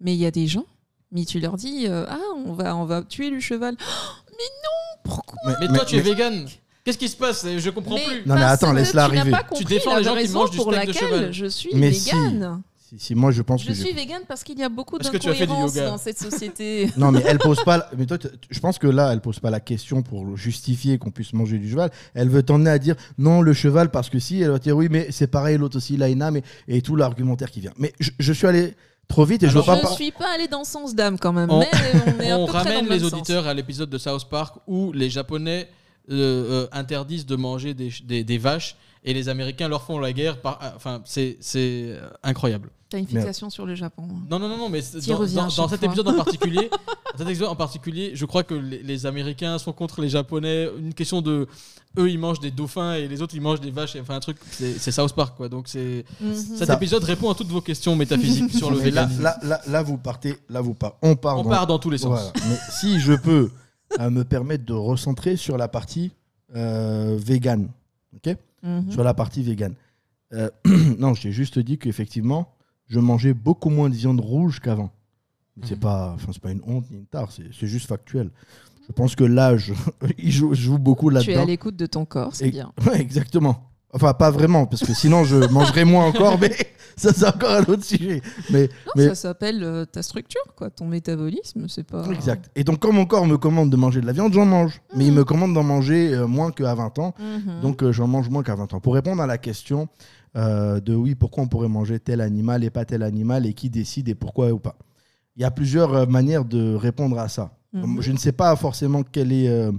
Speaker 3: Mais il y a des gens, mais tu leur dis euh, Ah, on va, on va tuer le cheval. Oh, mais non Pourquoi
Speaker 1: Mais toi, tu es vegan. Qu'est-ce qui se passe Je comprends plus.
Speaker 2: Non, mais
Speaker 3: parce
Speaker 2: attends,
Speaker 3: que
Speaker 2: laisse-la
Speaker 3: Tu
Speaker 2: arriver.
Speaker 3: n'as pas compris
Speaker 1: Tu défends
Speaker 3: la
Speaker 1: les gens qui
Speaker 3: raison
Speaker 1: mangent du
Speaker 3: pour
Speaker 1: steak de
Speaker 3: laquelle
Speaker 1: cheval.
Speaker 3: je suis
Speaker 2: Mais si.
Speaker 3: végane.
Speaker 2: Si, si, moi je pense
Speaker 3: Je
Speaker 2: que j'ai-
Speaker 3: suis végane parce qu'il y a beaucoup
Speaker 1: Parce que tu as fait du
Speaker 3: d'incohérences
Speaker 1: yoga.
Speaker 3: dans cette société.
Speaker 2: Non, mais elle pose pas. la- Mais toi, t- t- je pense que là, elle pose pas la question pour justifier qu'on puisse manger du cheval. Elle veut t'emmener à dire non, le cheval, parce que si, elle va te dire oui, mais c'est pareil, l'autre aussi, l'Aïna, mais et tout l'argumentaire qui vient. Mais je, je suis allé trop vite et
Speaker 1: Alors,
Speaker 2: je veux pas.
Speaker 3: je
Speaker 2: par-
Speaker 3: suis pas allée dans le sens d'âme quand même,
Speaker 1: On-
Speaker 3: mais on est un
Speaker 1: On
Speaker 3: peu près dans
Speaker 1: ramène
Speaker 3: le même
Speaker 1: les
Speaker 3: sens.
Speaker 1: auditeurs à l'épisode de South Park où les Japonais euh, euh, interdisent de manger des, ch- des- des vaches et les Américains leur font la guerre. par- ah, Enfin, c'est c'est, euh, incroyable.
Speaker 3: T'as une
Speaker 2: Merde.
Speaker 3: fixation sur le Japon. hein.
Speaker 1: Non, non, non, non mais c'est-
Speaker 3: T'y
Speaker 1: dans,
Speaker 3: reviens à
Speaker 1: dans-
Speaker 3: chaque
Speaker 1: dans cet
Speaker 3: fois.
Speaker 1: épisode en particulier, dans cet épisode en particulier, je crois que les, les Américains sont contre les Japonais. Une question de, eux ils mangent des dauphins et les autres ils mangent des vaches. et Enfin, un truc, c'est c'est South Park quoi. Donc c'est
Speaker 3: Mhm.
Speaker 1: cet
Speaker 2: Ça-
Speaker 1: épisode répond à toutes vos questions métaphysiques sur le
Speaker 2: Mais là,
Speaker 1: véganisme.
Speaker 2: là, là, là, vous partez. Là, vous part. On part.
Speaker 1: On
Speaker 2: dans-
Speaker 1: part dans tous les sens.
Speaker 2: Voilà. Mais si je peux euh, me permettre de recentrer sur la partie euh, vegan, ok
Speaker 3: Mhm.
Speaker 2: sur la partie vegan. Euh, non, j'ai juste dit qu'effectivement, je mangeais beaucoup moins de viande rouge qu'avant. Mais C'est
Speaker 1: Mhm.
Speaker 2: pas, enfin, c'est pas une honte ni une tare, c'est c'est juste factuel. Je pense que l'âge, il joue, joue beaucoup
Speaker 3: Tu es
Speaker 2: là-dedans.
Speaker 3: à l'écoute de ton corps, c'est
Speaker 2: Et-
Speaker 3: bien.
Speaker 2: Ouais, exactement. Enfin, pas vraiment, parce que sinon je mangerais moins encore, mais ça c'est encore un autre sujet. Mais,
Speaker 3: Non,
Speaker 2: mais
Speaker 3: ça s'appelle euh, ta structure, quoi, ton métabolisme, c'est pas.
Speaker 2: exact. Et donc, quand mon corps me commande de manger de la viande, j'en mange. Mais
Speaker 3: Mm.
Speaker 2: il me commande d'en manger euh, moins qu'à 20 ans.
Speaker 3: Mhm.
Speaker 2: Donc euh, j'en mange moins qu'à 20 ans. Pour répondre à la question euh, de oui, pourquoi on pourrait manger tel animal et pas tel animal et qui décide et pourquoi ou pas. Il y a plusieurs euh, manières de répondre à ça.
Speaker 3: Mhm.
Speaker 2: Je ne sais pas forcément quelle est... euh,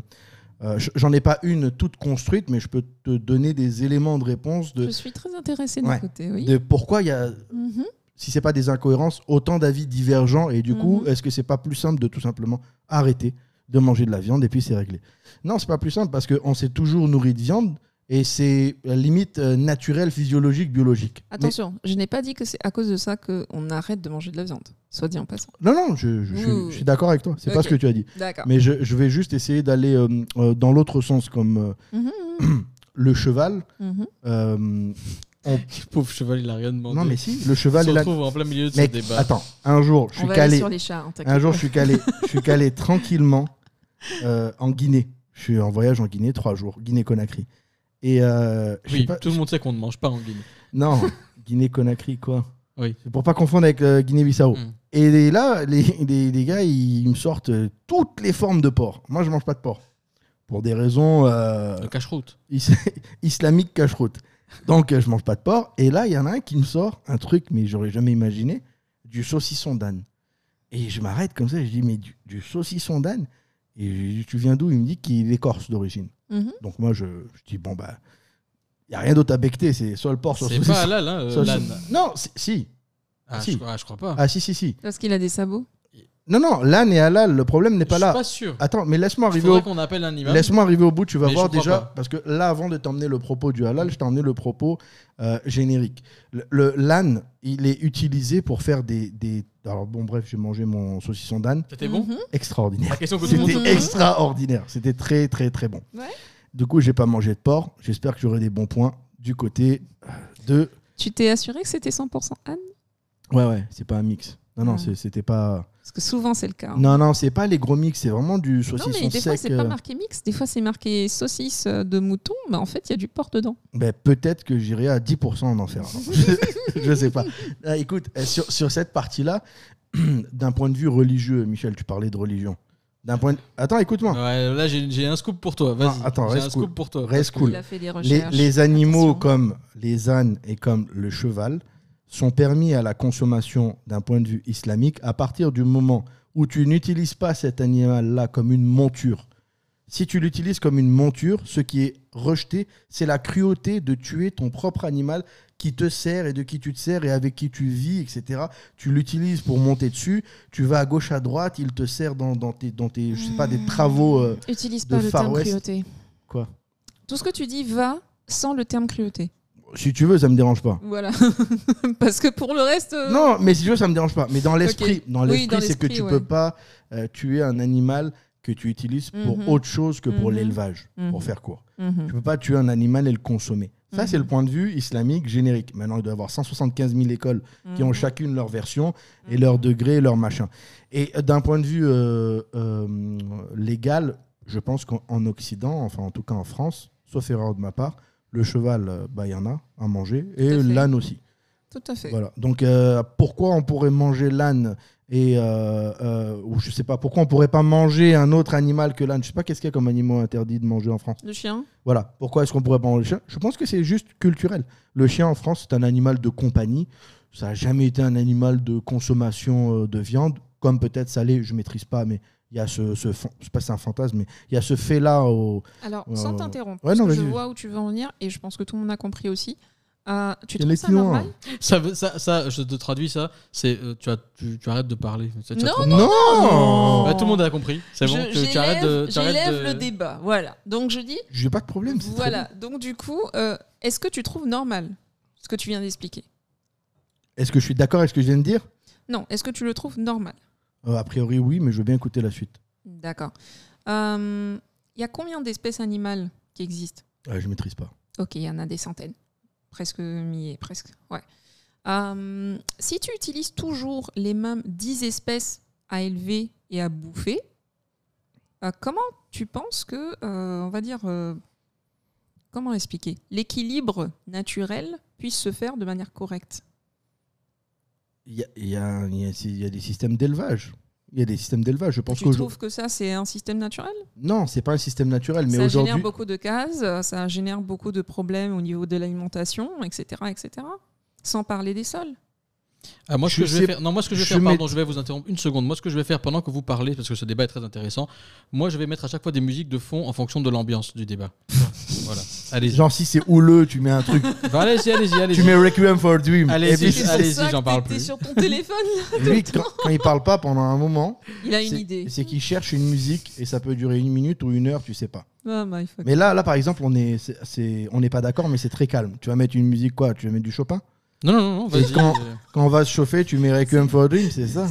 Speaker 2: euh, j- J'en ai pas une toute construite, mais je peux te donner des éléments de réponse de,
Speaker 3: Je suis très intéressée de
Speaker 2: Ouais.
Speaker 3: côté, oui.
Speaker 2: de pourquoi il y a,
Speaker 3: Mhm.
Speaker 2: si c'est pas des incohérences, autant d'avis divergents et du coup,
Speaker 3: Mhm.
Speaker 2: est-ce que c'est pas plus simple de tout simplement arrêter de manger de la viande et puis c'est réglé Non, c'est pas plus simple parce qu'on s'est toujours nourri de viande et c'est la limite euh, naturelle, physiologique, biologique. Mais-
Speaker 3: Attention, je n'ai pas dit que c'est à cause de ça qu'on arrête de manger de la viande, soit dit en passant.
Speaker 2: non, non, je, je- je suis-
Speaker 3: Oui, oui,
Speaker 2: je suis d'accord avec toi. C'est pas
Speaker 3: Ok.
Speaker 2: ce que tu as dit.
Speaker 3: D'accord.
Speaker 2: Mais je, je vais juste essayer d'aller euh, euh, dans l'autre sens, comme euh,
Speaker 3: Mhm,
Speaker 2: le cheval.
Speaker 3: mhm.
Speaker 2: euh,
Speaker 1: Pauvre cheval, il a rien demandé.
Speaker 2: non, mais si, le
Speaker 1: il
Speaker 2: cheval
Speaker 1: se
Speaker 2: est là.
Speaker 1: retrouve en plein milieu de ce
Speaker 2: Mec,
Speaker 1: débat.
Speaker 2: attends, un jour, je
Speaker 3: On
Speaker 2: suis
Speaker 3: va aller
Speaker 2: calé.
Speaker 3: sur les chats, hein, t'inquiète
Speaker 2: Un jour,
Speaker 3: pas.
Speaker 2: je suis calé, je suis calé tranquillement euh, en Guinée. Je suis en voyage en Guinée trois jours, Guinée-Conakry. Et euh, je sais
Speaker 1: Oui,
Speaker 2: pas-
Speaker 1: tout le monde sait qu'on ne mange pas en Guinée.
Speaker 2: non, Guinée-Conakry quoi.
Speaker 1: Oui.
Speaker 2: C'est pour pas confondre avec euh, Guinée-Bissau.
Speaker 1: Mm.
Speaker 2: Et les- là, les, les- les gars, ils, me sortent euh, toutes les formes de porc. Moi, je mange pas de porc pour des raisons euh,
Speaker 1: Le cache-route.
Speaker 2: is- islamiques cacheroute. Donc, euh, je mange pas de porc. Et là, il y en a un qui me sort un truc, mais j'aurais jamais imaginé, du saucisson d'âne. Et je m'arrête comme ça, je dis, mais du, du saucisson d'âne Et je dis, tu viens d'où Il me dit qu'il est corse d'origine.
Speaker 3: Mhm.
Speaker 2: Donc moi, je, je dis, bon, bah, il n'y a rien d'autre à becter, c'est soit le porc, soit le
Speaker 1: C'est pas
Speaker 2: saucisson.
Speaker 1: halal, hein, euh,
Speaker 2: Soit le
Speaker 1: l'âne.
Speaker 2: saucisson. Non, si- si.
Speaker 1: Ah,
Speaker 2: Si.
Speaker 1: je, crois- ah, je crois pas.
Speaker 2: Ah, si, si, si.
Speaker 3: Parce qu'il a des sabots.
Speaker 2: Non, non, l'âne et halal, le problème
Speaker 1: je
Speaker 2: n'est pas
Speaker 1: suis
Speaker 2: là. Ah,
Speaker 1: pas sûr.
Speaker 2: Attends, mais laisse-moi
Speaker 1: Il
Speaker 2: arriver au
Speaker 1: faudrait qu'on appelle un imam.
Speaker 2: Laisse-moi arriver au bout, tu vas
Speaker 1: Mais
Speaker 2: voir
Speaker 1: je crois
Speaker 2: déjà.
Speaker 1: pas.
Speaker 2: Parce que là, avant de t'emmener le propos du halal, je t'ai emmené le propos euh, générique. Le- Le l'âne, il est utilisé pour faire des. des- Alors, bon, bref, j'ai mangé mon saucisson d'âne.
Speaker 1: C'était bon
Speaker 3: Mhm.
Speaker 2: Extraordinaire.
Speaker 1: La question que tout le monde
Speaker 2: C'était
Speaker 1: se pose.
Speaker 2: extraordinaire. C'était très, très, très bon.
Speaker 3: Ouais.
Speaker 2: Du coup, j'ai pas mangé de porc. J'espère que j'aurai des bons points du côté euh, de.
Speaker 3: Tu t'es assuré que c'était 100% Anne
Speaker 2: Ouais, ouais, c'est pas un mix. Non, non,
Speaker 3: Ouais.
Speaker 2: c'est- c'était pas.
Speaker 3: Parce que souvent c'est le cas. hein.
Speaker 2: Non, non, c'est pas les gros mix. C'est vraiment du
Speaker 3: Non,
Speaker 2: saucisson
Speaker 3: mais
Speaker 2: sec.
Speaker 3: des fois c'est
Speaker 2: euh,
Speaker 3: pas marqué mix, des fois c'est marqué saucisse euh, de mouton, mais en fait il y a du porc dedans.
Speaker 2: Ben, peut-être que j'irai à 10% en enfer. alors. je sais pas. Ah, écoute, euh, sur, sur cette partie-là, d'un point de vue religieux, Michel, tu parlais de religion. D'un point de- Attends, écoute-moi.
Speaker 1: Ouais, là, j'ai j'ai un scoop pour toi. Vas-y.
Speaker 2: Ah, attends,
Speaker 1: J'ai
Speaker 2: reste
Speaker 1: un scoop
Speaker 2: cool.
Speaker 1: pour toi. Parce
Speaker 2: Reste
Speaker 1: que-
Speaker 2: cool.
Speaker 3: Il a fait des
Speaker 2: Les,
Speaker 3: recherches.
Speaker 2: les animaux
Speaker 3: Attention.
Speaker 2: comme les ânes et comme le cheval sont permis à la consommation d'un point de vue islamique à partir du moment où tu n'utilises pas cet animal-là comme une monture. Si tu l'utilises comme une monture, ce qui est rejeté, c'est la cruauté de tuer ton propre animal qui te sert et de qui tu te sers et avec qui tu vis, etc. Tu l'utilises pour monter dessus, tu vas à gauche, à droite, il te sert dans, dans tes, dans tes je sais pas,
Speaker 3: Hmm.
Speaker 2: des travaux. euh,
Speaker 3: Utilise
Speaker 2: de
Speaker 3: pas le
Speaker 2: Far
Speaker 3: terme
Speaker 2: West.
Speaker 3: cruauté.
Speaker 2: Quoi
Speaker 3: Tout ce que tu dis va sans le terme cruauté.
Speaker 2: Si tu veux, ça me dérange pas.
Speaker 3: Voilà. Parce que pour le reste. euh,
Speaker 2: Non, mais si tu veux, ça me dérange pas. Mais dans l'esprit,
Speaker 3: Ok.
Speaker 2: dans
Speaker 3: Oui,
Speaker 2: l'esprit,
Speaker 3: dans
Speaker 2: c'est que
Speaker 3: l'esprit,
Speaker 2: tu
Speaker 3: ouais.
Speaker 2: peux pas euh, tuer un animal que tu utilises pour
Speaker 3: Mhm.
Speaker 2: autre chose que pour
Speaker 3: Mhm.
Speaker 2: l'élevage, pour
Speaker 3: Mhm.
Speaker 2: faire court.
Speaker 3: mhm.
Speaker 2: Tu peux pas tuer un animal et le consommer. Ça, c'est
Speaker 3: Mhm.
Speaker 2: le point de vue islamique générique. Maintenant, il doit y avoir 175 000 écoles qui ont
Speaker 3: Mhm.
Speaker 2: chacune leur version et leur degré et leur machin. Et euh, d'un point de vue euh, euh, légal, je pense qu'en en Occident, enfin en tout cas en France, sauf erreur de ma part, le cheval, euh, bah, il y en a à manger
Speaker 3: à
Speaker 2: et
Speaker 3: fait.
Speaker 2: l'âne aussi.
Speaker 3: Tout à fait.
Speaker 2: Voilà. Donc euh, pourquoi on pourrait manger l'âne et euh, euh, ou je sais pas pourquoi on pourrait pas manger un autre animal que l'âne. Je sais pas qu'est-ce qu'il y a comme animal interdit de manger en France.
Speaker 3: Le chien
Speaker 2: Voilà. Pourquoi est-ce qu'on pourrait pas manger le chien Je pense que c'est juste culturel. Le chien en France c'est un animal de compagnie. Ça a jamais été un animal de consommation euh, de viande, comme peut-être ça l'est. Je maîtrise pas, mais il y a ce, ce fan- je sais pas si c'est un fantasme, mais il y a ce fait là au.
Speaker 3: Alors,
Speaker 2: Euh,
Speaker 3: sans t'interrompre,
Speaker 2: ouais,
Speaker 3: parce
Speaker 2: non,
Speaker 3: que je
Speaker 2: vas-y.
Speaker 3: vois où tu veux en venir et je pense que tout le monde a compris aussi. Euh, tu
Speaker 2: Il y a
Speaker 3: trouves
Speaker 2: les
Speaker 3: ça
Speaker 2: clients,
Speaker 3: normal
Speaker 2: hein.
Speaker 1: Ça, veut- ça, ça, je te traduis ça. C'est euh, tu, as- tu, tu arrêtes de parler. Tu- tu as
Speaker 3: Non,
Speaker 1: trop-
Speaker 2: Non.
Speaker 1: Bah, tout le monde a compris. C'est bon.
Speaker 3: Je-
Speaker 1: tu- tu, arrêtes de.
Speaker 3: j'élève-
Speaker 1: tu arrêtes
Speaker 3: J'élève
Speaker 1: de-
Speaker 3: le débat, voilà. Donc je dis,
Speaker 2: J'ai pas de problème. c'est très
Speaker 3: voilà.
Speaker 2: bien.
Speaker 3: Donc du coup, euh, est-ce que tu trouves normal ce que tu viens d'expliquer
Speaker 2: Est-ce que je suis d'accord avec ce que je viens de dire
Speaker 3: Non, est-ce que tu le trouves normal
Speaker 2: Euh, A priori oui, mais je veux bien écouter la suite.
Speaker 3: D'accord. Euh, Il y a combien d'espèces animales qui existent
Speaker 2: Ouais, je maîtrise pas.
Speaker 3: Ok, il y en a des centaines. Presque milliers, presque. Ouais. Euh, si tu utilises toujours les mêmes 10 espèces à élever et à bouffer, euh, comment tu penses que, euh, on va dire, euh, comment expliquer L'équilibre naturel puisse se faire de manière correcte.
Speaker 2: Il y a, il y a- il y a- il y a des systèmes d'élevage. Il y a des systèmes d'élevage. Je pense
Speaker 3: Tu
Speaker 2: qu'aujourd'hui.
Speaker 3: trouves que ça, c'est un système naturel
Speaker 2: Non, c'est pas un système naturel, mais
Speaker 3: Ça génère
Speaker 2: aujourd'hui.
Speaker 3: beaucoup de cases, euh, ça génère beaucoup de problèmes au niveau de l'alimentation, etc., etc. Sans parler des sols.
Speaker 1: Ah, moi, ce
Speaker 2: Je
Speaker 1: que je vais
Speaker 2: sais-
Speaker 1: faire, non, moi, ce que je vais
Speaker 2: je
Speaker 1: faire,
Speaker 2: mets-
Speaker 1: pardon, je vais vous interrompre une seconde. Moi, ce que je vais faire pendant que vous parlez, parce que ce débat est très intéressant, moi, je vais mettre à chaque fois des musiques de fond en fonction de l'ambiance du débat. voilà. Allez-y.
Speaker 2: Genre, si c'est houleux, tu mets un truc.
Speaker 1: Bah, allez-y, allez-y, allez-y.
Speaker 2: tu mets Requiem for a Dream.
Speaker 1: Allez-y,
Speaker 2: Et puis, si
Speaker 1: allez-y.
Speaker 2: c'est-
Speaker 1: Allez-y,
Speaker 3: ça que
Speaker 1: j'en parle
Speaker 3: t'es- t'es
Speaker 1: plus.
Speaker 3: sur ton téléphone, là, tout
Speaker 2: Lui,
Speaker 3: le
Speaker 2: quand,
Speaker 3: temps.
Speaker 2: quand il parle pas pendant un moment,
Speaker 3: Il a une idée.
Speaker 2: c'est c'est qu'il cherche une musique et ça peut durer une minute ou une heure, tu sais pas.
Speaker 3: Ah, bah, il faut que-
Speaker 2: Mais là, là par exemple, on est, c'est- c'est- on n'est pas d'accord, mais c'est très calme. Tu vas mettre une musique quoi Tu vas mettre du Chopin
Speaker 1: Non, non, non, non,
Speaker 2: Et
Speaker 1: vas-y.
Speaker 2: quand-
Speaker 1: Euh,
Speaker 2: Quand on va se chauffer, tu mets Requiem for a Dream, c'est ça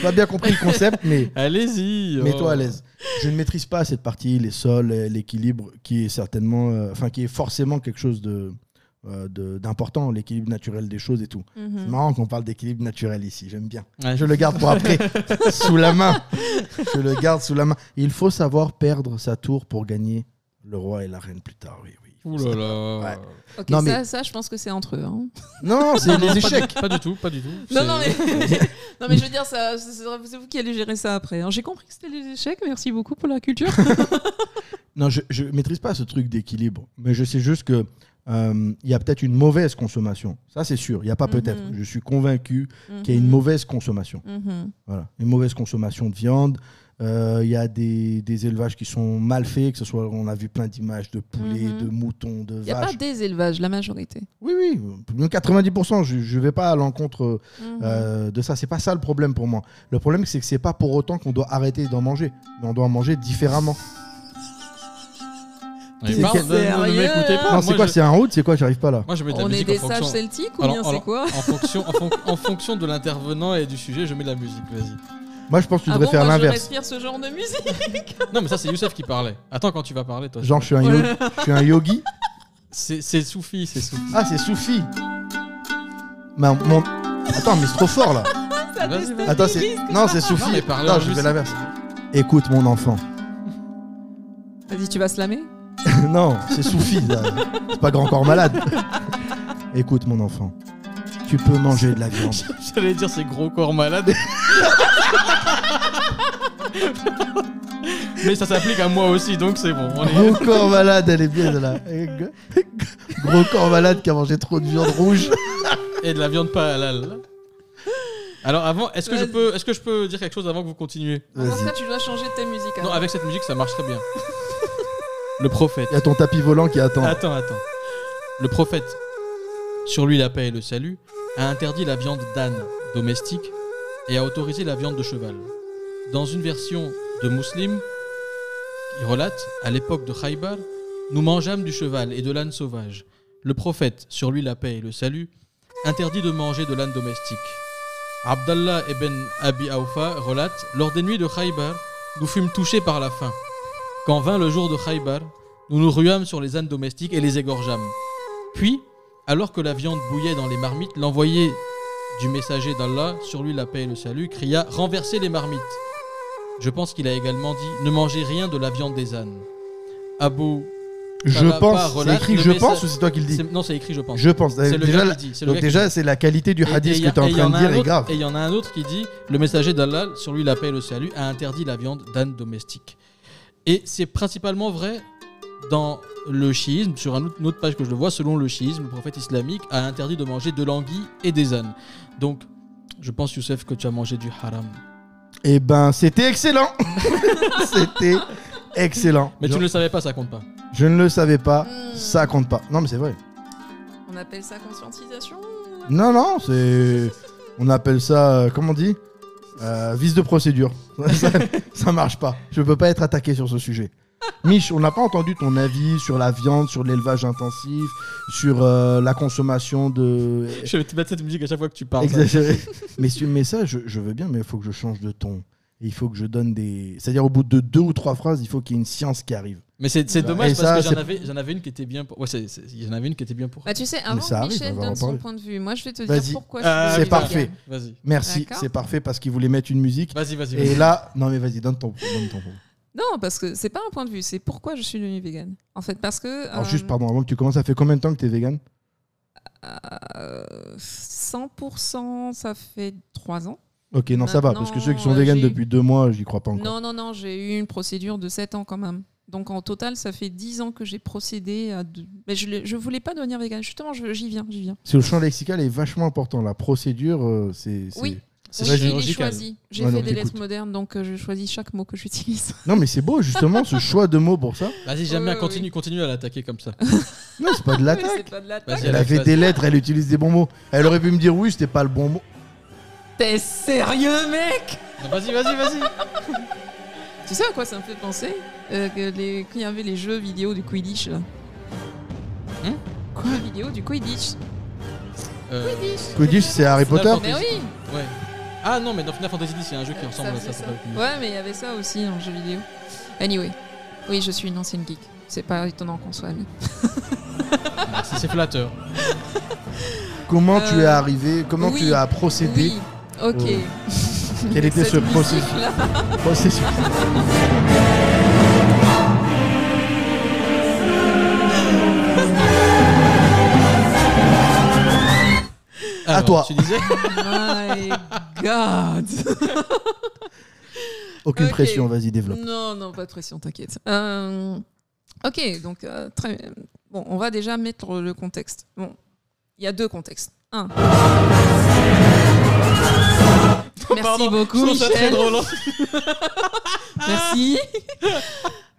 Speaker 2: Tu as bien compris le concept, mais
Speaker 1: Allez-y. oh.
Speaker 2: mets-toi à l'aise. Je ne maîtrise pas cette partie, les sols, euh, l'équilibre, qui est certainement, euh, enfin, qui est forcément quelque chose de euh, de- d'important, l'équilibre naturel des choses et tout. C'est
Speaker 3: Mhm.
Speaker 2: marrant qu'on parle d'équilibre naturel ici, j'aime bien.
Speaker 1: Ouais.
Speaker 2: Je le garde pour après, sous la main. Je le garde sous la main. Il faut savoir perdre sa tour pour gagner le roi et la reine plus tard. Oui, oui.
Speaker 1: Ouh là là.
Speaker 2: Ouais.
Speaker 3: Ok,
Speaker 2: Non, mais-
Speaker 3: ça, ça, je pense que c'est entre eux. hein.
Speaker 2: Non, c'est
Speaker 1: Non,
Speaker 2: les
Speaker 1: pas du-
Speaker 2: échecs.
Speaker 1: Pas du tout, pas du tout.
Speaker 3: Non,
Speaker 1: C'est-
Speaker 3: non, mais... non, mais je veux dire, ça, ça- ça- c'est vous qui allez gérer ça après. hein. J'ai compris que c'était les échecs. Merci beaucoup pour la culture.
Speaker 2: Non, je, je maîtrise pas ce truc d'équilibre, mais je sais juste que euh, il y a peut-être une mauvaise consommation. Ça, c'est sûr. Il n'y a pas peut-être.
Speaker 3: Mhm.
Speaker 2: Je suis convaincu qu'il y a une mauvaise consommation.
Speaker 3: Mhm.
Speaker 2: Voilà. Une mauvaise consommation de viande. Euh, Il y a des, des élevages qui sont mal faits, que ce soit, on a vu plein d'images de poulets,
Speaker 3: Mhm.
Speaker 2: de moutons, de
Speaker 3: Il n'y a pas
Speaker 2: vaches.
Speaker 3: des élevages, la majorité.
Speaker 2: Oui, oui, euh, même 90%, je ne vais pas à l'encontre
Speaker 3: Mhm.
Speaker 2: euh, de ça. C'est pas ça le problème pour moi. Le problème, c'est que c'est pas pour autant qu'on doit arrêter d'en manger, mais on doit en manger différemment.
Speaker 1: Mais
Speaker 2: C'est
Speaker 1: pardon,
Speaker 2: quel-
Speaker 1: ne
Speaker 3: Sérieux,
Speaker 1: m'écoutez pas.
Speaker 2: non, c'est
Speaker 1: Moi,
Speaker 2: quoi
Speaker 1: je-
Speaker 2: C'est un route C'est quoi J'arrive pas là.
Speaker 1: Moi, je mets de la
Speaker 3: On est
Speaker 1: musique
Speaker 3: des
Speaker 1: en
Speaker 3: sages
Speaker 1: fonction.
Speaker 3: celtiques ou
Speaker 1: Alors,
Speaker 3: bien
Speaker 1: alors,
Speaker 3: c'est quoi
Speaker 1: En fonction, en, fon- en fonction de l'intervenant et du sujet, je mets de la musique. Vas-y.
Speaker 2: Moi, je pense que tu
Speaker 3: Ah
Speaker 2: devrais
Speaker 3: bon,
Speaker 2: faire
Speaker 3: moi, je
Speaker 2: l'inverse.
Speaker 3: respire ce genre de musique.
Speaker 1: Non, mais ça, c'est Youssef qui parlait. Attends, quand tu vas parler, toi.
Speaker 2: Genre, je suis un, yogi, je suis un yogi.
Speaker 1: C'est c'est Soufi, c'est Soufi.
Speaker 2: Ah, c'est Soufi. Ma- mon- Attends, mais c'est trop fort là.
Speaker 3: Ça
Speaker 1: Vas-y, vas-y.
Speaker 2: Attends, c'est
Speaker 3: déstabilise,
Speaker 2: non, c'est
Speaker 1: Non,
Speaker 2: Soufi.
Speaker 1: mais parlez en
Speaker 2: Non, je
Speaker 1: juste.
Speaker 2: fais l'inverse. Écoute, mon enfant.
Speaker 3: quoi. Vas-y, tu vas slammer
Speaker 2: non, c'est Soufi. là. C'est pas grand corps malade. Écoute, mon enfant. Tu peux manger de la viande.
Speaker 1: J'allais dire c'est gros corps malade. Mais ça s'applique à moi aussi, donc c'est bon. On est-
Speaker 2: Gros corps malade, elle est bien là. Gros corps malade qui a mangé trop de viande rouge.
Speaker 1: Et de la viande pas halal. Alors avant, est-ce que je
Speaker 3: Vas-y.
Speaker 1: peux, est-ce que je peux dire quelque chose avant que vous continuiez
Speaker 3: Avant
Speaker 2: Vas-y.
Speaker 3: ça, tu dois changer de ta musique.
Speaker 1: Non,
Speaker 3: alors.
Speaker 1: avec cette musique, ça marche très bien. Le prophète.
Speaker 2: Il y a ton tapis volant qui attend.
Speaker 1: Attends, attends. Le prophète, sur lui la paix et le salut, a interdit la viande d'âne domestique et a autorisé la viande de cheval. Dans une version de Muslim, il relate à l'époque de Khaybar, nous mangeâmes du cheval et de l'âne sauvage. Le prophète, sur lui la paix et le salut, interdit de manger de l'âne domestique. Abdallah ibn Abi Aoufa relate Lors des nuits de Khaybar, nous fûmes touchés par la faim. Quand vint le jour de Khaybar, nous nous ruâmes sur les ânes domestiques et les égorgeâmes. Puis, alors que la viande bouillait dans les marmites, l'envoyé du messager d'Allah, sur lui la paix et le salut, cria Renversez les marmites Je pense qu'il a également dit Ne mangez rien de la viande des ânes. Abu.
Speaker 2: Je
Speaker 1: va pas,
Speaker 2: pense. C'est
Speaker 1: relate
Speaker 2: écrit
Speaker 1: le
Speaker 2: je
Speaker 1: message.
Speaker 2: pense ou c'est toi qui le dis
Speaker 1: c'est- Non, c'est écrit, je pense.
Speaker 2: Je pense.
Speaker 1: C'est le
Speaker 2: Déjà,
Speaker 1: gars
Speaker 2: la-
Speaker 1: qui dit. c'est le
Speaker 2: donc
Speaker 1: gars qui
Speaker 2: déjà, c'est la qualité du
Speaker 1: et-
Speaker 2: hadith
Speaker 1: et
Speaker 2: que
Speaker 1: y a-
Speaker 2: tu es en
Speaker 1: et y
Speaker 2: train
Speaker 1: en
Speaker 2: de
Speaker 1: a
Speaker 2: dire
Speaker 1: un
Speaker 2: est
Speaker 1: autre-
Speaker 2: grave.
Speaker 1: Et il y en a un autre qui dit Le messager d'Allah, sur lui la paix et le salut, a interdit la viande d'âne domestique. Et c'est principalement vrai dans le chiisme, sur un autre- une autre page que je le vois, selon le chiisme, le prophète islamique a interdit de manger de l'anguille et des ânes. Donc, je pense, Youssef, que tu as mangé du haram.
Speaker 2: Eh ben, c'était excellent. C'était excellent.
Speaker 1: Mais
Speaker 2: je,
Speaker 1: tu ne le savais pas, ça compte pas.
Speaker 2: je ne le savais
Speaker 1: ah.
Speaker 2: pas.
Speaker 3: Hmm.
Speaker 2: Ça compte pas. Non, mais c'est vrai.
Speaker 3: On appelle ça conscientisation
Speaker 2: Non, non, c'est. On appelle ça. euh, comment on dit Euh, Vice de procédure. ça, ça marche pas. Je peux pas être attaqué sur ce sujet. Mich, on n'a pas entendu ton avis sur la viande, sur l'élevage intensif, sur euh, la consommation de.
Speaker 1: Je vais te mettre cette musique à chaque fois que tu parles. ça.
Speaker 2: Exagéré. mais si- mais ça, je, je veux bien, mais il faut que je change de ton. Il faut que je donne des. C'est-à-dire, au bout de deux ou trois phrases, il faut qu'il y ait une science qui arrive.
Speaker 1: Mais c'est c'est
Speaker 2: Bah,
Speaker 1: dommage
Speaker 2: et
Speaker 1: parce
Speaker 2: ça,
Speaker 1: que j'en
Speaker 2: c'est-
Speaker 1: avais, j'en avais une qui était bien pour. Ouais, c'est- c'est- j'en avais une qui était bien pour.
Speaker 3: bah, Tu sais, avant
Speaker 2: ça
Speaker 3: que
Speaker 2: arrive,
Speaker 3: Michel
Speaker 2: on va en
Speaker 3: donne son
Speaker 2: parler.
Speaker 3: point de vue, moi je vais te
Speaker 2: Vas-y.
Speaker 3: dire pourquoi
Speaker 1: Ah,
Speaker 3: je suis
Speaker 2: c'est
Speaker 1: vas-y,
Speaker 3: vegan.
Speaker 2: parfait.
Speaker 1: Vas-y,
Speaker 2: Merci,
Speaker 3: D'accord.
Speaker 2: c'est parfait parce qu'il voulait mettre une musique.
Speaker 1: vas-y, vas-y.
Speaker 2: Et
Speaker 1: vas-y.
Speaker 2: là, non, mais vas-y, donne ton. Donne ton.
Speaker 3: Non, parce que c'est pas un point de vue, c'est pourquoi je suis devenue végane. En fait, parce que.
Speaker 2: Alors,
Speaker 3: euh,
Speaker 2: juste, pardon, avant que tu commences, ça fait combien de temps que t'es vegan
Speaker 3: euh, 100%, ça fait 3 ans.
Speaker 2: Ok, non, ça va,
Speaker 3: Maintenant,
Speaker 2: parce que ceux qui sont
Speaker 3: euh,
Speaker 2: vegan
Speaker 3: j'ai-
Speaker 2: depuis deux mois, j'y crois pas encore.
Speaker 3: Non, non, non, j'ai eu une procédure de 7 ans quand même. Donc en total, ça fait 10 ans que j'ai procédé à. de- Mais je l'ai- je voulais pas devenir végane. Justement, je- j'y viens, j'y viens.
Speaker 2: C'est le champ lexical est vachement important. La procédure, euh, c'est. c'est-
Speaker 3: Oui.
Speaker 2: c'est
Speaker 3: Oui,
Speaker 2: vrai,
Speaker 3: je
Speaker 2: j'ai-
Speaker 3: l'ai choisi. J'ai
Speaker 2: Ouais,
Speaker 3: fait
Speaker 2: donc,
Speaker 3: des lettres
Speaker 2: écoute.
Speaker 3: modernes, donc euh, je choisis chaque mot que j'utilise.
Speaker 2: Non, mais c'est beau, justement, ce choix de mots pour ça.
Speaker 1: Vas-y, j'aime bien,
Speaker 3: Ouais,
Speaker 1: continue, continue à l'attaquer comme ça.
Speaker 2: Non, c'est pas de
Speaker 3: Mais
Speaker 2: l'attaque.
Speaker 3: c'est pas de
Speaker 1: Vas-y,
Speaker 3: l'attaque.
Speaker 2: Elle
Speaker 1: Alex,
Speaker 2: avait
Speaker 1: vas-y.
Speaker 2: des lettres, elle utilise des bons mots. Elle aurait pu me dire oui, c'était pas le bon mot.
Speaker 3: T'es sérieux, mec
Speaker 1: Vas-y, vas-y, vas-y.
Speaker 3: Tu sais à quoi ça me fait penser Euh, que les... Quand il y avait les jeux vidéo du Quidditch, là.
Speaker 2: Hmm
Speaker 1: Hein
Speaker 3: quoi Jeux vidéo du Quidditch.
Speaker 1: Euh,
Speaker 2: Quidditch, c'est Harry Potter
Speaker 1: Fantasy.
Speaker 3: Mais oui
Speaker 1: ouais. Ah non, mais dans Final Fantasy X, il y a un jeu qui
Speaker 3: Ça
Speaker 1: ressemble à ça.
Speaker 3: faisait
Speaker 1: ça
Speaker 3: ça.
Speaker 1: s'appelle Quidditch.
Speaker 3: Ouais, mais il y avait ça aussi en jeu vidéo. Anyway, oui, je suis une ancienne geek. C'est pas étonnant qu'on soit amis.
Speaker 1: Merci, c'est flatteur.
Speaker 2: Comment tu
Speaker 3: Euh,
Speaker 2: es arrivé Comment
Speaker 3: oui,
Speaker 2: tu as procédé
Speaker 3: Oui, ok.
Speaker 2: Euh, Quel était
Speaker 3: Cette
Speaker 2: ce processus,
Speaker 3: musique-là.
Speaker 2: processus
Speaker 1: Alors,
Speaker 2: toi.
Speaker 1: Tu disais
Speaker 3: My God
Speaker 2: Aucune
Speaker 3: Ok.
Speaker 2: pression, vas-y, développe.
Speaker 3: Non, non, pas de pression, t'inquiète. Euh, ok, donc euh, très bon, on va déjà mettre le contexte. Bon, il y a deux contextes. Un.
Speaker 1: Oh,
Speaker 3: Merci
Speaker 1: Pardon, je
Speaker 3: beaucoup,
Speaker 1: trouve ça très
Speaker 3: Michel.
Speaker 1: drôle. hein.
Speaker 3: Merci.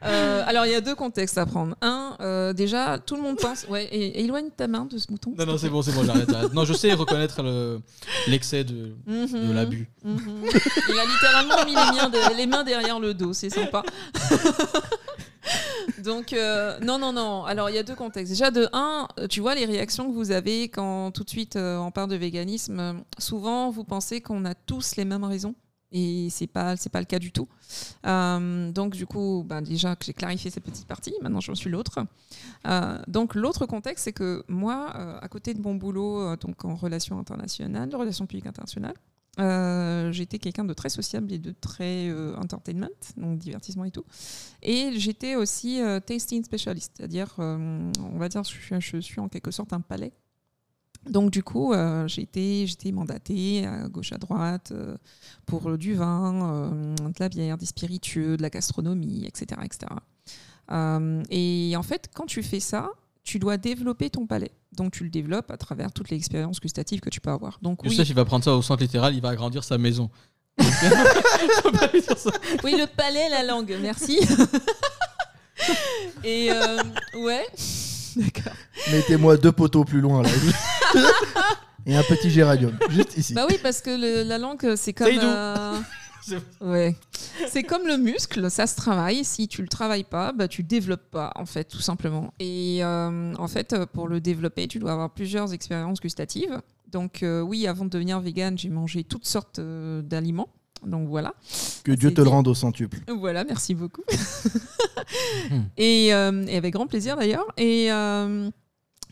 Speaker 3: Euh, alors, il y a deux contextes à prendre. Un, euh, déjà, tout le monde pense. Ouais, é- éloigne ta main de ce mouton.
Speaker 1: Non, non, c'est bon, c'est bon, j'arrête. j'arrête. Non, je sais reconnaître le- l'excès de, de
Speaker 3: Mhm.
Speaker 1: l'abus.
Speaker 3: Mhm. Il a littéralement mis les, miens de- les mains derrière le dos, c'est sympa. Donc, euh, non, non, non. Alors, il y a deux contextes. Déjà, de un, euh, tu vois les réactions que vous avez quand tout de suite euh, on parle de véganisme. euh, Souvent, vous pensez qu'on a tous les mêmes raisons. Et c'est pas c'est pas le cas du tout. Euh, donc du coup, ben déjà que j'ai clarifié cette petite partie, maintenant j'en suis l'autre. Euh, donc l'autre contexte, c'est que moi, euh, à côté de mon boulot euh, donc en relations internationales, relations publiques internationales, euh, j'étais quelqu'un de très sociable et de très euh, entertainment, donc divertissement et tout. Et j'étais aussi euh, tasting specialist, c'est-à-dire, euh, on va dire, je suis, je suis en quelque sorte un palais. Donc du coup, euh, j'ai été- j'étais mandatée à gauche à droite euh, pour du vin, euh, de la bière, des spiritueux, de la gastronomie, etc. etc. Euh, et en fait, quand tu fais ça, tu dois développer ton palais. Donc tu le développes à travers toutes les expériences gustatives que tu peux avoir. Donc oui,
Speaker 1: Youssef, il va prendre ça au centre littéral, il va agrandir sa maison. Faut pas lui dire ça.
Speaker 3: Oui, le palais, la langue, merci. Et euh, ouais, d'accord.
Speaker 2: Mettez-moi deux poteaux plus loin, là. Et un petit géranium, juste ici.
Speaker 3: Bah oui, parce que le- la langue, c'est comme.
Speaker 1: Seydou.
Speaker 3: euh,
Speaker 1: C'est-
Speaker 3: Ouais. C'est comme le muscle, ça se travaille. Si tu le travailles pas, bah, tu le développes pas, en fait, tout simplement. Et euh, en fait, euh, pour le développer, tu dois avoir plusieurs expériences gustatives. Donc, euh, oui, avant de devenir végane, j'ai mangé toutes sortes euh, d'aliments. Donc, voilà.
Speaker 2: que Dieu te
Speaker 3: c'était-
Speaker 2: le rende au centuple.
Speaker 3: Voilà, merci beaucoup. et, euh, et avec grand plaisir d'ailleurs. Et, euh,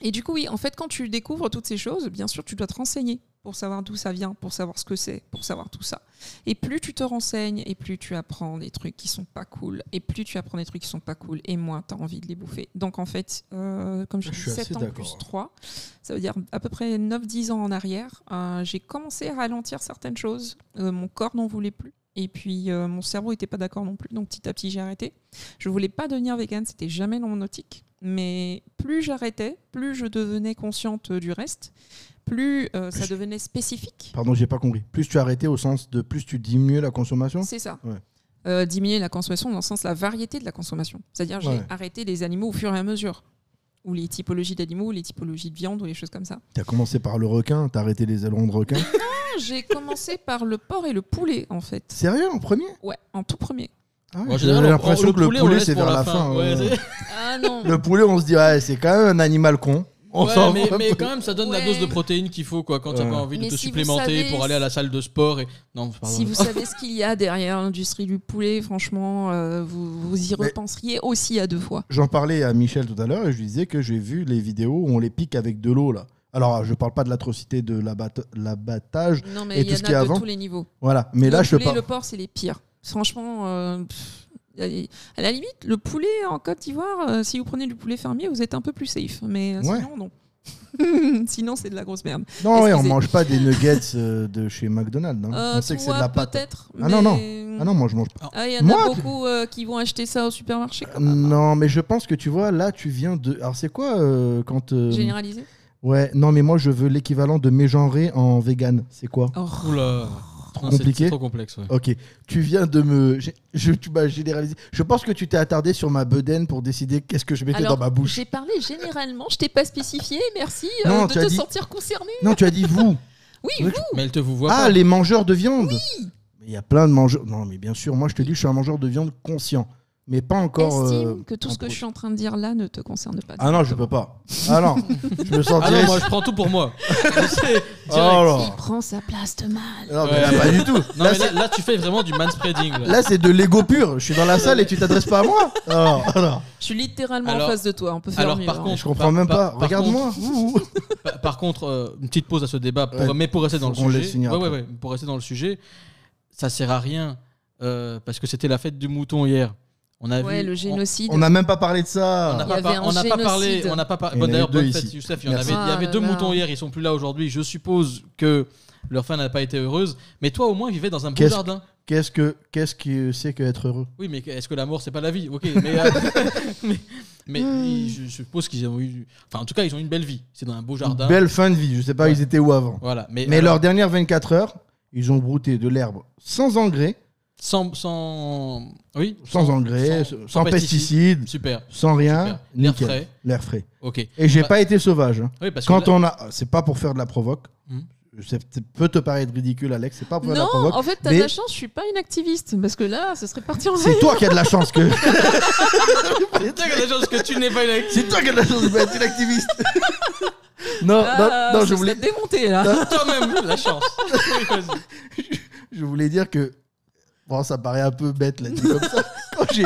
Speaker 3: et du coup, oui, en fait, quand tu découvres toutes ces choses, bien sûr, tu dois te renseigner pour savoir d'où ça vient, pour savoir ce que c'est, pour savoir tout ça. Et plus tu te renseignes, et plus tu apprends des trucs qui sont pas cool, et plus tu apprends des trucs qui sont pas cool, et moins tu as envie de les bouffer. Donc en fait, euh, comme
Speaker 2: Je
Speaker 3: je dis,
Speaker 2: suis assez
Speaker 3: 7 ans
Speaker 2: d'accord.
Speaker 3: plus 3, ça veut dire à peu près 9-10 ans en arrière, euh, j'ai commencé à ralentir certaines choses. Euh, mon corps n'en voulait plus. Et puis euh, mon cerveau n'était pas d'accord non plus, donc petit à petit j'ai arrêté. Je voulais pas devenir végane, c'était jamais dans mon optique. Mais plus j'arrêtais, plus je devenais consciente euh, du reste, plus euh, ça devenait spécifique.
Speaker 2: Pardon, j'ai pas compris. Plus tu as arrêté au sens de plus tu diminues la consommation
Speaker 3: C'est ça.
Speaker 2: Ouais.
Speaker 3: Euh, diminuer la consommation dans le sens la variété de la consommation. C'est-à-dire j'ai
Speaker 2: Ouais.
Speaker 3: arrêté les animaux au fur et à mesure, ou les typologies d'animaux, ou les typologies de viande, ou les choses comme ça.
Speaker 2: T'as commencé par le requin, t'as arrêté les ailerons de requin.
Speaker 3: Ah, J'ai commencé par le porc et le poulet en fait.
Speaker 2: Sérieux, en premier
Speaker 3: Ouais, en tout premier.
Speaker 2: Ah ouais,
Speaker 1: En général,
Speaker 2: J'avais
Speaker 1: on
Speaker 2: l'impression
Speaker 1: prend-
Speaker 2: que le
Speaker 1: on
Speaker 2: poulet,
Speaker 1: laisse
Speaker 2: c'est
Speaker 1: pour
Speaker 2: vers la fin.
Speaker 1: Ouais,
Speaker 2: euh.
Speaker 1: c'est-
Speaker 3: Ah non.
Speaker 2: Le poulet, on se dit, ah, c'est quand même un animal con. On
Speaker 1: Ouais,
Speaker 2: s'en
Speaker 1: mais,
Speaker 2: fout.
Speaker 1: mais quand même, ça donne la
Speaker 3: Ouais.
Speaker 1: dose de protéines qu'il faut quoi, quand t'as
Speaker 2: Ouais.
Speaker 1: pas envie de
Speaker 3: Mais
Speaker 1: te
Speaker 3: si vous
Speaker 1: supplémenter
Speaker 3: savez-
Speaker 1: pour aller à la salle de sport. Et... Non, pardon.
Speaker 3: Si vous savez ce qu'il y a derrière l'industrie du poulet, franchement, euh, vous, vous y
Speaker 2: Mais-
Speaker 3: repenseriez aussi à deux fois.
Speaker 2: J'en parlais à Michel tout à l'heure et je lui disais que j'ai vu les vidéos où on les pique avec de l'eau là. Alors, je parle pas de l'atrocité de l'abatte- l'abattage,
Speaker 3: Non,
Speaker 2: Et
Speaker 3: mais il
Speaker 2: tout
Speaker 3: y
Speaker 2: ce
Speaker 3: en
Speaker 2: qu'il y a
Speaker 3: a de
Speaker 2: avant
Speaker 3: tous les niveaux.
Speaker 2: voilà. Mais
Speaker 3: le
Speaker 2: là, je te
Speaker 3: poulet,
Speaker 2: parle.
Speaker 3: le porc, c'est les pires. Franchement, euh, pff, À la limite, le poulet en Côte d'Ivoire, euh, si vous prenez du poulet fermier, vous êtes un peu plus safe. Mais euh,
Speaker 2: Ouais.
Speaker 3: sinon, non. sinon, c'est de la grosse merde.
Speaker 2: Non, ouais, on
Speaker 3: Excusez.
Speaker 2: mange pas des nuggets euh, de chez McDonald's. hein.
Speaker 3: Euh,
Speaker 2: on sait que c'est de
Speaker 3: toi,
Speaker 2: la pâte.
Speaker 3: Peut-être.
Speaker 2: Ah non, non.
Speaker 3: mais-
Speaker 2: Ah non, moi je mange pas.
Speaker 3: Ah, il y en
Speaker 2: Moi,
Speaker 3: a beaucoup euh, qui vont acheter ça au supermarché. quand même.
Speaker 2: Non, mais je pense que tu vois, là, tu viens de. Alors, c'est quoi euh, quand. euh,
Speaker 3: Généralisé.
Speaker 2: Ouais, non, mais moi, je veux l'équivalent de mégenré en vegan. C'est quoi
Speaker 3: Oh.
Speaker 1: Oula.
Speaker 2: Trop
Speaker 1: Non, c'est-
Speaker 2: compliqué.
Speaker 1: C'est trop complexe, ouais.
Speaker 2: Ok, tu viens de me. j'ai- Je, tu m'as généralisé. Je pense que tu t'es attardé sur ma bedaine pour décider qu'est-ce que je mettais
Speaker 3: Alors,
Speaker 2: dans ma bouche.
Speaker 3: J'ai parlé généralement, je t'ai pas spécifié, merci euh,
Speaker 2: Non,
Speaker 3: de
Speaker 2: tu as
Speaker 3: te
Speaker 2: dit-
Speaker 3: sentir concerné.
Speaker 2: Non, tu as dit vous.
Speaker 3: Oui,
Speaker 2: Oui,
Speaker 1: Mais elle te vous voit
Speaker 2: Ah,
Speaker 1: pas.
Speaker 2: les mangeurs de viande Mais Il y a plein de mangeurs. Non, mais bien sûr, moi, je te dis, je suis un mangeur de viande conscient. Mais pas encore.
Speaker 3: estime
Speaker 2: euh,
Speaker 3: que tout ce
Speaker 2: en
Speaker 3: que
Speaker 2: pro-
Speaker 3: je suis en train de dire là ne te concerne pas.
Speaker 2: Ah non, je peux pas. Ah non, je me
Speaker 1: Ah
Speaker 2: sentirais.
Speaker 1: non, moi je prends tout pour moi. Je sais, direct.
Speaker 2: Oh là.
Speaker 3: Il prend sa place de mal.
Speaker 2: Non, mais
Speaker 1: Ouais.
Speaker 2: là, pas du
Speaker 1: Non,
Speaker 2: tout. là,
Speaker 1: mais là,
Speaker 2: c'est-
Speaker 1: là, tu fais vraiment du manspreading. là.
Speaker 2: là, c'est de l'ego pur. Je suis dans la salle et tu t'adresses pas à moi. Non, non.
Speaker 3: Je suis littéralement
Speaker 1: Alors-
Speaker 3: en face de toi, on peut faire
Speaker 1: Alors
Speaker 3: mieux.
Speaker 1: par
Speaker 3: hein.
Speaker 1: contre,
Speaker 2: Je comprends même
Speaker 1: par-
Speaker 2: pas.
Speaker 1: par- par
Speaker 2: Regarde-moi. Ouh, ouh.
Speaker 1: Par, par contre, euh, une petite pause à ce débat, pour-
Speaker 2: Ouais.
Speaker 1: mais pour rester dans le
Speaker 2: Faut qu'on
Speaker 1: sujet.
Speaker 2: laisse finir
Speaker 1: Ouais, ouais,
Speaker 2: après.
Speaker 1: ouais, pour rester dans le sujet, ça sert à rien euh, parce que c'était la fête du mouton hier. On a
Speaker 3: ouais,
Speaker 1: vu,
Speaker 3: le génocide.
Speaker 2: On n'a même pas parlé de
Speaker 1: on- On n'a
Speaker 2: ça.
Speaker 1: pas,
Speaker 3: avait
Speaker 1: par-
Speaker 3: un
Speaker 1: on n'a pas parlé.
Speaker 3: génocide.
Speaker 1: On n'a pas par-
Speaker 2: Il y en
Speaker 1: Bon,
Speaker 2: a eu
Speaker 1: D'ailleurs,
Speaker 2: deux
Speaker 1: bonne
Speaker 2: ici.
Speaker 1: fête, Youssef. Il y, en
Speaker 2: Merci.
Speaker 1: avait, il y avait
Speaker 3: Ah
Speaker 1: deux
Speaker 3: là là.
Speaker 1: moutons hier. Ils sont plus là aujourd'hui. Je suppose que leur fin n'a pas été heureuse. Mais toi, au moins, vivais dans un beau
Speaker 2: Qu'est-ce-
Speaker 1: jardin.
Speaker 2: Qu'est-ce que qu'est-ce que c'est que être heureux
Speaker 1: Oui, mais est-ce que la mort, c'est pas la vie Ok, mais, euh, mais, mais
Speaker 2: Hmm.
Speaker 1: ils- je suppose qu'ils ont eu. Enfin, en tout cas, ils ont eu une belle vie. C'est dans un beau jardin.
Speaker 2: Belle fin de vie. Je sais pas,
Speaker 1: Ouais.
Speaker 2: ils étaient où avant.
Speaker 1: Voilà. Mais, euh,
Speaker 2: Mais
Speaker 1: alors,
Speaker 2: leurs dernières 24 heures, ils ont brouté de l'herbe sans engrais,
Speaker 1: sans, sans. Oui
Speaker 2: sans engrais, sans, pesticides,
Speaker 1: Super.
Speaker 2: sans rien.
Speaker 1: Super. L'air
Speaker 2: Nickel.
Speaker 1: frais.
Speaker 2: L'air frais.
Speaker 1: Ok.
Speaker 2: Et j'ai
Speaker 1: Bah-
Speaker 2: pas été sauvage. hein.
Speaker 1: Oui, parce
Speaker 2: Quand
Speaker 1: que. là-
Speaker 2: on a, c'est pas pour faire de la provoque.
Speaker 1: Hmm.
Speaker 2: Ça peut te paraître ridicule, Alex. C'est pas pour faire de la
Speaker 3: Non,
Speaker 2: provoque.
Speaker 3: en fait, t'as
Speaker 2: mais-
Speaker 3: de la chance, je suis pas une activiste. Parce que là, ce serait parti en
Speaker 2: C'est
Speaker 3: vrai.
Speaker 2: toi qui as de la chance que.
Speaker 1: C'est dingue la chose que tu n'es pas une activiste.
Speaker 2: C'est toi qui as de la chance de pas être une activiste. non,
Speaker 3: Ah,
Speaker 2: non, non,
Speaker 3: ce
Speaker 2: je
Speaker 3: serait
Speaker 2: voulais,
Speaker 3: démonté
Speaker 1: Ah,
Speaker 3: là.
Speaker 1: Toi-même, la chance. Oui, vas-y.
Speaker 2: je voulais dire que. Bon, ça paraît un peu bête là, dit comme ça. Quand j'ai.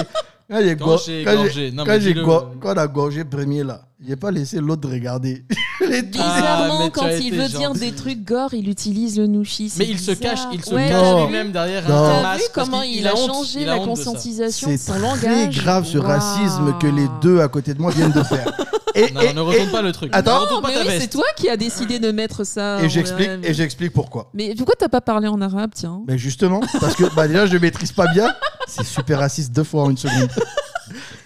Speaker 2: Quand j'ai
Speaker 1: Quand
Speaker 2: go-
Speaker 1: j'ai
Speaker 2: quand j'ai-
Speaker 1: gorgé. Non,
Speaker 2: quand
Speaker 1: mais
Speaker 2: j'ai
Speaker 1: dis-le.
Speaker 2: go- quand on a gorgé premier là, j'ai pas laissé l'autre regarder. Les deux.
Speaker 1: Ah,
Speaker 3: Bizarrement,
Speaker 1: mais tu
Speaker 3: quand
Speaker 1: as
Speaker 3: il
Speaker 1: été
Speaker 3: veut dire
Speaker 1: gentil.
Speaker 3: des trucs gore, il utilise le nouchi.
Speaker 1: Mais
Speaker 3: c'est
Speaker 1: il se
Speaker 3: bizarre.
Speaker 1: cache, il se
Speaker 3: Ouais,
Speaker 1: cache
Speaker 3: t'as vu
Speaker 1: lui-même derrière un
Speaker 2: Non.
Speaker 3: T'as vu
Speaker 1: masque. parce
Speaker 3: comment
Speaker 1: qu'il-
Speaker 3: il,
Speaker 1: il
Speaker 3: a,
Speaker 1: honte,
Speaker 3: changé
Speaker 1: il a
Speaker 3: la
Speaker 1: honte de ça.
Speaker 3: conscientisation de
Speaker 2: C'est
Speaker 3: son
Speaker 2: très
Speaker 3: langage
Speaker 2: grave ce
Speaker 3: Waouh.
Speaker 2: racisme que les deux à côté de moi viennent de faire. Et,
Speaker 1: Non,
Speaker 2: et-
Speaker 1: on ne retourne
Speaker 2: et-
Speaker 1: pas le truc.
Speaker 2: Attends.
Speaker 1: ne
Speaker 3: Non,
Speaker 1: retourne pas
Speaker 3: mais
Speaker 1: ta
Speaker 3: oui, c'est
Speaker 1: veste.
Speaker 3: toi qui as décidé de mettre ça.
Speaker 2: Et
Speaker 3: en
Speaker 2: j'explique,
Speaker 3: live.
Speaker 2: et j'explique pourquoi.
Speaker 3: Mais pourquoi t'as pas parlé en arabe, tiens
Speaker 2: Mais justement, parce que bah, déjà je ne maîtrise pas bien. C'est super raciste deux fois en une seconde.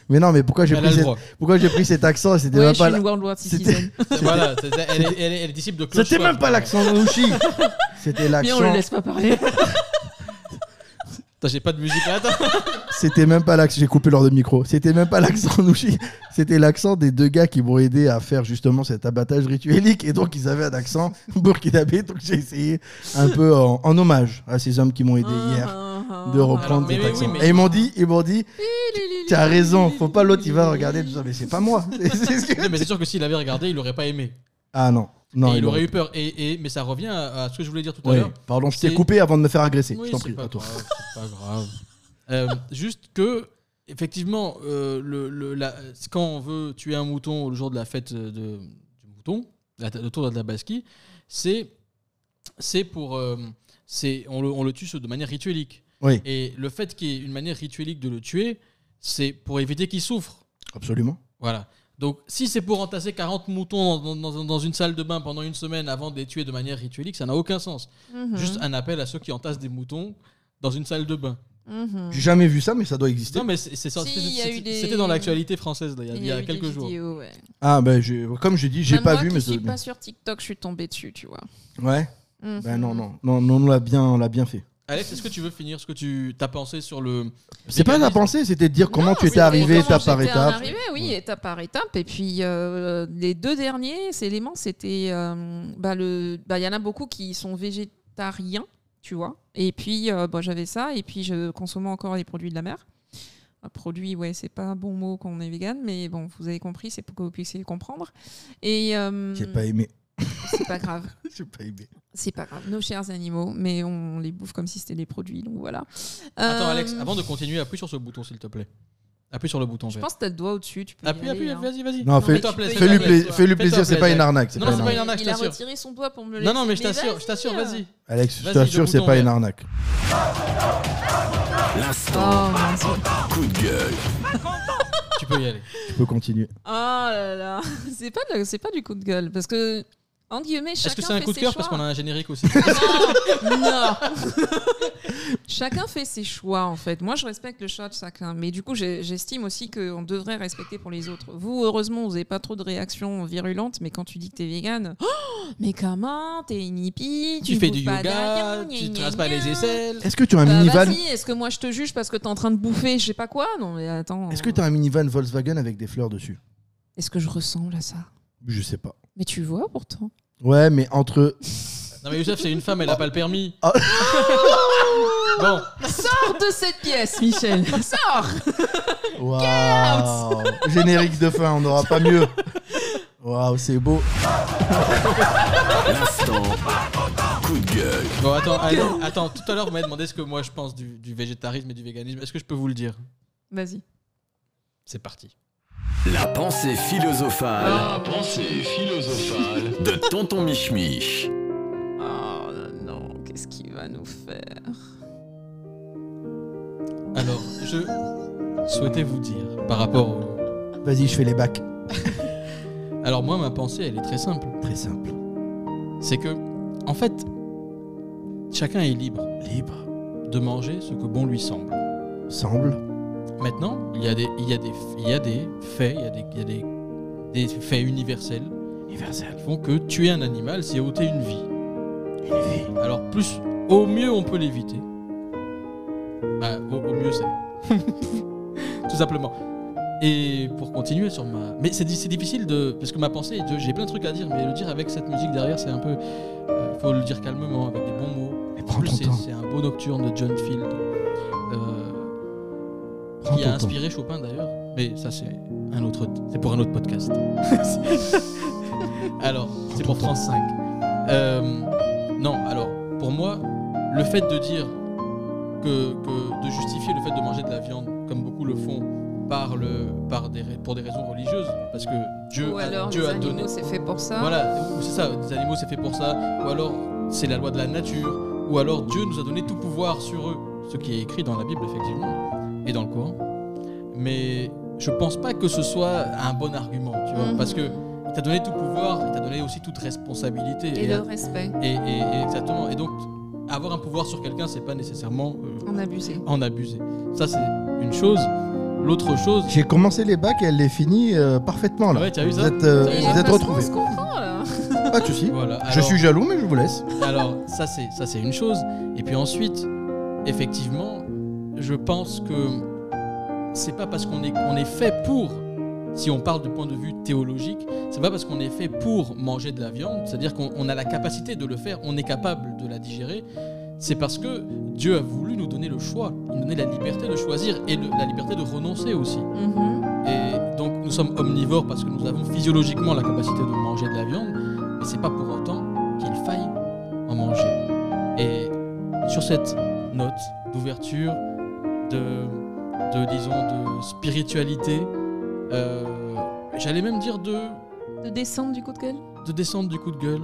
Speaker 2: Mais non, mais pourquoi j'ai
Speaker 1: Elle a
Speaker 2: pris,
Speaker 1: le
Speaker 2: cette-
Speaker 1: droit.
Speaker 2: pourquoi j'ai pris cet accent C'était
Speaker 3: Ouais,
Speaker 2: même
Speaker 3: je suis
Speaker 2: pas la-
Speaker 3: une World War Citizen.
Speaker 1: Voilà, c'est- elle est- elle est elle est disciple de Klaus
Speaker 2: C'était
Speaker 1: Schwab,
Speaker 2: même pas
Speaker 1: voilà.
Speaker 2: l'accent Nouchi. C'était
Speaker 3: Mais on le
Speaker 2: l'accent.
Speaker 3: laisse pas parler.
Speaker 1: Attends, J'ai pas de musique. Attends.
Speaker 2: C'était même pas l'accent. J'ai coupé leur de micro. C'était même pas l'accent Nouchi. C'était l'accent des deux gars qui m'ont aidé à faire justement cet abattage rituelique. Et donc ils avaient un accent burkinabé. Donc j'ai essayé un peu en, en hommage à ces hommes qui m'ont aidé
Speaker 3: Ah.
Speaker 2: hier de reprendre
Speaker 1: Ah, Alors, mais
Speaker 2: cet
Speaker 1: oui,
Speaker 2: accent.
Speaker 1: mais-
Speaker 2: Et ils m'ont dit, ils m'ont dit, tu as raison. Faut pas l'autre. Il va regarder tout ça. Mais c'est pas moi. C'est ce que-
Speaker 1: Non, mais c'est sûr que s'il avait regardé, il aurait pas aimé.
Speaker 2: Ah non, non.
Speaker 1: et il
Speaker 2: ils
Speaker 1: aurait
Speaker 2: l'ont-
Speaker 1: eu peur. Et, et- mais ça revient à, à ce que je voulais dire tout à
Speaker 2: Ouais.
Speaker 1: l'heure.
Speaker 2: Pardon, je t'ai
Speaker 1: C'est-
Speaker 2: coupé avant de me faire agresser.
Speaker 1: Oui,
Speaker 2: je t'en
Speaker 1: c'est
Speaker 2: prie.
Speaker 1: pas
Speaker 2: à toi.
Speaker 1: grave, c'est pas grave. Euh, juste que, effectivement, euh, le, le- la- quand on veut tuer un mouton le jour de la fête euh, de, du mouton, la- le tour de la Baski, c'est c'est pour. euh, c'est- on, le, on le tue de manière rituelique.
Speaker 2: Oui,
Speaker 1: Et le fait qu'il y ait une manière rituelique de le tuer, c'est pour éviter qu'il souffre.
Speaker 2: absolument.
Speaker 1: Voilà. Donc, si c'est pour entasser 40 moutons dans, dans- dans une salle de bain pendant une semaine avant de les tuer de manière rituelique, ça n'a aucun sens.
Speaker 3: Mm-hmm, Mhm.
Speaker 1: Juste un appel à ceux qui entassent des moutons dans une salle de bain.
Speaker 3: mm-hmm.
Speaker 2: J'ai jamais vu ça, mais ça doit exister.
Speaker 1: Non, mais c'est- c'est sorti-
Speaker 3: Si, il y a
Speaker 1: c'était
Speaker 3: eu des-
Speaker 1: c'était dans l'actualité française là, il y a, il y a quelques jours.
Speaker 2: Ah ben, j'ai- comme j'ai dit, j'ai pas vu, mais
Speaker 3: Je suis
Speaker 2: ça-
Speaker 3: pas sur TikTok, je suis tombée dessus, tu vois. Mm-hmm.
Speaker 2: ouais. Ben non, non, non, non, on l'a bien, on l'a bien fait.
Speaker 1: Alex, est-ce que tu veux finir ce que tu as pensé sur le.
Speaker 2: C'est pas la pensée, c'était de dire comment
Speaker 3: Non,
Speaker 2: tu étais
Speaker 3: c'était
Speaker 2: arrivé
Speaker 3: comment
Speaker 2: étape par
Speaker 3: j'étais
Speaker 2: étape.
Speaker 3: arrivée, oui, étape par étape. Et puis, euh, les deux derniers éléments, c'était. euh, bah, le- bah, Il y en a beaucoup qui sont végétariens, tu vois. Et puis, euh, bon, j'avais ça. Et puis, je consommais encore les produits de la mer. Un Produit, ouais, c'est pas un bon mot quand on est vegan, mais bon, vous avez compris, c'est pour que vous puissiez comprendre. Et euh,
Speaker 2: J'ai pas aimé.
Speaker 3: c'est pas grave.
Speaker 2: J'ai pas aimé.
Speaker 3: C'est pas grave, nos chers animaux, mais on les bouffe comme si c'était des produits, donc voilà.
Speaker 1: Attends,
Speaker 3: Euh,
Speaker 1: Alex, avant de continuer, appuie sur ce bouton, s'il te plaît. Appuie sur le bouton.
Speaker 3: Je
Speaker 1: vert.
Speaker 3: pense que t'as le doigt au-dessus, tu peux. y
Speaker 1: Appuie, appuie,
Speaker 3: aller, hein.
Speaker 1: vas-y, vas-y.
Speaker 2: Non, fais-
Speaker 1: Fais-toi plaisir.
Speaker 2: Fais-lui
Speaker 1: Fais-toi
Speaker 2: plaisir, fais-lui
Speaker 1: Fais-toi
Speaker 2: plaisir, c'est pas
Speaker 1: plaisir.
Speaker 2: une arnaque, c'est
Speaker 1: Non,
Speaker 2: pas
Speaker 1: c'est
Speaker 2: une
Speaker 1: pas
Speaker 2: arnaque.
Speaker 1: une arnaque, je
Speaker 3: Il a
Speaker 1: t'assure.
Speaker 3: retiré son doigt pour me le laisser.
Speaker 1: Non, non, mais je t'assure, je t'assure,
Speaker 3: vas-y.
Speaker 1: vas-y.
Speaker 2: Alex, je
Speaker 1: Vas-y, le
Speaker 2: t'assure, c'est
Speaker 1: bouton
Speaker 2: pas une
Speaker 1: vert.
Speaker 2: arnaque.
Speaker 8: L'instant
Speaker 3: Oh, mince.
Speaker 8: coup de gueule.
Speaker 1: Tu peux y aller.
Speaker 2: Tu peux continuer.
Speaker 3: Ah là là, c'est pas, de- c'est pas du coup de gueule parce que en guillemets chacun
Speaker 1: Est-ce que c'est un
Speaker 3: fait
Speaker 1: coup de
Speaker 3: ses
Speaker 1: cœur parce
Speaker 3: choix.
Speaker 1: qu'on a un générique aussi
Speaker 3: Non, non. chacun fait ses choix en fait. Moi je respecte le choix de chacun, mais du coup j'ai- j'estime aussi qu'on devrait respecter pour les autres. Vous heureusement vous n'avez pas trop de réactions virulentes, mais quand tu dis que t'es vegan, oh, mais comment t'es une hippie,
Speaker 1: Tu
Speaker 3: ne
Speaker 1: fais du
Speaker 3: bouffes pas
Speaker 1: yoga,
Speaker 3: d'agneau, gna,
Speaker 1: tu
Speaker 3: gna,
Speaker 1: te traces pas
Speaker 3: gna.
Speaker 1: les aisselles.
Speaker 2: Est-ce que tu as un
Speaker 1: Euh,
Speaker 3: Bah,
Speaker 2: minivan
Speaker 3: Vas-y, est-ce que moi je te juge parce que t'es en train de bouffer, je sais pas quoi Non mais attends.
Speaker 2: Est-ce que tu as un minivan Volkswagen avec des fleurs dessus
Speaker 3: Est-ce que je ressemble à ça
Speaker 2: Je sais pas.
Speaker 3: Mais tu vois pourtant.
Speaker 2: Ouais, mais entre.
Speaker 1: Non mais Youssef, c'est une femme, elle a pas le permis.
Speaker 2: Oh.
Speaker 1: Bon,
Speaker 3: Sors de cette pièce, Michel. Sors.
Speaker 2: Waouh Générique de fin, on n'aura pas mieux. Waouh, c'est beau.
Speaker 8: L'instant coup de gueule.
Speaker 1: bon attends, allez, attends, tout à l'heure vous m'avez demandé ce que moi je pense du, du végétarisme et du véganisme. Est-ce que je peux vous le dire
Speaker 3: Vas-y.
Speaker 1: C'est parti.
Speaker 8: La pensée philosophale. La pensée philosophale. De Tonton Michmich.
Speaker 3: Oh non, qu'est-ce qu'il va nous faire
Speaker 1: Alors, je souhaitais vous dire par rapport au...
Speaker 2: Vas-y, je fais les bacs.
Speaker 1: Alors moi ma pensée elle est très simple.
Speaker 2: Très simple.
Speaker 1: C'est que, en fait, chacun est libre
Speaker 2: Libre.
Speaker 1: de manger ce que bon lui semble.
Speaker 2: Semble.
Speaker 1: Maintenant, il y a des, il y a des, il y a des faits, il y a, des, il y a des, des faits universels
Speaker 2: Universel.
Speaker 1: qui font que tuer un animal, c'est ôter une vie. Alors, plus, au mieux, on peut l'éviter. Bah, au, au mieux, c'est. Tout simplement. Et pour continuer sur ma. Mais c'est di- c'est difficile de. Parce que ma pensée, est de- j'ai plein de trucs à dire, mais le dire avec cette musique derrière, c'est un peu. euh, Il faut le dire calmement, avec des bons mots.
Speaker 2: Mais
Speaker 1: En
Speaker 2: prends
Speaker 1: plus,
Speaker 2: ton
Speaker 1: c'est
Speaker 2: temps.
Speaker 1: c'est un beau nocturne de John Field. Euh,
Speaker 2: Prends
Speaker 1: qui a
Speaker 2: ton temps.
Speaker 1: inspiré Chopin d'ailleurs. Mais ça c'est un autre, c'est pour un autre podcast. alors, c'est pour France 5. Euh, non, alors pour moi, le fait de dire que, que- de justifier le fait de manger de la viande, comme beaucoup le font, par le, par des, ra- pour des raisons religieuses, parce que Dieu
Speaker 3: Ou
Speaker 1: a,
Speaker 3: alors,
Speaker 1: Dieu
Speaker 3: les
Speaker 1: a donné.
Speaker 3: animaux, c'est fait pour ça.
Speaker 1: Voilà, ou c'est ça, des animaux c'est fait pour ça, ou alors c'est la loi de la nature, ou alors Dieu nous a donné tout pouvoir sur eux, ce qui est écrit dans la Bible effectivement, et dans le Coran. Mais je pense pas que ce soit un bon argument, tu vois,
Speaker 3: Mhm.
Speaker 1: parce que t'as donné tout pouvoir, t'as donné aussi toute responsabilité.
Speaker 3: Et le respect,
Speaker 1: et- et- et exactement, et donc avoir un pouvoir sur quelqu'un, c'est pas nécessairement euh,
Speaker 3: en abuser.
Speaker 1: en abuser. Ça c'est une chose. L'autre chose,
Speaker 2: J'ai commencé les bacs et elle les finit euh, parfaitement là.
Speaker 1: Ouais, t'as vu
Speaker 2: vous
Speaker 1: ça
Speaker 2: êtes, euh,
Speaker 1: T'as vu
Speaker 3: Et
Speaker 1: ça
Speaker 2: vous êtes
Speaker 3: de toute façon,
Speaker 2: retrouvés.
Speaker 3: On se comprend là.
Speaker 2: Pas de soucis.
Speaker 1: voilà.
Speaker 2: Je
Speaker 1: alors-
Speaker 2: suis jaloux, mais je vous laisse.
Speaker 1: Alors ça c'est ça c'est une chose. Et puis ensuite, effectivement, je pense que c'est pas parce qu'on est on est fait pour. Si on parle du point de vue théologique, c'est pas parce qu'on est fait pour manger de la viande, c'est-à-dire qu'on on a la capacité de le faire, on est capable de la digérer. C'est parce que Dieu a voulu nous donner le choix, nous donner la liberté de choisir et le- la liberté de renoncer aussi.
Speaker 3: Mhm.
Speaker 1: Et donc nous sommes omnivores parce que nous avons physiologiquement la capacité de manger de la viande, mais c'est pas pour autant qu'il faille en manger. Et sur cette note d'ouverture, de, de disons de spiritualité, euh, j'allais même dire de,
Speaker 3: De descendre du coup de gueule
Speaker 1: de descendre du coup de gueule,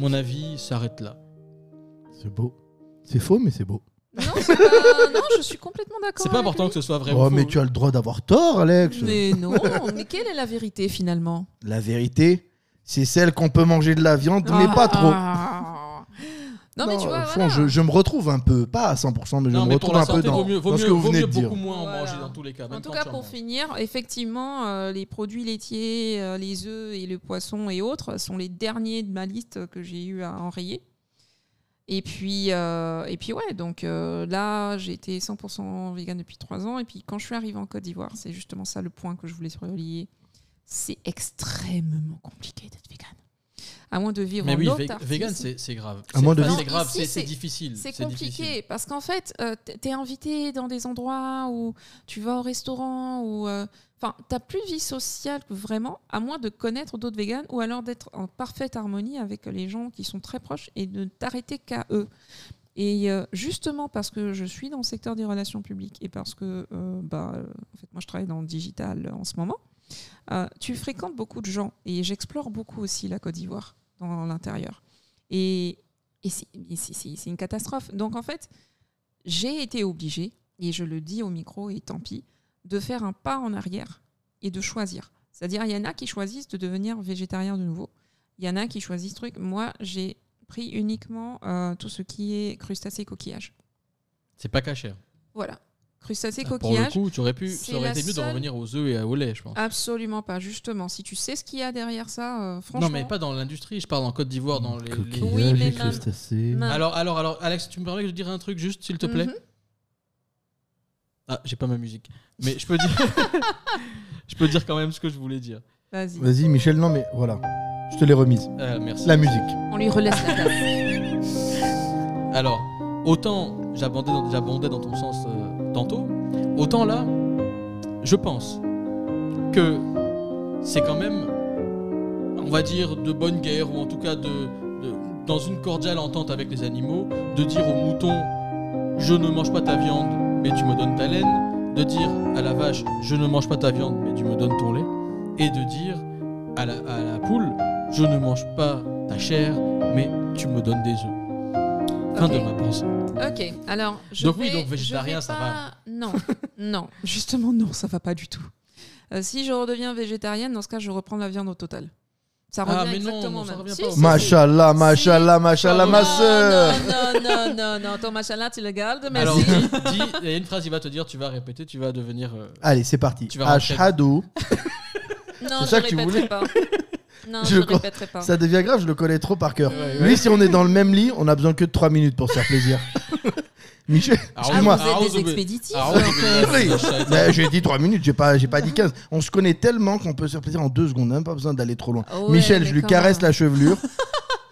Speaker 1: mon avis s'arrête là.
Speaker 2: C'est beau. C'est faux, mais c'est beau.
Speaker 3: Non, c'est pas... non, je suis complètement d'accord.
Speaker 1: C'est pas
Speaker 3: avec
Speaker 1: important
Speaker 3: lui.
Speaker 1: que ce soit vrai ou
Speaker 2: Oh,
Speaker 1: faux.
Speaker 2: mais tu as le droit d'avoir tort, Alex.
Speaker 3: Mais non, mais quelle est la vérité finalement
Speaker 2: La vérité, c'est celle qu'on peut manger de la viande, mais
Speaker 3: Ah,
Speaker 2: pas trop.
Speaker 3: ah. Non, mais tu vois,
Speaker 2: au fond,
Speaker 3: voilà.
Speaker 2: je, je me retrouve un peu, pas à 100%, mais je
Speaker 1: non,
Speaker 2: me
Speaker 1: mais pour
Speaker 2: retrouve
Speaker 1: la
Speaker 2: un peu
Speaker 1: santé,
Speaker 2: dans,
Speaker 1: vaut mieux, vaut
Speaker 2: dans ce
Speaker 1: mieux,
Speaker 2: que vous
Speaker 1: vaut
Speaker 2: venez
Speaker 1: mieux
Speaker 2: de dire.
Speaker 1: beaucoup moins en
Speaker 3: Voilà.
Speaker 1: manger dans tous les cas.
Speaker 3: En
Speaker 1: même
Speaker 3: tout
Speaker 1: quand
Speaker 3: cas,
Speaker 1: tu en
Speaker 3: pour
Speaker 1: manges.
Speaker 3: finir, effectivement, euh, les produits laitiers, euh, les œufs et le poisson et autres sont les derniers de ma liste que j'ai eu à enrayer. Et puis, euh, et puis ouais, donc euh, là, j'ai été 100% vegan depuis trois ans. Et puis, quand je suis arrivée en Côte d'Ivoire, c'est justement ça le point que je voulais relier. C'est extrêmement compliqué d'être vegan. À moins de vivre
Speaker 1: Mais
Speaker 3: en
Speaker 1: oui, ve-
Speaker 3: autarcie.
Speaker 1: vegan, c'est c'est grave.
Speaker 2: À moins de
Speaker 1: C'est-
Speaker 2: vivre-
Speaker 1: C'est grave,
Speaker 3: Ici,
Speaker 1: c'est c'est
Speaker 3: c'est-
Speaker 1: difficile.
Speaker 3: C'est
Speaker 1: difficile.
Speaker 3: compliqué parce qu'en fait, euh, t- t'es invité dans des endroits où tu vas au restaurant ou euh, enfin, t'as plus de vie sociale vraiment, à moins de connaître d'autres véganes ou alors d'être en parfaite harmonie avec les gens qui sont très proches et de ne t'arrêter qu'à eux. Et euh, justement parce que je suis dans le secteur des relations publiques et parce que euh, bah, euh, en fait, moi je travaille dans le digital euh, en ce moment, euh, tu fréquentes beaucoup de gens et j'explore beaucoup aussi la Côte d'Ivoire dans l'intérieur. Et, et c'est- mais c'est c'est- c'est une catastrophe. Donc en fait, j'ai été obligée et je le dis au micro et tant pis, de faire un pas en arrière et de choisir. C'est-à-dire, il y en a qui choisissent de devenir végétarien de nouveau. Il y en a qui choisissent ce truc. Moi, j'ai pris uniquement euh, tout ce qui est crustacés coquillages.
Speaker 1: C'est pas caché. hein.
Speaker 3: Voilà. Crustacés
Speaker 1: Ah, Pour le
Speaker 3: coquillages.
Speaker 1: coup, tu aurais pu, ça
Speaker 3: c'est
Speaker 1: aurait
Speaker 3: la
Speaker 1: été mieux
Speaker 3: seule- Ah,
Speaker 1: de revenir aux œufs et au lait, je pense.
Speaker 3: Absolument pas, justement. Si tu sais ce qu'il y a derrière ça, euh, franchement.
Speaker 1: Non, mais pas dans l'industrie, je parle en Côte d'Ivoire, dans les. les-
Speaker 3: Oui, mais même-
Speaker 2: crustacés.
Speaker 3: même-
Speaker 1: Alors, alors, alors, Alex, tu me permets de dire un truc juste, s'il te plaît
Speaker 3: Mhm.
Speaker 1: Ah, j'ai pas ma musique. Mais je peux dire. je peux dire quand même ce que je voulais dire.
Speaker 3: Vas-y,
Speaker 2: Vas-y, Michel, non, mais voilà. Je te l'ai remise.
Speaker 1: Euh, merci.
Speaker 2: La musique.
Speaker 3: on lui relaisse la place.
Speaker 1: Alors, autant j'abondais dans, j'abondais dans ton sens euh, tantôt, autant là, je pense que c'est quand même, on va dire, de bonne guerre, ou en tout cas de, de- dans une cordiale entente avec les animaux, de dire au mouton, je ne mange pas ta viande, mais tu me donnes ta laine, de dire à la vache, je ne mange pas ta viande, mais tu me donnes ton lait, et de dire à la, à la poule, je ne mange pas ta chair, mais tu me donnes des œufs. Fin
Speaker 3: Ok.
Speaker 1: de ma pensée.
Speaker 3: ok, alors je
Speaker 1: Donc
Speaker 3: vais,
Speaker 1: oui, donc
Speaker 3: je
Speaker 1: végétarien,
Speaker 3: vais
Speaker 1: ça
Speaker 3: pas- Non, non, justement non, ça va pas du tout. Euh, si je redeviens végétarienne, dans ce cas, je reprends la viande au total. Ça revient
Speaker 1: Ah, mais non,
Speaker 3: exactement
Speaker 1: non,
Speaker 3: au
Speaker 1: ça
Speaker 3: même.
Speaker 1: revient
Speaker 3: Si,
Speaker 1: pas au
Speaker 3: si, si.
Speaker 2: Machallah, machallah, machallah,
Speaker 1: Oh,
Speaker 2: ma
Speaker 1: non,
Speaker 2: soeur.
Speaker 3: Non, non, non, non, non, ton machin là, tu le gardes, merci.
Speaker 1: Alors, dis, dis- il y a une phrase, il va te dire, tu vas répéter, tu vas devenir. euh,
Speaker 2: Allez, c'est parti.
Speaker 1: Tu vas rentrer.
Speaker 2: Ashhadu.
Speaker 3: non,
Speaker 2: c'est
Speaker 3: je
Speaker 2: ça que tu
Speaker 3: répéterai
Speaker 2: voulais
Speaker 3: pas. Non,
Speaker 2: Je
Speaker 3: je,
Speaker 2: crois-
Speaker 3: répéterai pas.
Speaker 2: Ça devient grave, je le connais trop par cœur.
Speaker 1: Ouais,
Speaker 2: Lui, si on est dans le même lit, on a besoin que de 3 minutes pour se faire plaisir. Michel,
Speaker 1: Ah,
Speaker 3: Ah,
Speaker 2: excuse-moi.
Speaker 1: vous êtes
Speaker 3: vous êtes
Speaker 1: Arrose
Speaker 3: des
Speaker 1: au-
Speaker 3: expéditifs.
Speaker 1: Arrose au-
Speaker 3: donc, euh,
Speaker 2: Oui.
Speaker 1: Ah, ça a été-
Speaker 2: Bah, j'ai dit 3 minutes, j'ai pas, j'ai pas dit 15. On se connaît tellement qu'on peut se faire plaisir en 2 secondes, on a même pas besoin d'aller trop loin.
Speaker 3: Ouais,
Speaker 2: Michel,
Speaker 3: mais
Speaker 2: je lui
Speaker 3: quand
Speaker 2: caresse
Speaker 3: même.
Speaker 2: la chevelure.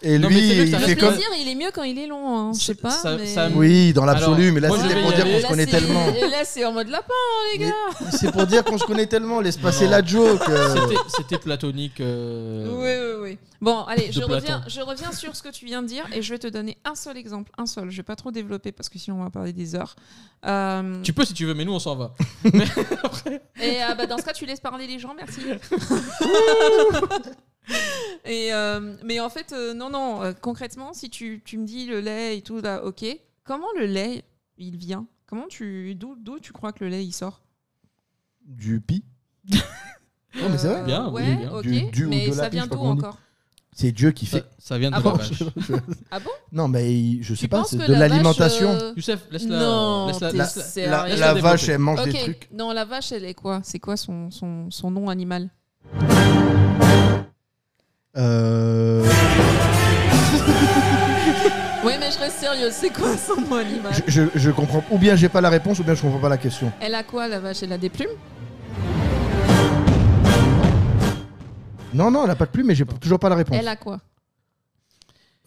Speaker 2: Et
Speaker 1: Non,
Speaker 2: lui,
Speaker 1: mais c'est mieux que
Speaker 2: il
Speaker 1: ça
Speaker 2: fait
Speaker 1: reste
Speaker 3: Le
Speaker 2: comme.
Speaker 3: plaisir, il est mieux quand il est long, hein. je sais pas.
Speaker 1: Ça-
Speaker 3: mais-
Speaker 1: ça-
Speaker 2: Oui, dans l'absolu,
Speaker 1: Alors,
Speaker 2: mais là,
Speaker 1: moi, je
Speaker 2: c'était
Speaker 1: vais
Speaker 2: pour
Speaker 1: y
Speaker 2: dire qu'on
Speaker 1: aller.
Speaker 2: se
Speaker 3: Là,
Speaker 2: connaît
Speaker 3: c'est-
Speaker 2: tellement.
Speaker 3: Là, c'est en mode lapin, les
Speaker 2: Mais
Speaker 3: gars.
Speaker 2: C'est pour dire qu'on se connaît tellement, laisse passer
Speaker 1: Non.
Speaker 2: la joke. euh.
Speaker 1: C'était- C'était platonique. euh,
Speaker 3: Oui, oui, oui. Bon, allez,
Speaker 1: de
Speaker 3: je reviens,
Speaker 1: Platon.
Speaker 3: je reviens sur ce que tu viens de dire et je vais te donner un seul exemple, un seul. Je vais pas trop développer parce que sinon on va parler des heures. Euh,
Speaker 1: Tu peux si tu veux, mais nous on s'en va.
Speaker 3: Et euh, bah, dans ce cas, tu laisses parler les gens, merci. et, euh, mais en fait, euh, non, non, euh, concrètement, si tu, tu me dis le lait et tout, là, ok, comment le lait, il vient Comment tu, d'où, d'où tu crois que le lait, il sort
Speaker 2: Du pi.
Speaker 1: Ah,
Speaker 2: Non, mais c'est vrai.
Speaker 3: Euh,
Speaker 1: Bien, oui,
Speaker 3: ouais,
Speaker 1: bien.
Speaker 3: ok,
Speaker 2: Du- du ou
Speaker 3: mais
Speaker 2: de la
Speaker 3: ça
Speaker 2: pi, je
Speaker 3: vient
Speaker 2: sais pas
Speaker 3: d'où
Speaker 2: comment on dit.
Speaker 3: encore
Speaker 2: C'est Dieu qui
Speaker 1: Ça,
Speaker 2: fait.
Speaker 1: ça vient de
Speaker 3: Ah
Speaker 1: la
Speaker 3: bon
Speaker 1: vache.
Speaker 3: Ah bon
Speaker 2: Non, mais je sais
Speaker 3: Tu
Speaker 2: pas,
Speaker 3: penses
Speaker 2: c'est
Speaker 3: que
Speaker 2: de
Speaker 3: la vache,
Speaker 2: l'alimentation.
Speaker 3: euh,
Speaker 1: Youssef, laisse-la.
Speaker 3: Non,
Speaker 1: laisse-la-
Speaker 3: t'es
Speaker 2: La,
Speaker 1: laisse-la-
Speaker 3: sérieux
Speaker 2: la-
Speaker 1: laisse-la
Speaker 2: la
Speaker 1: développer.
Speaker 2: vache, elle mange
Speaker 3: Ok,
Speaker 2: des trucs.
Speaker 3: non, la vache, elle est quoi C'est quoi son, son, son nom animal
Speaker 2: Euh,
Speaker 3: Oui, mais je reste sérieuse, c'est quoi son nom animal
Speaker 2: je, je- je comprends. Ou bien j'ai pas la réponse, ou bien je comprends pas la question.
Speaker 3: Elle a quoi, la vache Elle a des plumes
Speaker 2: Non, non, elle a pas de plume, mais j'ai p- toujours pas la réponse.
Speaker 3: Elle a quoi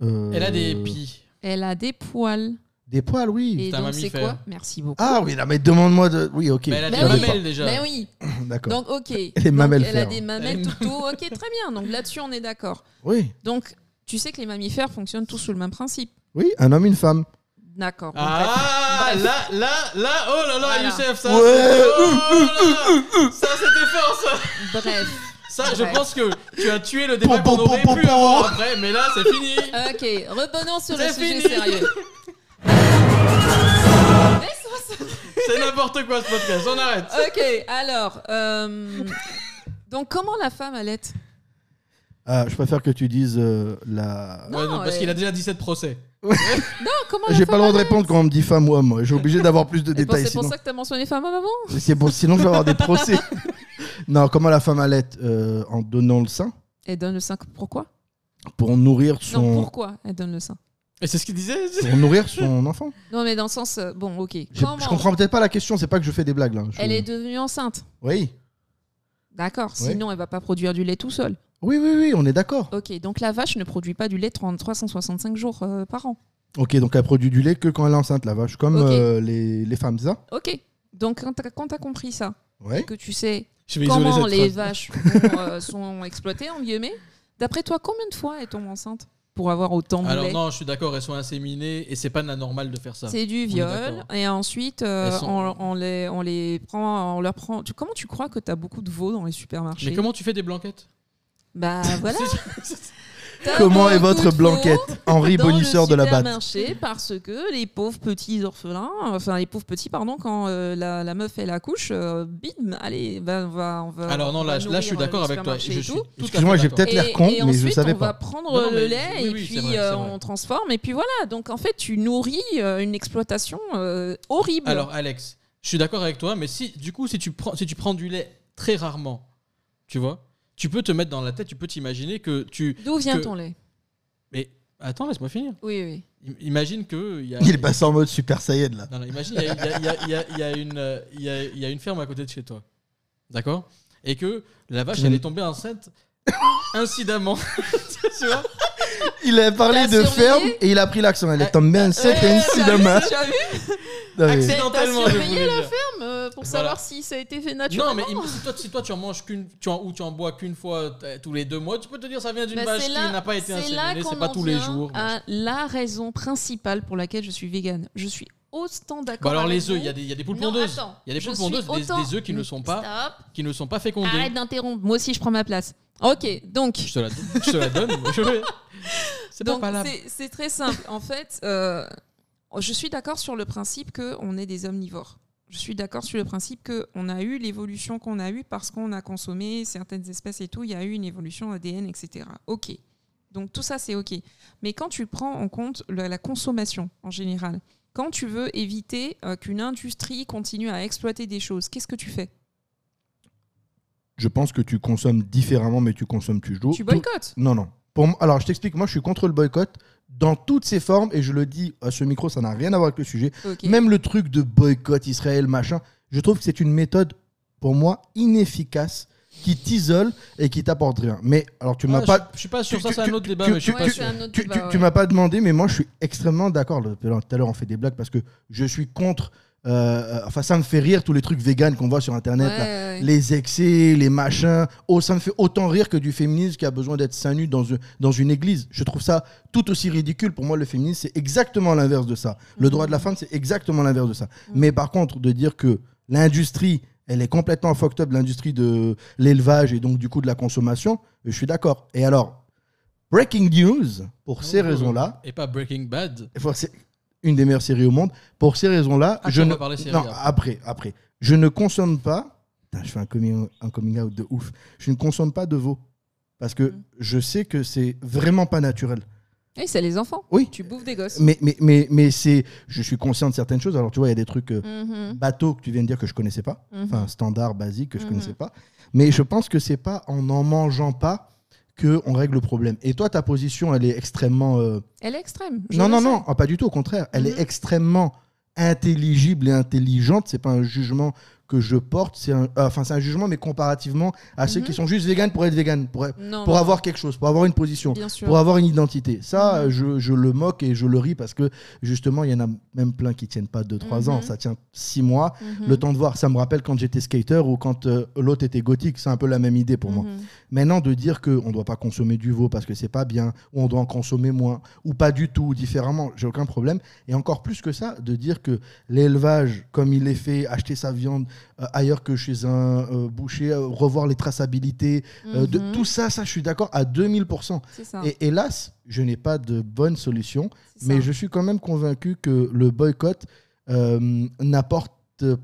Speaker 2: Euh,
Speaker 1: Elle a des pis.
Speaker 3: Elle a des poils.
Speaker 2: Des poils, oui.
Speaker 3: Et
Speaker 1: C'est un
Speaker 3: donc, c'est
Speaker 1: mammifère.
Speaker 3: quoi Merci beaucoup.
Speaker 2: Ah oui, là, mais demande-moi de. Oui, ok.
Speaker 1: Mais hein. elle a
Speaker 3: Mais
Speaker 1: des
Speaker 3: oui.
Speaker 1: mamelles déjà.
Speaker 3: Mais oui,
Speaker 2: D'accord.
Speaker 3: donc ok.
Speaker 2: est
Speaker 3: Donc,
Speaker 2: mamelle
Speaker 3: elle a
Speaker 2: faire.
Speaker 3: des
Speaker 1: Elle
Speaker 3: mamelles
Speaker 1: est
Speaker 3: tout, tout. Ok, très bien. Donc là-dessus, on est d'accord.
Speaker 2: Oui,
Speaker 3: Donc, tu sais que les mammifères fonctionnent tous sous le même principe.
Speaker 2: oui, un homme, une femme.
Speaker 3: D'accord. Donc,
Speaker 1: Ah
Speaker 3: Bref.
Speaker 1: là, là, là, oh là là,
Speaker 3: Voilà.
Speaker 1: Youssef, ça.
Speaker 2: Ouais,
Speaker 1: c'est- oh là là, Ça, c'était fort, ça.
Speaker 3: Bref.
Speaker 1: Ça, je
Speaker 3: Ouais.
Speaker 1: pense que tu as tué le débat
Speaker 2: Pom,
Speaker 1: qu'on
Speaker 2: pom,
Speaker 1: aurait
Speaker 2: pom,
Speaker 1: pu
Speaker 2: pom,
Speaker 1: avoir
Speaker 2: pom.
Speaker 1: après, mais là, c'est fini.
Speaker 3: Ok, revenons sur le
Speaker 1: C'est
Speaker 3: sujet
Speaker 1: fini.
Speaker 3: sérieux.
Speaker 1: C'est n'importe quoi ce podcast, on arrête.
Speaker 3: Ok, alors. euh, Donc, comment la femme allait
Speaker 2: Ah, je préfère que tu dises euh, la.
Speaker 3: Non,
Speaker 1: Ouais, non, parce
Speaker 3: euh,
Speaker 1: qu'il a déjà 17 procès.
Speaker 3: Non, Ah, comment la
Speaker 2: J'ai
Speaker 3: femme
Speaker 2: pas le droit de répondre quand on me dit femme ou homme. moi. J'ai obligé d'avoir plus de
Speaker 3: C'est pour-
Speaker 2: détails.
Speaker 3: C'est pour
Speaker 2: sinon.
Speaker 3: ça que t'as mentionné femme avant
Speaker 2: C'est bon, sinon je vais avoir des procès. non, comment la femme allait euh, en donnant le sein
Speaker 3: Elle donne le sein pourquoi
Speaker 2: pour nourrir son
Speaker 3: Non, pourquoi elle donne le sein
Speaker 1: Et c'est ce qu'il disait
Speaker 2: pour nourrir son enfant.
Speaker 3: Non, mais dans le sens. euh, Bon, ok.
Speaker 2: Je,
Speaker 3: Comment
Speaker 2: je comprends peut-être pas la question. C'est pas que je fais des blagues là. Je-
Speaker 3: Elle est devenue enceinte.
Speaker 2: Oui,
Speaker 3: D'accord,
Speaker 2: Ouais.
Speaker 3: sinon elle va pas produire du lait tout seul.
Speaker 2: oui, oui, oui, on est d'accord.
Speaker 3: Ok, donc la vache ne produit pas du lait 30 365 jours euh, par an.
Speaker 2: Ok, donc elle produit du lait que quand elle est enceinte, la vache, comme
Speaker 3: Ok.
Speaker 2: euh, les, les femmes, c'est ça
Speaker 3: Ok, donc quand t'as quand t'as compris ça,
Speaker 2: Oui.
Speaker 3: que tu sais
Speaker 1: Je vais
Speaker 3: comment
Speaker 1: cette
Speaker 3: les
Speaker 1: phrase.
Speaker 3: vaches vont, euh, sont exploitées, en guillemets, d'après toi, combien de fois est tombe enceinte pour avoir autant de
Speaker 1: Alors
Speaker 3: lait
Speaker 1: non, je suis d'accord, elles sont inséminées et c'est pas de la normale de faire ça.
Speaker 3: C'est du viol,
Speaker 1: d'accord.
Speaker 3: et ensuite euh,
Speaker 1: Elles sont-
Speaker 3: on, on les, on les prend, on leur prend. Tu, comment tu crois que t'as beaucoup de veaux dans les supermarchés
Speaker 1: Mais comment tu fais des blanquettes
Speaker 3: Bah voilà.
Speaker 2: Comment est
Speaker 3: un coup
Speaker 2: votre
Speaker 3: de
Speaker 2: blanquette Henri
Speaker 3: dans le
Speaker 2: Bonisseur de la Batte.
Speaker 3: supermarché parce que les pauvres petits orphelins, enfin les pauvres petits, pardon, quand euh, la, la meuf elle accouche, euh, bim, allez, va- on va, on va.
Speaker 1: Alors non,
Speaker 3: Euh, on
Speaker 1: là,
Speaker 3: va
Speaker 1: je- là, je suis
Speaker 3: nourrir le
Speaker 1: d'accord avec toi.
Speaker 3: supermarché
Speaker 1: Je
Speaker 3: et
Speaker 1: suis
Speaker 3: tout.
Speaker 1: tout à fait
Speaker 2: Excuse-moi, j'ai
Speaker 1: d'accord.
Speaker 2: peut-être l'air con,
Speaker 3: et
Speaker 2: mais je
Speaker 3: ensuite,
Speaker 2: savais
Speaker 3: on va
Speaker 2: pas.
Speaker 3: prendre
Speaker 1: Non, non, mais
Speaker 3: le lait
Speaker 1: oui,
Speaker 3: et
Speaker 1: oui, c'est
Speaker 3: puis
Speaker 1: vrai,
Speaker 3: euh,
Speaker 1: c'est vrai.
Speaker 3: on transforme. Et puis voilà, donc en fait, tu nourris euh, une exploitation euh, horrible.
Speaker 1: Alors Alex, je suis d'accord avec toi, mais si du coup si tu prends si tu prends du lait très rarement, tu vois, tu peux te mettre dans la tête, tu peux t'imaginer que tu.
Speaker 3: D'où vient
Speaker 1: que-
Speaker 3: ton lait
Speaker 1: Mais attends, laisse-moi finir.
Speaker 3: Oui, oui.
Speaker 1: I- Imagine que il y a.
Speaker 2: Il est passé en mode Super Saiyan là.
Speaker 1: Non, non, imagine, il y a- il y a- il y a- il y a une, euh, il y a- il y a une ferme à côté de chez toi. D'accord Et que la vache, elle est tombée enceinte incidemment. tu vois
Speaker 2: Il a parlé
Speaker 3: T'as
Speaker 2: de
Speaker 3: surveillé
Speaker 2: ferme et il a pris l'accent. Elle est tombée
Speaker 3: Euh,
Speaker 2: enceinte
Speaker 3: bah,
Speaker 2: et ainsi de main.
Speaker 3: Tu as vu
Speaker 2: Non, mais-
Speaker 1: Accès- Accidentellement, je
Speaker 3: surveillé
Speaker 1: voulais
Speaker 3: la
Speaker 1: dire.
Speaker 3: ferme euh, pour
Speaker 1: Voilà.
Speaker 3: savoir si ça a été fait
Speaker 1: Non,
Speaker 3: naturellement
Speaker 1: mais im- si toi, si toi tu en manges qu'une, tu en, ou tu en bois qu'une fois euh, tous les deux mois, tu peux te dire ça vient d'une
Speaker 3: Bah,
Speaker 1: vache
Speaker 3: c'est
Speaker 1: qui
Speaker 3: là-
Speaker 1: n'a pas été
Speaker 3: c'est là
Speaker 1: inséminée,
Speaker 3: qu'on
Speaker 1: c'est pas
Speaker 3: en
Speaker 1: tous les
Speaker 3: vient
Speaker 1: jours. machin.
Speaker 3: à la raison principale pour laquelle je suis végane. Je suis autant
Speaker 1: Bon
Speaker 3: d'accord.
Speaker 1: Bah, alors
Speaker 3: avec
Speaker 1: les œufs,
Speaker 3: vous.
Speaker 1: il y a des, il y a des poules
Speaker 3: Non,
Speaker 1: pondeuses,
Speaker 3: attends,
Speaker 1: il y a des
Speaker 3: je
Speaker 1: poules
Speaker 3: suis
Speaker 1: pondeuses, des,
Speaker 3: autant-
Speaker 1: des œufs qui ne sont pas,
Speaker 3: Stop.
Speaker 1: qui ne sont pas fécondés.
Speaker 3: Arrête d'interrompre. Moi aussi, je prends ma place. Ok, donc.
Speaker 1: Je te la, je te la donne. moi, je vais. C'est pas
Speaker 3: Donc
Speaker 1: valable.
Speaker 3: c'est- c'est très simple. En fait, euh, je suis d'accord sur le principe qu'on est des omnivores. Je suis d'accord sur le principe qu'on a eu l'évolution qu'on a eue parce qu'on a consommé certaines espèces et tout. Il y a eu une évolution ADN, etc. Ok. Donc tout ça, c'est ok. Mais quand tu prends en compte la, la consommation en général, quand tu veux éviter euh, qu'une industrie continue à exploiter des choses, qu'est-ce que tu fais
Speaker 2: Je pense que tu consommes différemment, mais tu consommes toujours.
Speaker 3: Tu boycottes.
Speaker 2: Non, non. Pour moi- alors, je t'explique, moi, je suis contre le boycott dans toutes ses formes, et je le dis à ce micro, ça n'a rien à voir avec le sujet.
Speaker 3: Ok.
Speaker 2: Même le truc de boycott Israël, machin, je trouve que c'est une méthode, pour moi, inefficace, qui t'isole et qui t'apporte rien. Mais, alors, tu
Speaker 1: Ah,
Speaker 2: m'as
Speaker 1: je,
Speaker 2: pas...
Speaker 1: je suis pas sûr,
Speaker 2: tu-
Speaker 1: ça
Speaker 2: tu-
Speaker 1: c'est un
Speaker 2: tu-
Speaker 1: autre débat,
Speaker 2: tu-
Speaker 1: mais je suis
Speaker 2: tu-
Speaker 1: pas
Speaker 2: tu-
Speaker 1: sûr.
Speaker 3: un autre
Speaker 2: Tu,
Speaker 3: débat,
Speaker 2: tu- tu
Speaker 3: ouais.
Speaker 2: m'as pas demandé, mais moi, je suis extrêmement d'accord. Le- Tout à l'heure, on fait des blagues parce que je suis contre... euh, enfin, ça me fait rire tous les trucs véganes qu'on voit sur Internet, là
Speaker 3: Ouais, ouais.
Speaker 2: les excès, les machins. Oh, ça me fait autant rire que du féminisme qui a besoin d'être seins nus dans, une- dans une église. Je trouve ça tout aussi ridicule. Pour moi, le féminisme, c'est exactement l'inverse de ça. Le droit de la femme, c'est exactement l'inverse de ça. Mais par contre, de dire que l'industrie, elle est complètement fucked up, l'industrie de l'élevage et donc du coup de la consommation, je suis d'accord. Et alors, breaking news, pour ces raisons-là,
Speaker 1: Et pas Breaking Bad.
Speaker 2: Enfin, c'est une des meilleures séries au monde. Pour ces raisons-là,
Speaker 1: Ah,
Speaker 2: je
Speaker 1: on
Speaker 2: ne
Speaker 1: va parler série
Speaker 2: non,
Speaker 1: après.
Speaker 2: après après je ne consomme pas. Putain, je fais un coming, un coming out de ouf. Je ne consomme pas de veau parce que
Speaker 3: Mm.
Speaker 2: je sais que c'est vraiment pas naturel.
Speaker 3: Oui, c'est les enfants.
Speaker 2: Oui.
Speaker 3: Tu bouffes des gosses.
Speaker 2: Mais mais mais mais c'est je suis conscient de certaines choses. Alors tu vois, il y a des trucs euh,
Speaker 3: Mhm.
Speaker 2: bateaux que tu viens de dire que je connaissais pas.
Speaker 3: Mhm.
Speaker 2: Enfin standard basique que je
Speaker 3: Mhm.
Speaker 2: connaissais pas. Mais je pense que c'est pas en n'en mangeant pas que on règle le problème. Et toi, ta position, elle est extrêmement euh,
Speaker 3: Elle est extrême. je
Speaker 2: non,
Speaker 3: le
Speaker 2: non,
Speaker 3: sais.
Speaker 2: non, ah, pas du tout, au contraire. Elle
Speaker 3: Mhm.
Speaker 2: est extrêmement intelligible et intelligente. C'est pas un jugement que je porte, c'est un, euh, enfin, c'est un jugement, mais comparativement à ceux
Speaker 3: Mhm.
Speaker 2: qui sont juste véganes pour être véganes, pour, pour
Speaker 3: Non, non,
Speaker 2: avoir quelque chose, pour avoir une position,
Speaker 3: bien sûr.
Speaker 2: pour avoir une identité. Ça,
Speaker 3: Mhm.
Speaker 2: je, je le moque et je le ris parce que justement, il y en a même plein qui tiennent pas 2-3 ans,
Speaker 3: Mhm.
Speaker 2: ça tient 6 mois.
Speaker 3: Mhm.
Speaker 2: Le temps de voir, ça me rappelle quand j'étais skater ou quand euh, l'autre était gothique, c'est un peu la même idée pour moi.
Speaker 3: Mhm.
Speaker 2: Maintenant, de dire qu'on ne doit pas consommer du veau parce que c'est pas bien, ou on doit en consommer moins, ou pas du tout, différemment, j'ai aucun problème. Et encore plus que ça, de dire que l'élevage, comme il est fait, acheter sa viande euh, ailleurs que chez un euh, boucher, euh, revoir les traçabilités, euh, de,
Speaker 3: Mhm.
Speaker 2: tout ça, ça, je suis d'accord à 2000%.
Speaker 3: C'est ça.
Speaker 2: Et hélas, je n'ai pas de bonne solution,
Speaker 3: c'est
Speaker 2: mais
Speaker 3: ça.
Speaker 2: je suis quand même convaincu que le boycott euh, n'apporte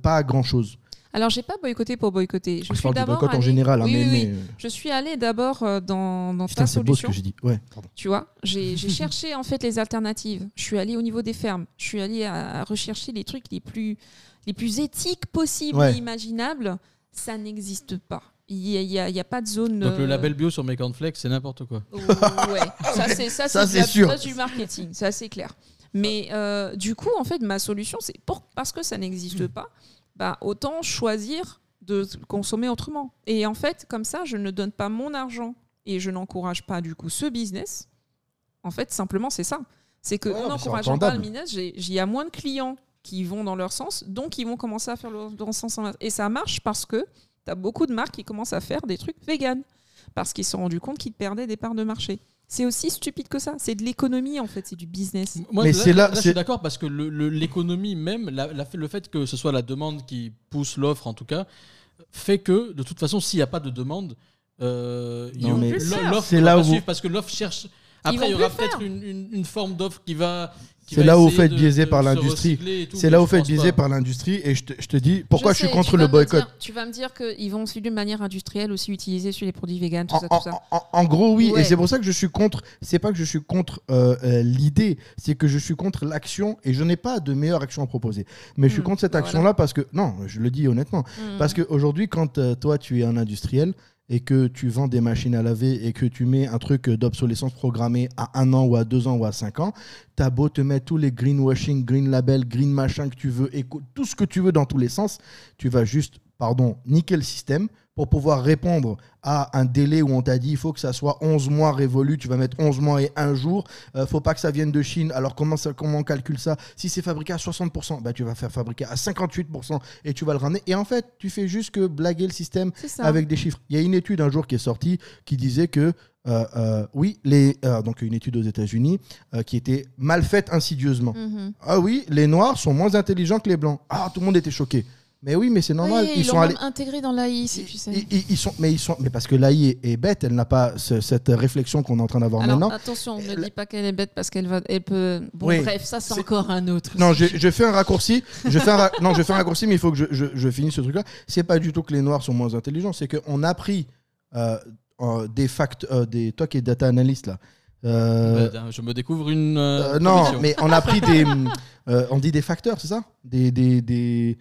Speaker 2: pas grand-chose.
Speaker 3: Alors, j'ai pas boycotté pour boycotter. Je,
Speaker 2: Je
Speaker 3: suis
Speaker 2: parle du
Speaker 3: d'abord
Speaker 2: boycott en
Speaker 3: allée-
Speaker 2: général, hein,
Speaker 3: Oui,
Speaker 2: mais-
Speaker 3: oui, oui.
Speaker 2: mais, euh,
Speaker 3: Je suis allée d'abord euh, dans, dans
Speaker 2: putain,
Speaker 3: ta
Speaker 2: c'est beau ce
Speaker 3: solution.
Speaker 2: que j'ai dit. Ouais, pardon.
Speaker 3: Tu vois, j'ai j'ai cherché en fait les alternatives. Je suis allée au niveau des fermes. Je suis allée à, à rechercher les trucs les plus, les plus éthiques possibles
Speaker 2: Ouais.
Speaker 3: et imaginables. Ça n'existe pas. Il n'y a, il y a- il y a pas de zone.
Speaker 1: Donc le
Speaker 3: euh,
Speaker 1: label bio sur mes cornflakes, c'est n'importe quoi.
Speaker 3: Ouais, ça c'est ça,
Speaker 2: Ça,
Speaker 3: de
Speaker 2: c'est
Speaker 3: la-
Speaker 2: sûr.
Speaker 3: ça, c'est du marketing, ça c'est clair. Mais euh, du coup, en fait, ma solution, c'est pour, parce que ça
Speaker 2: Hmm.
Speaker 3: n'existe pas, bah, autant choisir de consommer autrement. Et en fait, comme ça, je ne donne pas mon argent et je n'encourage pas du coup ce business. En fait, simplement, c'est ça. C'est que
Speaker 2: Ouais,
Speaker 3: en
Speaker 2: mais c'est
Speaker 3: n'encourageant pas le
Speaker 2: entendable.
Speaker 3: business, j'ai- il y a moins de clients qui vont dans leur sens, donc ils vont commencer à faire leur, leur sens. en- Et ça marche parce que tu as beaucoup de marques qui commencent à faire des trucs véganes parce qu'ils se sont rendus compte qu'ils perdaient des parts de marché. C'est aussi stupide que ça. C'est de l'économie, en fait. C'est du business.
Speaker 1: Moi,
Speaker 2: Mais
Speaker 1: là,
Speaker 2: c'est là-
Speaker 1: là, je
Speaker 2: c'est-
Speaker 1: suis d'accord parce que le- le- l'économie même, la- la- le fait que ce soit la demande qui pousse l'offre en tout cas, fait que de toute façon, s'il n'y a pas de demande, euh,
Speaker 2: Non,
Speaker 1: il-
Speaker 2: mais
Speaker 1: l'offre
Speaker 2: c'est
Speaker 1: ne va
Speaker 2: là
Speaker 1: pas
Speaker 2: où vous-
Speaker 1: suivre parce que l'offre cherche Après,
Speaker 3: vont
Speaker 1: il y aura
Speaker 3: plus le faire.
Speaker 1: peut-être une, une- une forme d'offre qui va. qui
Speaker 2: C'est
Speaker 1: va
Speaker 2: là où vous
Speaker 1: essayer
Speaker 2: faites
Speaker 1: de-
Speaker 2: biaiser
Speaker 1: de
Speaker 2: par
Speaker 1: se
Speaker 2: l'industrie.
Speaker 1: recycler et tout,
Speaker 2: C'est
Speaker 1: mais
Speaker 2: là
Speaker 1: je
Speaker 2: où vous faites
Speaker 1: pense
Speaker 2: biaiser
Speaker 1: pas.
Speaker 2: par l'industrie et je te, je te dis pourquoi je,
Speaker 3: sais,
Speaker 2: suis
Speaker 3: tu
Speaker 2: contre
Speaker 3: vas
Speaker 2: le
Speaker 3: me
Speaker 2: boycott.
Speaker 3: dire- Tu vas me dire qu'ils vont suivre de manière industrielle aussi utiliser sur les produits véganes, tout
Speaker 2: En,
Speaker 3: ça, tout ça.
Speaker 2: en- en- en gros, oui,
Speaker 3: Ouais.
Speaker 2: et c'est pour ça que je suis contre. C'est pas que je suis contre euh, euh, l'idée, c'est que je suis contre l'action et je n'ai pas de meilleure action à proposer. Mais je suis
Speaker 3: Hmm,
Speaker 2: contre cette
Speaker 3: bah voilà.
Speaker 2: action-là parce que, non, je le dis honnêtement,
Speaker 3: Mm. Mmh.
Speaker 2: parce qu'aujourd'hui, quand euh, toi tu es un industriel et que tu vends des machines à laver et que tu mets un truc euh, d'obsolescence programmée à un an ou à deux ans ou à cinq ans, t'as beau te mettre tous les greenwashing, green label, green machin que tu veux, éco- tout ce que tu veux dans tous les sens, tu vas juste, pardon, niquer le système pour pouvoir répondre à un délai où on t'a dit il faut que ça soit 11 mois révolu, tu vas mettre 11 mois et un jour, euh, faut pas que ça vienne de Chine, alors comment, ça, comment on calcule ça Si c'est fabriqué à 60%, bah, tu vas faire fabriquer à 58% et tu vas le ramener. Et en fait, tu fais juste que blaguer le système
Speaker 3: C'est ça.
Speaker 2: avec des chiffres. Il y a une étude un jour qui est sortie qui disait que, euh, euh, oui, les, euh, donc une étude aux États-Unis euh, qui était mal faite insidieusement.
Speaker 3: Mhm.
Speaker 2: Ah oui, les noirs sont moins intelligents que les blancs. Ah, tout le monde était choqué. Mais oui, mais c'est normal.
Speaker 9: Oui,
Speaker 2: ils,
Speaker 9: ils
Speaker 2: sont
Speaker 9: l'ont
Speaker 2: allés.
Speaker 9: même intégré dans l'AI, si tu sais.
Speaker 2: Ils, ils- ils sont, mais ils sont, mais parce que l'AI est, est bête, elle n'a pas ce- cette réflexion qu'on est en train d'avoir
Speaker 3: Alors
Speaker 2: maintenant.
Speaker 3: attention,
Speaker 2: la-
Speaker 3: ne dis pas qu'elle est bête parce qu'elle va, elle peut. Bon
Speaker 2: Oui.
Speaker 3: bref, ça c'est
Speaker 2: C'est-
Speaker 3: encore un autre.
Speaker 2: Non, je, je fais un raccourci. Je fais un ra- non, je fais un raccourci, mais il faut que je, je, je finisse ce truc-là. C'est pas du tout que les noirs sont moins intelligents, c'est qu'on a pris euh, euh, des facts, euh, des toi qui es data analyst là. Euh,
Speaker 1: Euh, Je me découvre une. euh,
Speaker 2: Euh, non,
Speaker 1: profession.
Speaker 2: mais on a pris des, mm, euh, on dit des facteurs, c'est ça Des des des.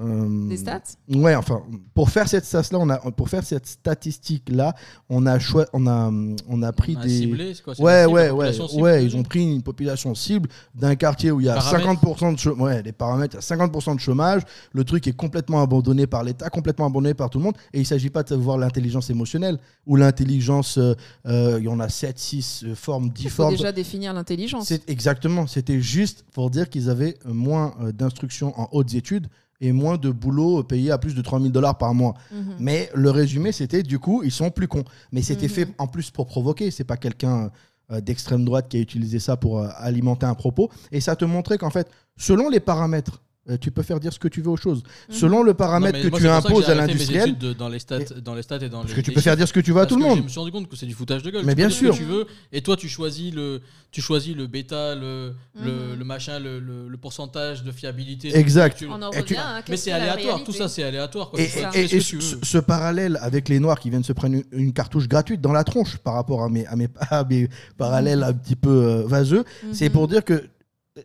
Speaker 2: euh,
Speaker 3: Des stats
Speaker 2: Ouais, enfin, pour faire cette stats là, on a pour faire cette statistique là, on a choi- on a mm, on a pris
Speaker 1: On a
Speaker 2: des.
Speaker 1: ciblé, c'est quoi, c'est
Speaker 2: Ouais,
Speaker 1: une cible,
Speaker 2: ouais,
Speaker 1: une
Speaker 2: ouais,
Speaker 1: population cible
Speaker 2: ouais.
Speaker 1: de
Speaker 2: Ils
Speaker 1: gens.
Speaker 2: ont pris une population cible d'un quartier où il y a
Speaker 1: Paramètres.
Speaker 2: 50% de chômage. Ouais, les paramètres, il y a 50% de chômage. Le truc est complètement abandonné par l'État, complètement abandonné par tout le monde. Et il ne s'agit pas de savoir l'intelligence émotionnelle ou l'intelligence. euh, euh, Il y en a 7, 6 formes
Speaker 3: Il faut
Speaker 2: difformes.
Speaker 3: déjà définir l'intelligence.
Speaker 2: C'est exactement. C'était juste pour dire qu'ils avaient moins euh, d'instructions en hautes études et moins de boulot payé à plus de 3000 dollars par mois.
Speaker 3: Mhm.
Speaker 2: Mais le résumé, c'était du coup, ils sont plus cons. Mais c'était
Speaker 3: Mhm.
Speaker 2: fait en plus pour provoquer. C'est pas quelqu'un euh, d'extrême droite qui a utilisé ça pour euh, alimenter un propos. Et ça te montrait qu'en fait, selon les paramètres, euh, tu peux faire dire ce que tu veux aux choses.
Speaker 3: Mhm.
Speaker 2: Selon le
Speaker 1: Non,
Speaker 2: paramètre
Speaker 1: mais
Speaker 2: que
Speaker 1: moi,
Speaker 2: tu
Speaker 1: c'est pour ça
Speaker 2: imposes
Speaker 1: j'ai
Speaker 2: à
Speaker 1: arrêté mes
Speaker 2: l'industriel,
Speaker 1: études de- Dans les stats, dans les stats et dans
Speaker 2: parce
Speaker 1: les-
Speaker 2: que tu
Speaker 1: les
Speaker 2: peux faire
Speaker 1: chiffres,
Speaker 2: dire ce que tu veux à
Speaker 1: parce
Speaker 2: tout le
Speaker 1: que Je
Speaker 2: monde.
Speaker 1: me suis rendu compte que c'est du foutage de gueule.
Speaker 2: Mais
Speaker 1: Tu
Speaker 2: bien
Speaker 1: peux dire ce
Speaker 2: sûr.
Speaker 1: que tu veux, et toi, tu choisis le, tu choisis le bêta, le, le,
Speaker 3: Mhm.
Speaker 1: le machin, le, le- le pourcentage de fiabilité.
Speaker 2: Exact.
Speaker 1: Tu-
Speaker 3: On en
Speaker 2: Et
Speaker 3: revient
Speaker 2: tu-
Speaker 3: à
Speaker 1: mais
Speaker 3: qu'est-ce
Speaker 1: c'est
Speaker 3: que la
Speaker 1: aléatoire, tout
Speaker 3: réalité
Speaker 1: ça, c'est aléatoire. quoi.
Speaker 2: Et,
Speaker 1: Tu fais-
Speaker 2: et-
Speaker 1: tu fais ce
Speaker 2: et
Speaker 1: que
Speaker 2: ce,
Speaker 1: tu veux.
Speaker 2: ce parallèle avec les Noirs qui viennent se prendre une, une cartouche gratuite dans la tronche par rapport à mes, à mes, à mes parallèles un petit peu euh, vaseux, c'est
Speaker 3: Mhm.
Speaker 2: pour dire que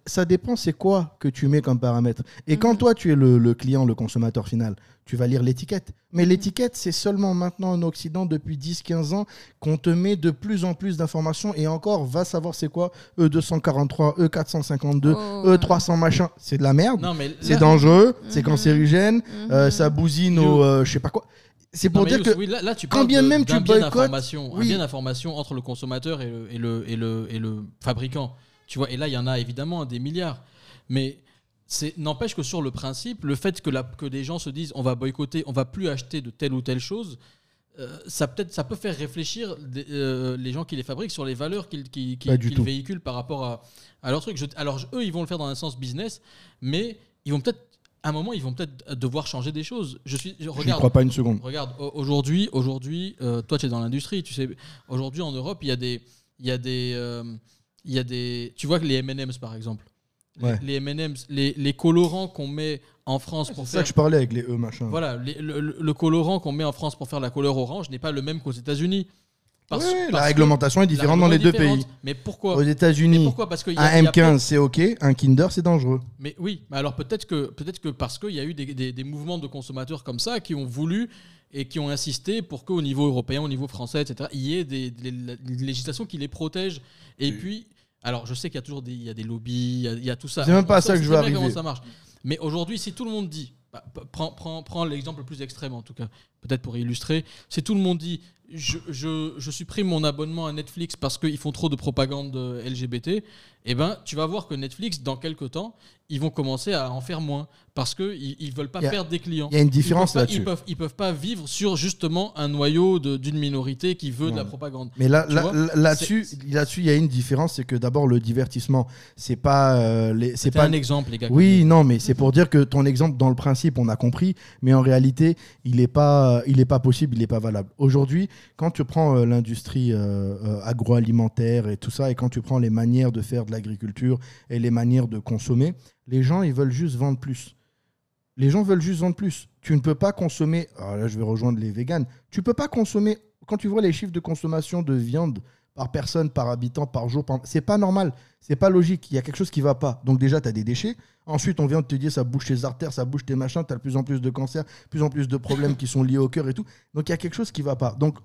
Speaker 2: ça dépend c'est quoi que tu mets comme paramètre. Et quand
Speaker 3: Mhm.
Speaker 2: toi tu es le, le client, le consommateur final, tu vas lire l'étiquette. Mais
Speaker 1: Mhm.
Speaker 2: l'étiquette, c'est seulement maintenant en Occident, depuis 10-15 ans, qu'on te met de plus en plus d'informations et encore, va savoir c'est quoi E E243, E452,
Speaker 3: Oh.
Speaker 2: E300 machin. C'est de la merde.
Speaker 1: Non, mais
Speaker 2: C'est
Speaker 1: là-
Speaker 2: dangereux, c'est
Speaker 3: Mhm.
Speaker 2: cancérigène,
Speaker 3: Mhm.
Speaker 2: euh, ça bousille nos euh, je sais pas quoi. C'est
Speaker 1: Non,
Speaker 2: pour
Speaker 1: mais
Speaker 2: dire
Speaker 1: Yous,
Speaker 2: que
Speaker 1: oui, là, là, tu
Speaker 2: quand
Speaker 1: parles
Speaker 2: bien
Speaker 1: de-
Speaker 2: même tu
Speaker 1: d'un bien
Speaker 2: boycottes,
Speaker 1: d'information, un
Speaker 2: oui.
Speaker 1: bien d'information entre le consommateur et le, et le, et le, et le fabricant. Tu vois, et là, il y en a évidemment des milliards. Mais c'est- n'empêche que sur le principe, le fait que, la, que des gens se disent on va boycotter, on va plus acheter de telle ou telle chose, euh, ça, peut ça peut faire réfléchir des- euh, les gens qui les fabriquent sur les valeurs qu'ils qu'ils- qu'ils-
Speaker 2: Pas du
Speaker 1: qu'ils
Speaker 2: tout.
Speaker 1: véhiculent par rapport à, à leur truc. Je- alors, je- eux, ils vont le faire dans un sens business, mais ils vont peut-être. À un moment, ils vont peut-être devoir changer des choses. Je suis, je-
Speaker 2: je ne
Speaker 1: regarde,
Speaker 2: crois pas une seconde.
Speaker 1: Regarde, au- aujourd'hui, aujourd'hui, euh, toi, tu es dans l'industrie. Tu sais, aujourd'hui en Europe, il y a des, il y a des, euh, il y a des. Tu vois que les M&M's par exemple,
Speaker 2: Ouais.
Speaker 1: les M&M's, les, les colorants qu'on met en France
Speaker 2: C'est
Speaker 1: pour
Speaker 2: ça
Speaker 1: faire,
Speaker 2: que je parlais avec les E machin.
Speaker 1: voilà, les- le, le- le colorant qu'on met en France pour faire la couleur orange n'est pas le même qu'aux États-Unis. Parce-
Speaker 2: Ouais, ouais, la
Speaker 1: parce que
Speaker 2: réglementation est
Speaker 1: la
Speaker 2: différente dans les deux
Speaker 1: règlement est
Speaker 2: pays.
Speaker 1: différente. Mais
Speaker 2: Aux
Speaker 1: pourquoi Mais
Speaker 2: États-Unis,
Speaker 1: pourquoi Parce qu'il y a
Speaker 2: un
Speaker 1: il y a
Speaker 2: M15 c'est ok, un Kinder c'est dangereux.
Speaker 1: Mais oui, mais alors peut-être que, peut que parce qu'il y a eu des, des- des mouvements de consommateurs comme ça qui ont voulu et qui ont insisté pour qu'au niveau européen, au niveau français, etc., il y ait des, des- des législations qui les protègent. Et puis, alors je sais qu'il y a toujours des, il y a des lobbies, il y a, il y a tout ça.
Speaker 2: C'est même pas
Speaker 1: On
Speaker 2: à ça
Speaker 1: sait
Speaker 2: que je
Speaker 1: très
Speaker 2: veux
Speaker 1: bien comment
Speaker 2: arriver.
Speaker 1: ça marche. Mais aujourd'hui, si tout le monde dit, bah, p- prends, prends- prends l'exemple le plus extrême en tout cas, peut-être pour illustrer, si tout le monde dit, je, je- je supprime mon abonnement à Netflix parce qu'ils font trop de propagande euh, LGBT, eh ben, tu vas voir que Netflix, dans quelques temps, ils vont commencer à en faire moins parce qu'ils ils veulent pas
Speaker 2: Il y a-
Speaker 1: perdre des clients.
Speaker 2: Il y a une différence
Speaker 1: Ils peuvent pas-
Speaker 2: là-dessus.
Speaker 1: Ils peuvent, ils peuvent pas vivre sur justement un noyau de- d'une minorité qui veut de la
Speaker 2: Ouais.
Speaker 1: propagande.
Speaker 2: Mais là,
Speaker 1: Tu
Speaker 2: là-
Speaker 1: vois,
Speaker 2: là- là-dessus,
Speaker 1: c'est-
Speaker 2: là-dessus, il y a une différence, c'est que d'abord le divertissement, c'est pas, euh, les- c'est
Speaker 1: C'est
Speaker 2: pas
Speaker 1: un exemple, les gars.
Speaker 2: Oui, non, mais c'est pour dire que ton exemple, euh, dans le principe, on a compris, mais en réalité, il n'est pas, il est pas possible, il n'est pas valable. Aujourd'hui, Quand tu prends euh, l'industrie euh, euh, agroalimentaire et tout ça, et quand tu prends les manières de faire de l'agriculture et les manières de consommer, les gens, ils veulent juste vendre plus. Les gens veulent juste vendre plus. Tu ne peux pas consommer. Alors là, je vais rejoindre les véganes. Tu peux pas consommer. Quand tu vois les chiffres de consommation de viande par personne, par habitant, par jour, par... c'est pas normal. C'est pas logique. Il y a quelque chose qui va pas. Donc, déjà, tu as des déchets. Ensuite, on vient de te dire ça bouche tes artères, ça bouche tes machins. Tu as de plus en plus de cancers, de plus en plus de problèmes qui sont liés au cœur et tout. Donc, il y a quelque chose qui va pas. Donc,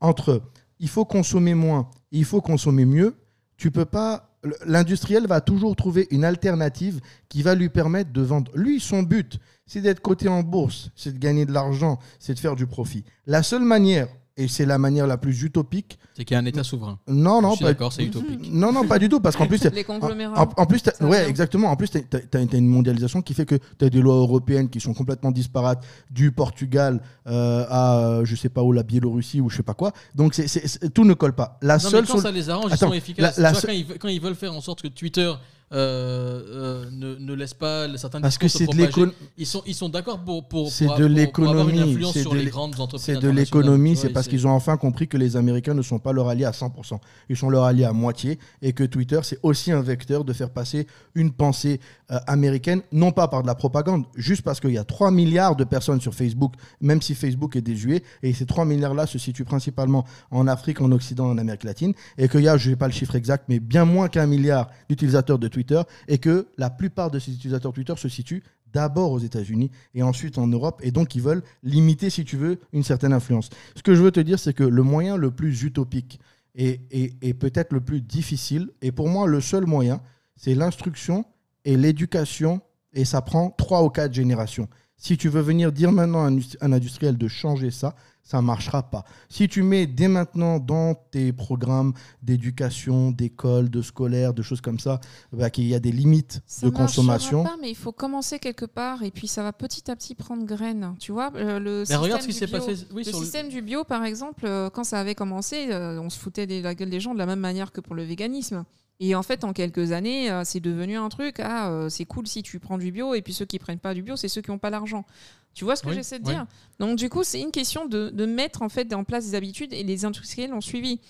Speaker 2: entre il faut consommer moins et il faut consommer mieux, tu peux pas. L'industriel va toujours trouver une alternative qui va lui permettre de vendre. Lui, son but, c'est d'être coté en bourse, c'est de gagner de l'argent, c'est de faire du profit. La seule manière, et c'est la manière la plus utopique,
Speaker 1: C'est qu'il y a un État souverain.
Speaker 2: non, non,
Speaker 1: je suis
Speaker 2: pas-
Speaker 1: d'accord, c'est utopique.
Speaker 2: non, non, pas du tout, parce qu'en plus,
Speaker 3: Les
Speaker 2: en,
Speaker 3: conglomérats.
Speaker 2: en- en plus, t'as-
Speaker 3: Ça
Speaker 2: ouais,
Speaker 3: vient.
Speaker 2: exactement. En plus, tu as, une mondialisation qui fait que tu as des lois européennes qui sont complètement disparates, du Portugal euh, à euh, je sais pas où, la Biélorussie ou je sais pas quoi. Donc, c'est- c'est- c'est- tout ne colle pas. La
Speaker 1: Non, mais
Speaker 2: seule
Speaker 1: quand
Speaker 2: sol-
Speaker 1: ça les arrange, ils
Speaker 2: Attends,
Speaker 1: sont efficaces.
Speaker 2: la- la
Speaker 1: Tu vois,
Speaker 2: seule-
Speaker 1: quand, ils, ve- quand ils veulent faire en sorte que Twitter euh, euh, ne, ne laisse pas certains
Speaker 2: Parce que
Speaker 1: discours se
Speaker 2: c'est de
Speaker 1: propager,
Speaker 2: l'économie.
Speaker 1: ils sont, ils sont d'accord pour, pour,
Speaker 2: C'est
Speaker 1: pour-
Speaker 2: de
Speaker 1: pour- pour avoir une
Speaker 2: l'économie,
Speaker 1: influence
Speaker 2: c'est
Speaker 1: sur
Speaker 2: de
Speaker 1: les
Speaker 2: l'é-
Speaker 1: grandes entreprises.
Speaker 2: C'est de
Speaker 1: internationales,
Speaker 2: l'économie,
Speaker 1: tu vois,
Speaker 2: c'est
Speaker 1: et
Speaker 2: parce qu'ils ont enfin compris que les Américains ne sont pas leur allié à 100%. Ils sont leur allié à moitié et que Twitter, c'est aussi un vecteur de faire passer une pensée euh, américaine, non pas par de la propagande, juste parce qu'il y a 3 milliards de personnes sur Facebook, même si Facebook est désuet, et ces 3 milliards-là se situent principalement en Afrique, en Occident, en Amérique latine, et qu'il y a, je n'ai pas le chiffre exact, mais bien moins qu'un milliard d'utilisateurs de Twitter, et que la plupart de ces utilisateurs Twitter se situent d'abord aux États-Unis et ensuite en Europe, et donc ils veulent limiter, si tu veux, une certaine influence. Ce que je veux te dire, c'est que le moyen le plus utopique et, et- et peut-être le plus difficile, et pour moi le seul moyen, c'est l'instruction et l'éducation, et ça prend trois ou quatre générations. Si tu veux venir dire maintenant à un, industri- un industriel de changer ça, ça ne marchera pas. Si tu mets dès maintenant dans tes programmes d'éducation, d'école, de scolaire, de choses comme ça, bah, qu'il y a des limites
Speaker 3: Ça
Speaker 2: de
Speaker 3: marchera
Speaker 2: consommation.
Speaker 3: pas, mais il faut commencer quelque part et puis ça va petit à petit prendre graine. Tu vois, euh, le
Speaker 1: c'est- Mais
Speaker 3: système
Speaker 1: regarde ce qui
Speaker 3: du
Speaker 1: s'est
Speaker 3: bio-
Speaker 1: passé. Oui,
Speaker 3: le
Speaker 1: sur le-
Speaker 3: système du bio, par exemple, euh, quand ça avait commencé, euh, on se foutait de la gueule des gens de la même manière que pour le véganisme. Et en fait, en quelques années, euh, c'est devenu un truc. Ah, euh, c'est cool si tu prends du bio, et puis ceux qui prennent pas du bio, c'est ceux qui n'ont pas l'argent. Tu vois ce que
Speaker 1: Oui,
Speaker 3: j'essaie de
Speaker 1: oui.
Speaker 3: dire Donc, du coup, c'est une question de, de mettre en fait en place des habitudes, et les industriels l'ont suivi.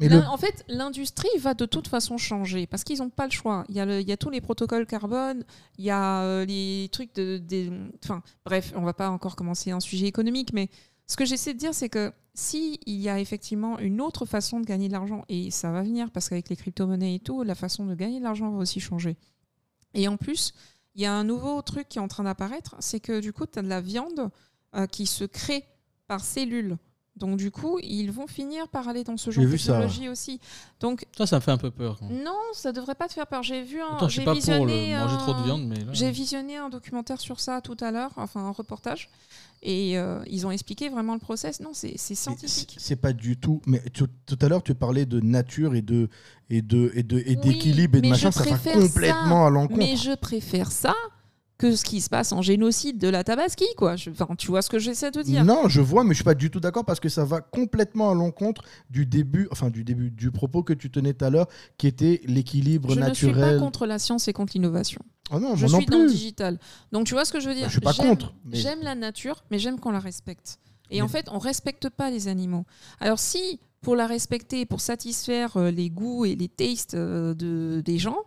Speaker 2: Mais
Speaker 3: L'in-
Speaker 2: le-
Speaker 3: En fait, l'industrie va de toute façon changer parce qu'ils n'ont pas le choix. Il y, a le- il y a tous les protocoles carbone, il y a euh, les trucs de. des- Enfin, bref, on va pas encore commencer un sujet économique, mais ce que j'essaie de dire, c'est que s'il y a effectivement une autre façon de gagner de l'argent, et ça va venir parce qu'avec les crypto-monnaies et tout, la façon de gagner de l'argent va aussi changer. Et en plus, il y a un nouveau truc qui est en train d'apparaître, c'est que du coup, tu as de la viande euh, qui se crée par cellules. Donc du coup, ils vont finir par aller dans ce genre
Speaker 2: J'ai
Speaker 3: de
Speaker 2: vu ça, ouais.
Speaker 3: technologie aussi. Donc
Speaker 1: Ça, ça me fait un peu peur. quand même.
Speaker 3: non, ça devrait pas te faire peur. J'ai vu un
Speaker 1: Pourtant, je
Speaker 3: j'ai
Speaker 1: suis pas pour
Speaker 3: visionné
Speaker 1: le manger
Speaker 3: un-
Speaker 1: trop de viande, mais là.
Speaker 3: J'ai visionné un documentaire sur ça tout à l'heure, enfin un reportage, et euh, ils ont expliqué vraiment le process. Non, c'est c'est scientifique.
Speaker 2: C'est c'est pas du tout. Mais tout, tout à l'heure, tu parlaais de nature et de et de et de et
Speaker 3: Oui,
Speaker 2: d'équilibre et de
Speaker 3: mais
Speaker 2: machin.
Speaker 3: je
Speaker 2: Ça va
Speaker 3: préfère
Speaker 2: complètement à l'encontre.
Speaker 3: Mais je préfère ça que ce qui se passe en génocide de la Tabaski, quoi. Je- Enfin, tu vois ce que j'essaie de dire.
Speaker 2: Non, je vois, mais je suis pas du tout d'accord parce que ça va complètement à l'encontre du début, enfin du début du propos que tu tenais tout à l'heure, qui était l'équilibre
Speaker 3: je ne suis pas
Speaker 2: naturel.
Speaker 3: contre la science et contre l'innovation.
Speaker 2: Ah non,
Speaker 3: Je
Speaker 2: moi non
Speaker 3: suis dans le
Speaker 2: plus.
Speaker 3: digital. Donc tu vois ce que je veux dire
Speaker 2: Bah, je suis pas
Speaker 3: J'aime-
Speaker 2: contre, mais-
Speaker 3: J'aime la nature, mais j'aime qu'on la respecte. Et
Speaker 2: Mais-
Speaker 3: en fait, on respecte pas les animaux. Alors si pour la respecter, pour satisfaire euh, les goûts et les tastes euh, de, des gens,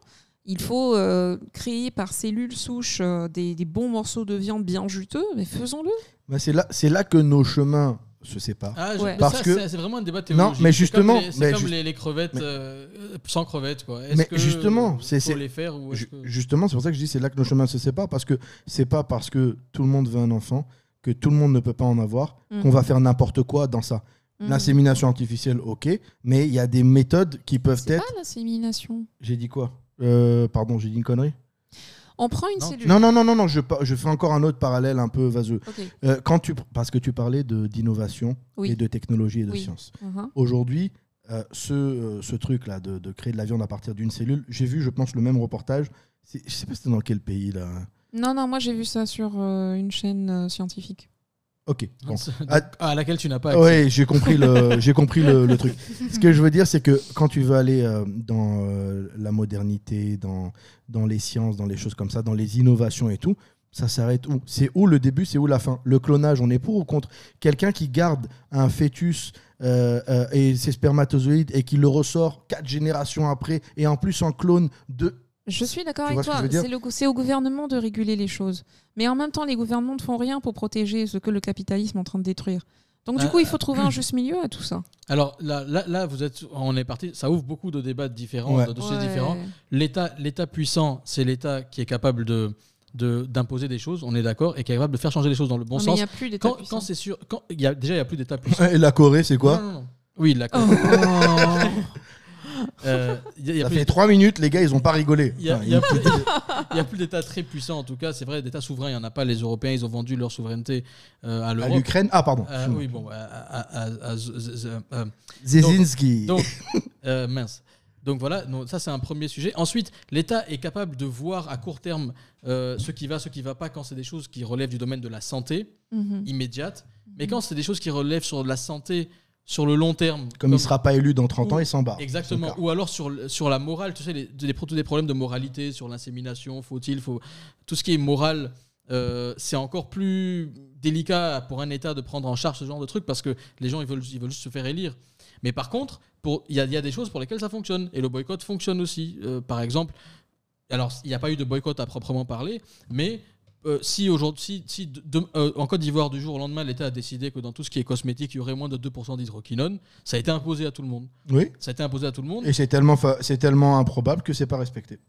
Speaker 3: il faut euh, créer par cellules souches euh, des, des bons morceaux de viande bien juteux, mais faisons-le.
Speaker 2: Bah, c'est là, c'est là que nos chemins se séparent.
Speaker 1: Ah, je-
Speaker 3: Ouais.
Speaker 1: mais
Speaker 2: Parce
Speaker 1: ça,
Speaker 2: que-
Speaker 1: c'est- c'est vraiment un débat théologique.
Speaker 2: mais
Speaker 1: C'est comme
Speaker 2: justement,
Speaker 1: les- c'est
Speaker 2: mais
Speaker 1: comme
Speaker 2: juste-
Speaker 1: les, les crevettes
Speaker 2: mais-
Speaker 1: euh, sans crevettes, quoi. Est-ce
Speaker 2: Mais
Speaker 1: que
Speaker 2: justement, c'est-
Speaker 1: faut
Speaker 2: c'est-
Speaker 1: les faire ou est-ce
Speaker 2: Ju-
Speaker 1: que-
Speaker 2: Justement, c'est pour ça que je dis c'est là que nos chemins se séparent parce que c'est pas parce que tout le monde veut un enfant que tout le monde ne peut pas en avoir
Speaker 3: Mhm.
Speaker 2: qu'on va faire n'importe quoi dans ça.
Speaker 3: Mhm.
Speaker 2: L'insémination artificielle, ok, mais il y a des méthodes qui peuvent
Speaker 3: C'est
Speaker 2: être.
Speaker 3: pas l'assimilation.
Speaker 2: J'ai dit quoi Euh, Pardon, j'ai dit une connerie
Speaker 3: On prend une
Speaker 1: Non.
Speaker 3: cellule.
Speaker 2: Non, non, non, non, non je, pa- je fais encore un autre parallèle un peu vaseux.
Speaker 3: Ok.
Speaker 2: Euh, quand tu, parce que tu parlais de- d'innovation
Speaker 3: Oui.
Speaker 2: et de technologie et de
Speaker 3: Oui.
Speaker 2: science.
Speaker 3: Mhm.
Speaker 2: Aujourd'hui, euh, ce, euh, ce truc-là de, de créer de la viande à partir d'une cellule, j'ai vu, je pense, le même reportage. C'est- Je sais pas c'était dans quel pays là.
Speaker 3: Non, non, moi j'ai vu ça sur euh, une chaîne euh, scientifique.
Speaker 2: Ok. bon. Ah,
Speaker 1: Donc, Ah, à laquelle tu n'as pas accès.
Speaker 2: Oui, j'ai compris le, j'ai compris le, le truc. Ce que je veux dire, c'est que quand tu veux aller euh, dans euh, la modernité, dans, dans les sciences, dans les choses comme ça, dans les innovations et tout, ça s'arrête où C'est où le début, c'est où la fin Le clonage, on est pour ou contre Quelqu'un qui garde un fœtus euh, euh, et ses spermatozoïdes et qu'il le ressort quatre générations après et en plus en clone de
Speaker 3: Je suis d'accord
Speaker 2: Tu
Speaker 3: avec
Speaker 2: vois ce que
Speaker 3: toi.
Speaker 2: je veux dire
Speaker 3: C'est le- c'est au gouvernement de réguler les choses. Mais en même temps, les gouvernements ne font rien pour protéger ce que le capitalisme est en train de détruire. Donc, du
Speaker 1: Ah,
Speaker 3: coup, il faut trouver un juste milieu à tout ça.
Speaker 1: Alors là, là, là, vous êtes, on est parti. Ça ouvre beaucoup de débats différents,
Speaker 2: Ouais.
Speaker 1: de dossiers
Speaker 3: Ouais.
Speaker 1: différents. L'État, l'État puissant, c'est l'État qui est capable de de- d'imposer des choses. On est d'accord et qui est capable de faire changer les choses dans le bon
Speaker 3: Non, mais il
Speaker 1: sens.
Speaker 3: n'y a plus d'État
Speaker 1: Quand,
Speaker 3: puissant.
Speaker 1: quand c'est sûr, quand il y a déjà, il y a plus d'État puissant.
Speaker 2: et la Corée, c'est quoi Oh.
Speaker 1: Non, non, non. Oui, d'accord. Euh, il y a- il y a
Speaker 2: Ça
Speaker 1: plus
Speaker 2: fait
Speaker 1: d'État-
Speaker 2: trois minutes, les gars, ils ont pas rigolé.
Speaker 1: Il y a-
Speaker 2: Enfin,
Speaker 1: il y a
Speaker 2: ils-
Speaker 1: plus d'État- il y a plus d'État très puissant en tout cas. C'est vrai, d'État souverain, il n'y en a pas. Les Européens, ils ont vendu leur souveraineté euh, à
Speaker 2: à
Speaker 1: l'Europe.
Speaker 2: l'Ukraine. Ah, pardon.
Speaker 1: Euh, oui, bon, à- à- à- à- à- z- z- euh,
Speaker 2: Zezinski.
Speaker 1: Donc, euh, mince. Donc voilà, non, ça c'est un premier sujet. Ensuite, l'État est capable de voir à court terme euh, ce qui va, ce qui va pas quand c'est des choses qui relèvent du domaine de la santé
Speaker 3: Mhm.
Speaker 1: immédiate, mais quand c'est des choses qui relèvent sur de la santé sur le long terme,
Speaker 2: Comme il sera pas élu dans 30 ans, il s'en barre.
Speaker 1: Mm. Exactement.
Speaker 2: D'accord.
Speaker 1: Ou alors sur, le- sur la morale, tu sais, les, des, pro- tous des problèmes de moralité, sur l'insémination, faut-il, faut. Tout ce qui est moral, euh, c'est encore plus délicat pour un État de prendre en charge ce genre de truc parce que les gens, ils veulent, ils veulent juste se faire élire. Mais par contre, pour- il y a, il y a des choses pour lesquelles ça fonctionne. Et le boycott fonctionne aussi. Euh, par exemple, alors, il n'y a pas eu de boycott à proprement parler, mais. euh, si aujourd'hui, si, si de- de- euh, en Côte d'Ivoire, du jour au lendemain, l'État a décidé que dans tout ce qui est cosmétique, il y aurait moins de 2% d'hydroquinone, ça a été imposé à tout le monde.
Speaker 2: euh, Oui.
Speaker 1: Ça a été imposé à tout le monde.
Speaker 2: Et c'est tellement, fa- c'est tellement improbable que c'est pas respecté.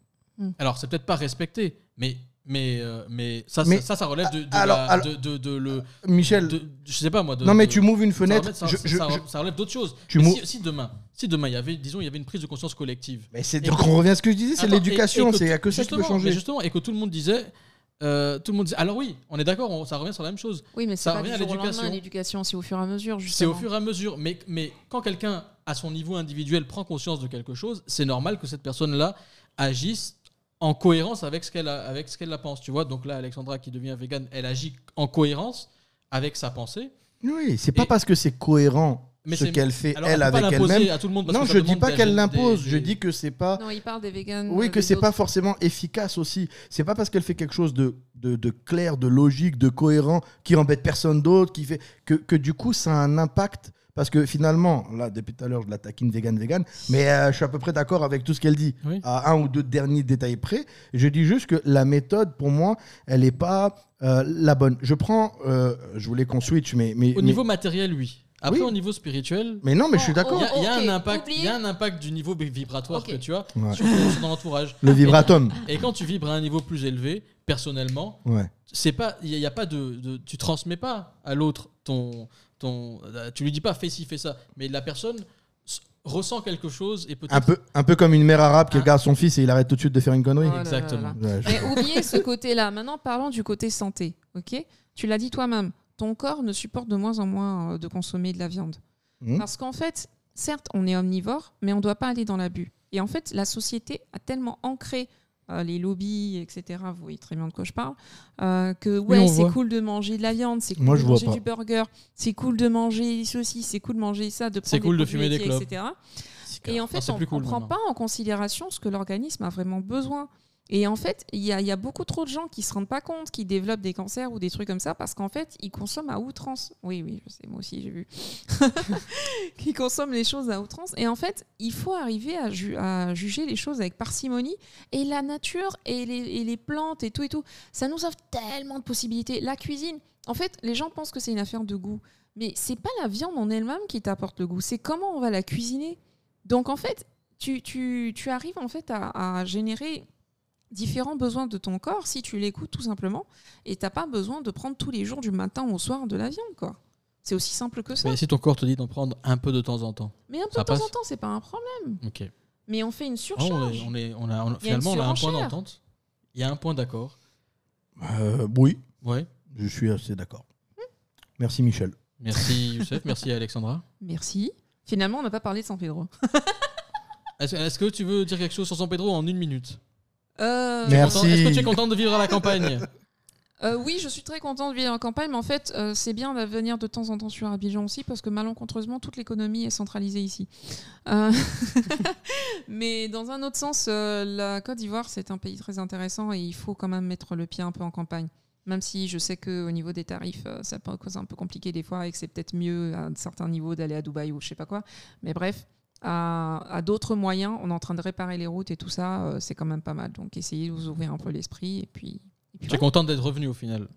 Speaker 1: Alors, c'est peut-être pas respecté, mais, mais, euh, mais, ça,
Speaker 2: Mais-
Speaker 1: ça, ça, ça relève de, de
Speaker 2: alors-
Speaker 1: la-
Speaker 2: alors- euh,
Speaker 1: de, de- de le.
Speaker 2: Michel,
Speaker 1: de- je sais pas moi. de-
Speaker 2: non mais
Speaker 1: de-
Speaker 2: tu m'ouvres une
Speaker 1: ça relève-
Speaker 2: fenêtre.
Speaker 1: Ça,
Speaker 2: je- je-
Speaker 1: ça-
Speaker 2: je-
Speaker 1: ça relève d'autres choses.
Speaker 2: Tu
Speaker 1: Mais
Speaker 2: m'ou-
Speaker 1: si, si demain, si demain, il y avait, disons, il y avait une prise de conscience collective.
Speaker 2: Mais c'est-
Speaker 1: Et
Speaker 2: donc
Speaker 1: que-
Speaker 2: on revient à ce que je disais, c'est
Speaker 1: Attends, et-
Speaker 2: l'éducation,
Speaker 1: et
Speaker 2: c'est y a
Speaker 1: tout-
Speaker 2: que ça qui peut
Speaker 1: justement, mais
Speaker 2: changer.
Speaker 1: Justement, et que tout le monde disait. euh, tout le monde disait. Alors oui, on est d'accord, on- ça revient sur la même chose.
Speaker 3: Oui, mais
Speaker 1: Ça
Speaker 3: c'est pas
Speaker 1: revient
Speaker 3: du
Speaker 1: à
Speaker 3: jour au lendemain.
Speaker 1: l'éducation.
Speaker 3: L'éducation, c'est au fur et à mesure.
Speaker 1: C'est au
Speaker 3: justement.
Speaker 1: fur et à mesure. Mais, mais quand quelqu'un, à son niveau individuel, prend conscience de quelque chose, c'est normal que cette personne-là agisse en cohérence avec ce qu'elle a- avec ce qu'elle la pense. Tu vois, donc là, Alexandra qui devient végane, elle agit en cohérence avec sa pensée.
Speaker 2: Oui, c'est pas
Speaker 1: Et-
Speaker 2: parce que c'est cohérent
Speaker 1: Mais
Speaker 2: ce
Speaker 1: c'est-
Speaker 2: qu'elle fait
Speaker 1: Alors,
Speaker 2: elle
Speaker 1: elle peut
Speaker 2: avec
Speaker 1: pas l'imposer
Speaker 2: elle-même.
Speaker 1: à tout le monde. parce
Speaker 2: Non,
Speaker 1: que ça
Speaker 2: je dis
Speaker 1: demande
Speaker 2: pas qu'elle
Speaker 1: d'agir-
Speaker 2: l'impose,
Speaker 1: des-
Speaker 2: je
Speaker 1: des-
Speaker 2: dis que c'est pas
Speaker 3: Non, il parle des véganes.
Speaker 2: Oui,
Speaker 3: euh,
Speaker 2: que
Speaker 3: des
Speaker 2: c'est pas
Speaker 3: autres.
Speaker 2: forcément efficace aussi. C'est pas parce qu'elle fait quelque chose de, de, de clair, de logique, de cohérent, qui embête personne d'autre, qui fait que, que du coup ça a un impact. Parce que finalement, là depuis tout à l'heure je la taquine vegan vegan, mais euh, je suis à peu près d'accord avec tout ce qu'elle dit,
Speaker 1: Oui.
Speaker 2: à un ou deux derniers détails près. Je dis juste que la méthode pour moi, elle n'est pas euh, la bonne. Je prends, euh, je voulais qu'on switch, mais mais,
Speaker 1: Au
Speaker 2: mais-
Speaker 1: niveau matériel, oui. Après,
Speaker 2: Oui.
Speaker 1: au niveau spirituel.
Speaker 2: mais non, mais je suis
Speaker 1: Il
Speaker 3: Oh,
Speaker 1: y,
Speaker 2: d'accord.
Speaker 1: a- il y a
Speaker 3: Oh,
Speaker 1: un
Speaker 3: ok,
Speaker 1: impact, il y a
Speaker 3: oublie.
Speaker 1: un impact du niveau vibratoire
Speaker 3: Ok.
Speaker 1: que tu as
Speaker 2: Ouais.
Speaker 1: sur, sur dans l'entourage.
Speaker 2: Le vibratum.
Speaker 1: Et quand tu vibres à un niveau plus élevé, personnellement,
Speaker 2: Ouais.
Speaker 1: c'est pas il y, a- y a pas de, de- tu transmets pas à l'autre ton ton euh, tu lui dis pas fais ci fais ça mais la personne s- ressent quelque chose et peut-être
Speaker 2: Un peu un peu comme une mère arabe qui
Speaker 1: Ah.
Speaker 2: regarde son fils et il arrête tout de suite de faire une connerie.
Speaker 3: Oh là là là là.
Speaker 1: Exactement.
Speaker 2: Ouais, je-
Speaker 3: Mais oubliez ce côté-là. Maintenant, parlons du côté santé. Ok Tu l'as dit toi-même. Ton corps ne supporte de moins en moins euh, de consommer de la viande.
Speaker 2: Mhm.
Speaker 3: Parce qu'en fait, certes, on est omnivore, mais on ne doit pas aller dans l'abus. Et en fait, la société a tellement ancré euh, les lobbies, etc. Vous voyez très bien de quoi je parle. euh, que ouais,
Speaker 1: on
Speaker 3: c'est
Speaker 1: voit.
Speaker 3: cool de manger de la viande, c'est cool
Speaker 2: Moi,
Speaker 3: de
Speaker 2: je vois
Speaker 3: manger
Speaker 2: pas.
Speaker 3: du burger, c'est cool de manger ceci, c'est cool de manger ça, de prendre
Speaker 1: C'est cool
Speaker 3: des
Speaker 1: de
Speaker 3: produits
Speaker 1: fumer des
Speaker 3: laitiers,
Speaker 1: clopes.
Speaker 3: etc. Et en
Speaker 1: Ah,
Speaker 3: fait,
Speaker 1: c'est
Speaker 3: on
Speaker 1: plus cool
Speaker 3: ne prend
Speaker 1: maintenant.
Speaker 3: pas en considération ce que l'organisme a vraiment besoin. Et en fait, il y, a- il y a beaucoup trop de gens qui ne se rendent pas compte, qui développent des cancers ou des trucs comme ça, parce qu'en fait, ils consomment à outrance. Oui, oui, je sais, moi aussi, j'ai vu. qui consomment les choses à outrance. Et en fait, il faut arriver à, ju- à juger les choses avec parcimonie. Et la nature et les, et les plantes et tout et tout, ça nous offre tellement de possibilités. La cuisine, en fait, les gens pensent que c'est une affaire de goût. Mais c'est pas la viande en elle-même qui t'apporte le goût, c'est comment on va la cuisiner. Donc en fait, tu, tu- tu arrives en fait à, à générer différents besoins de ton corps si tu l'écoutes tout simplement et t'as pas besoin de prendre tous les jours du matin au soir de la viande quoi. C'est aussi simple que ça.
Speaker 1: mais si ton corps te dit d'en prendre un peu de temps en temps
Speaker 3: Mais un peu
Speaker 1: ça
Speaker 3: de temps en
Speaker 1: passe.
Speaker 3: temps, c'est pas un problème.
Speaker 1: ok
Speaker 3: Mais Mm. on fait une
Speaker 1: Ah, on est,
Speaker 3: surcharge.
Speaker 1: on est- on a on-
Speaker 3: Il y a une
Speaker 1: finalement on a un point
Speaker 3: surenchère.
Speaker 1: d'entente il y a un point d'accord
Speaker 2: Euh, oui.
Speaker 1: ouais
Speaker 2: Je suis assez d'accord. Merci Michel.
Speaker 1: merci Youssef merci Alexandra
Speaker 3: Merci. Finalement, on n'a pas parlé de San Pedro.
Speaker 1: est-ce est-ce que tu veux dire quelque chose sur San Pedro en une minute
Speaker 3: Euh,
Speaker 2: Merci.
Speaker 1: Attends, est-ce que tu es content de vivre à la campagne
Speaker 3: Euh, oui, je suis très contente de vivre en campagne, mais en fait, euh, c'est bien de venir de temps en temps sur Abidjan aussi, parce que malencontreusement, toute l'économie est centralisée ici. Euh, mais dans un autre sens, euh, la Côte d'Ivoire, c'est un pays très intéressant et il faut quand même mettre le pied un peu en campagne. Même si je sais qu'au niveau des tarifs, euh, ça peut causer un peu compliqué des fois et que c'est peut-être mieux à un certain niveau d'aller à Dubaï ou je sais pas quoi. Mais bref, à, à d'autres moyens, on est en train de réparer les routes et tout ça, euh, c'est quand même pas mal. Donc essayez de vous ouvrir un peu l'esprit et puis. et puis
Speaker 1: Tu es
Speaker 3: voilà.
Speaker 1: content d'être revenu au final.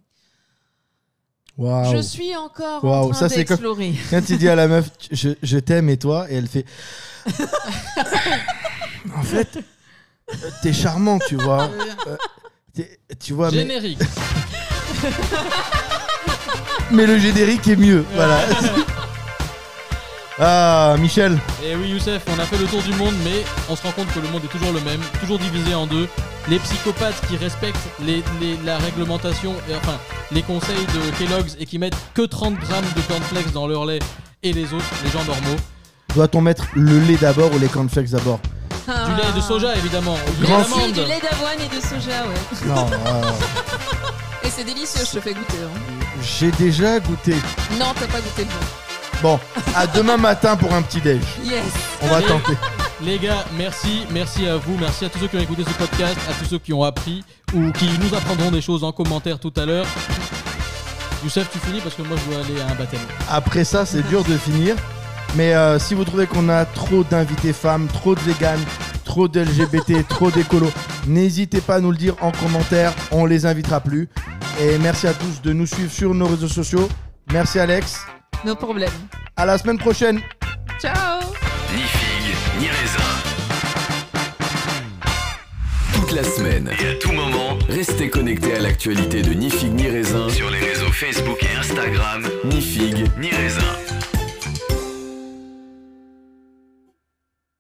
Speaker 2: Waouh.
Speaker 3: Je suis encore
Speaker 2: Waouh,
Speaker 3: en train
Speaker 2: ça, c'est comme-
Speaker 3: d'explorer.
Speaker 2: Quand tu dis à la meuf, tu- je, je t'aime et toi, et elle fait. en fait, euh, t'es charmant, tu
Speaker 3: Ah,
Speaker 2: vois. Euh, t'es- tu vois, mais,
Speaker 1: Générique.
Speaker 2: mais le générique est mieux. Voilà. ah, Michel,
Speaker 1: Et Eh oui, Youssef, on a fait le tour du monde, mais on se rend compte que le monde est toujours le même, toujours divisé en deux. Les psychopathes qui respectent les- les- la réglementation, et enfin, les conseils de Kellogg's et qui mettent que 30 grammes de cornflakes dans leur lait, et les autres, les gens normaux.
Speaker 2: doit-on mettre le lait d'abord ou les cornflakes d'abord
Speaker 1: Du lait et de soja, évidemment. ou Du lait
Speaker 2: Grand-
Speaker 1: d'amande.
Speaker 3: Ah. Du lait d'avoine et de soja, ouais.
Speaker 2: Non, euh,
Speaker 3: Et c'est délicieux, je te fais goûter. hein.
Speaker 2: j'ai déjà goûté.
Speaker 3: Non, t'as pas goûté le bon.
Speaker 2: Bon, à demain matin pour un petit déj.
Speaker 3: Yes.
Speaker 2: On va tenter.
Speaker 1: Les gars, merci, merci à vous, merci à tous ceux qui ont écouté ce podcast, à tous ceux qui ont appris ou qui nous apprendront des choses en commentaire tout à l'heure. Youssef, tu finis parce que moi je dois aller à un baptême.
Speaker 2: Après ça, c'est dur de finir. Mais euh, si vous trouvez qu'on a trop d'invités femmes, trop de véganes, trop d'LGBT, trop d'écolos, n'hésitez pas à nous le dire en commentaire. On les invitera plus. Et merci à tous de nous suivre sur nos réseaux sociaux. Merci Alex.
Speaker 3: Nos problèmes.
Speaker 2: À la semaine prochaine.
Speaker 3: Ciao
Speaker 8: Ni figue, ni raisin. Toute la semaine et à tout moment, restez connectés à l'actualité de Ni figue, ni raisin sur les réseaux Facebook et Instagram. Ni figue, ni raisin.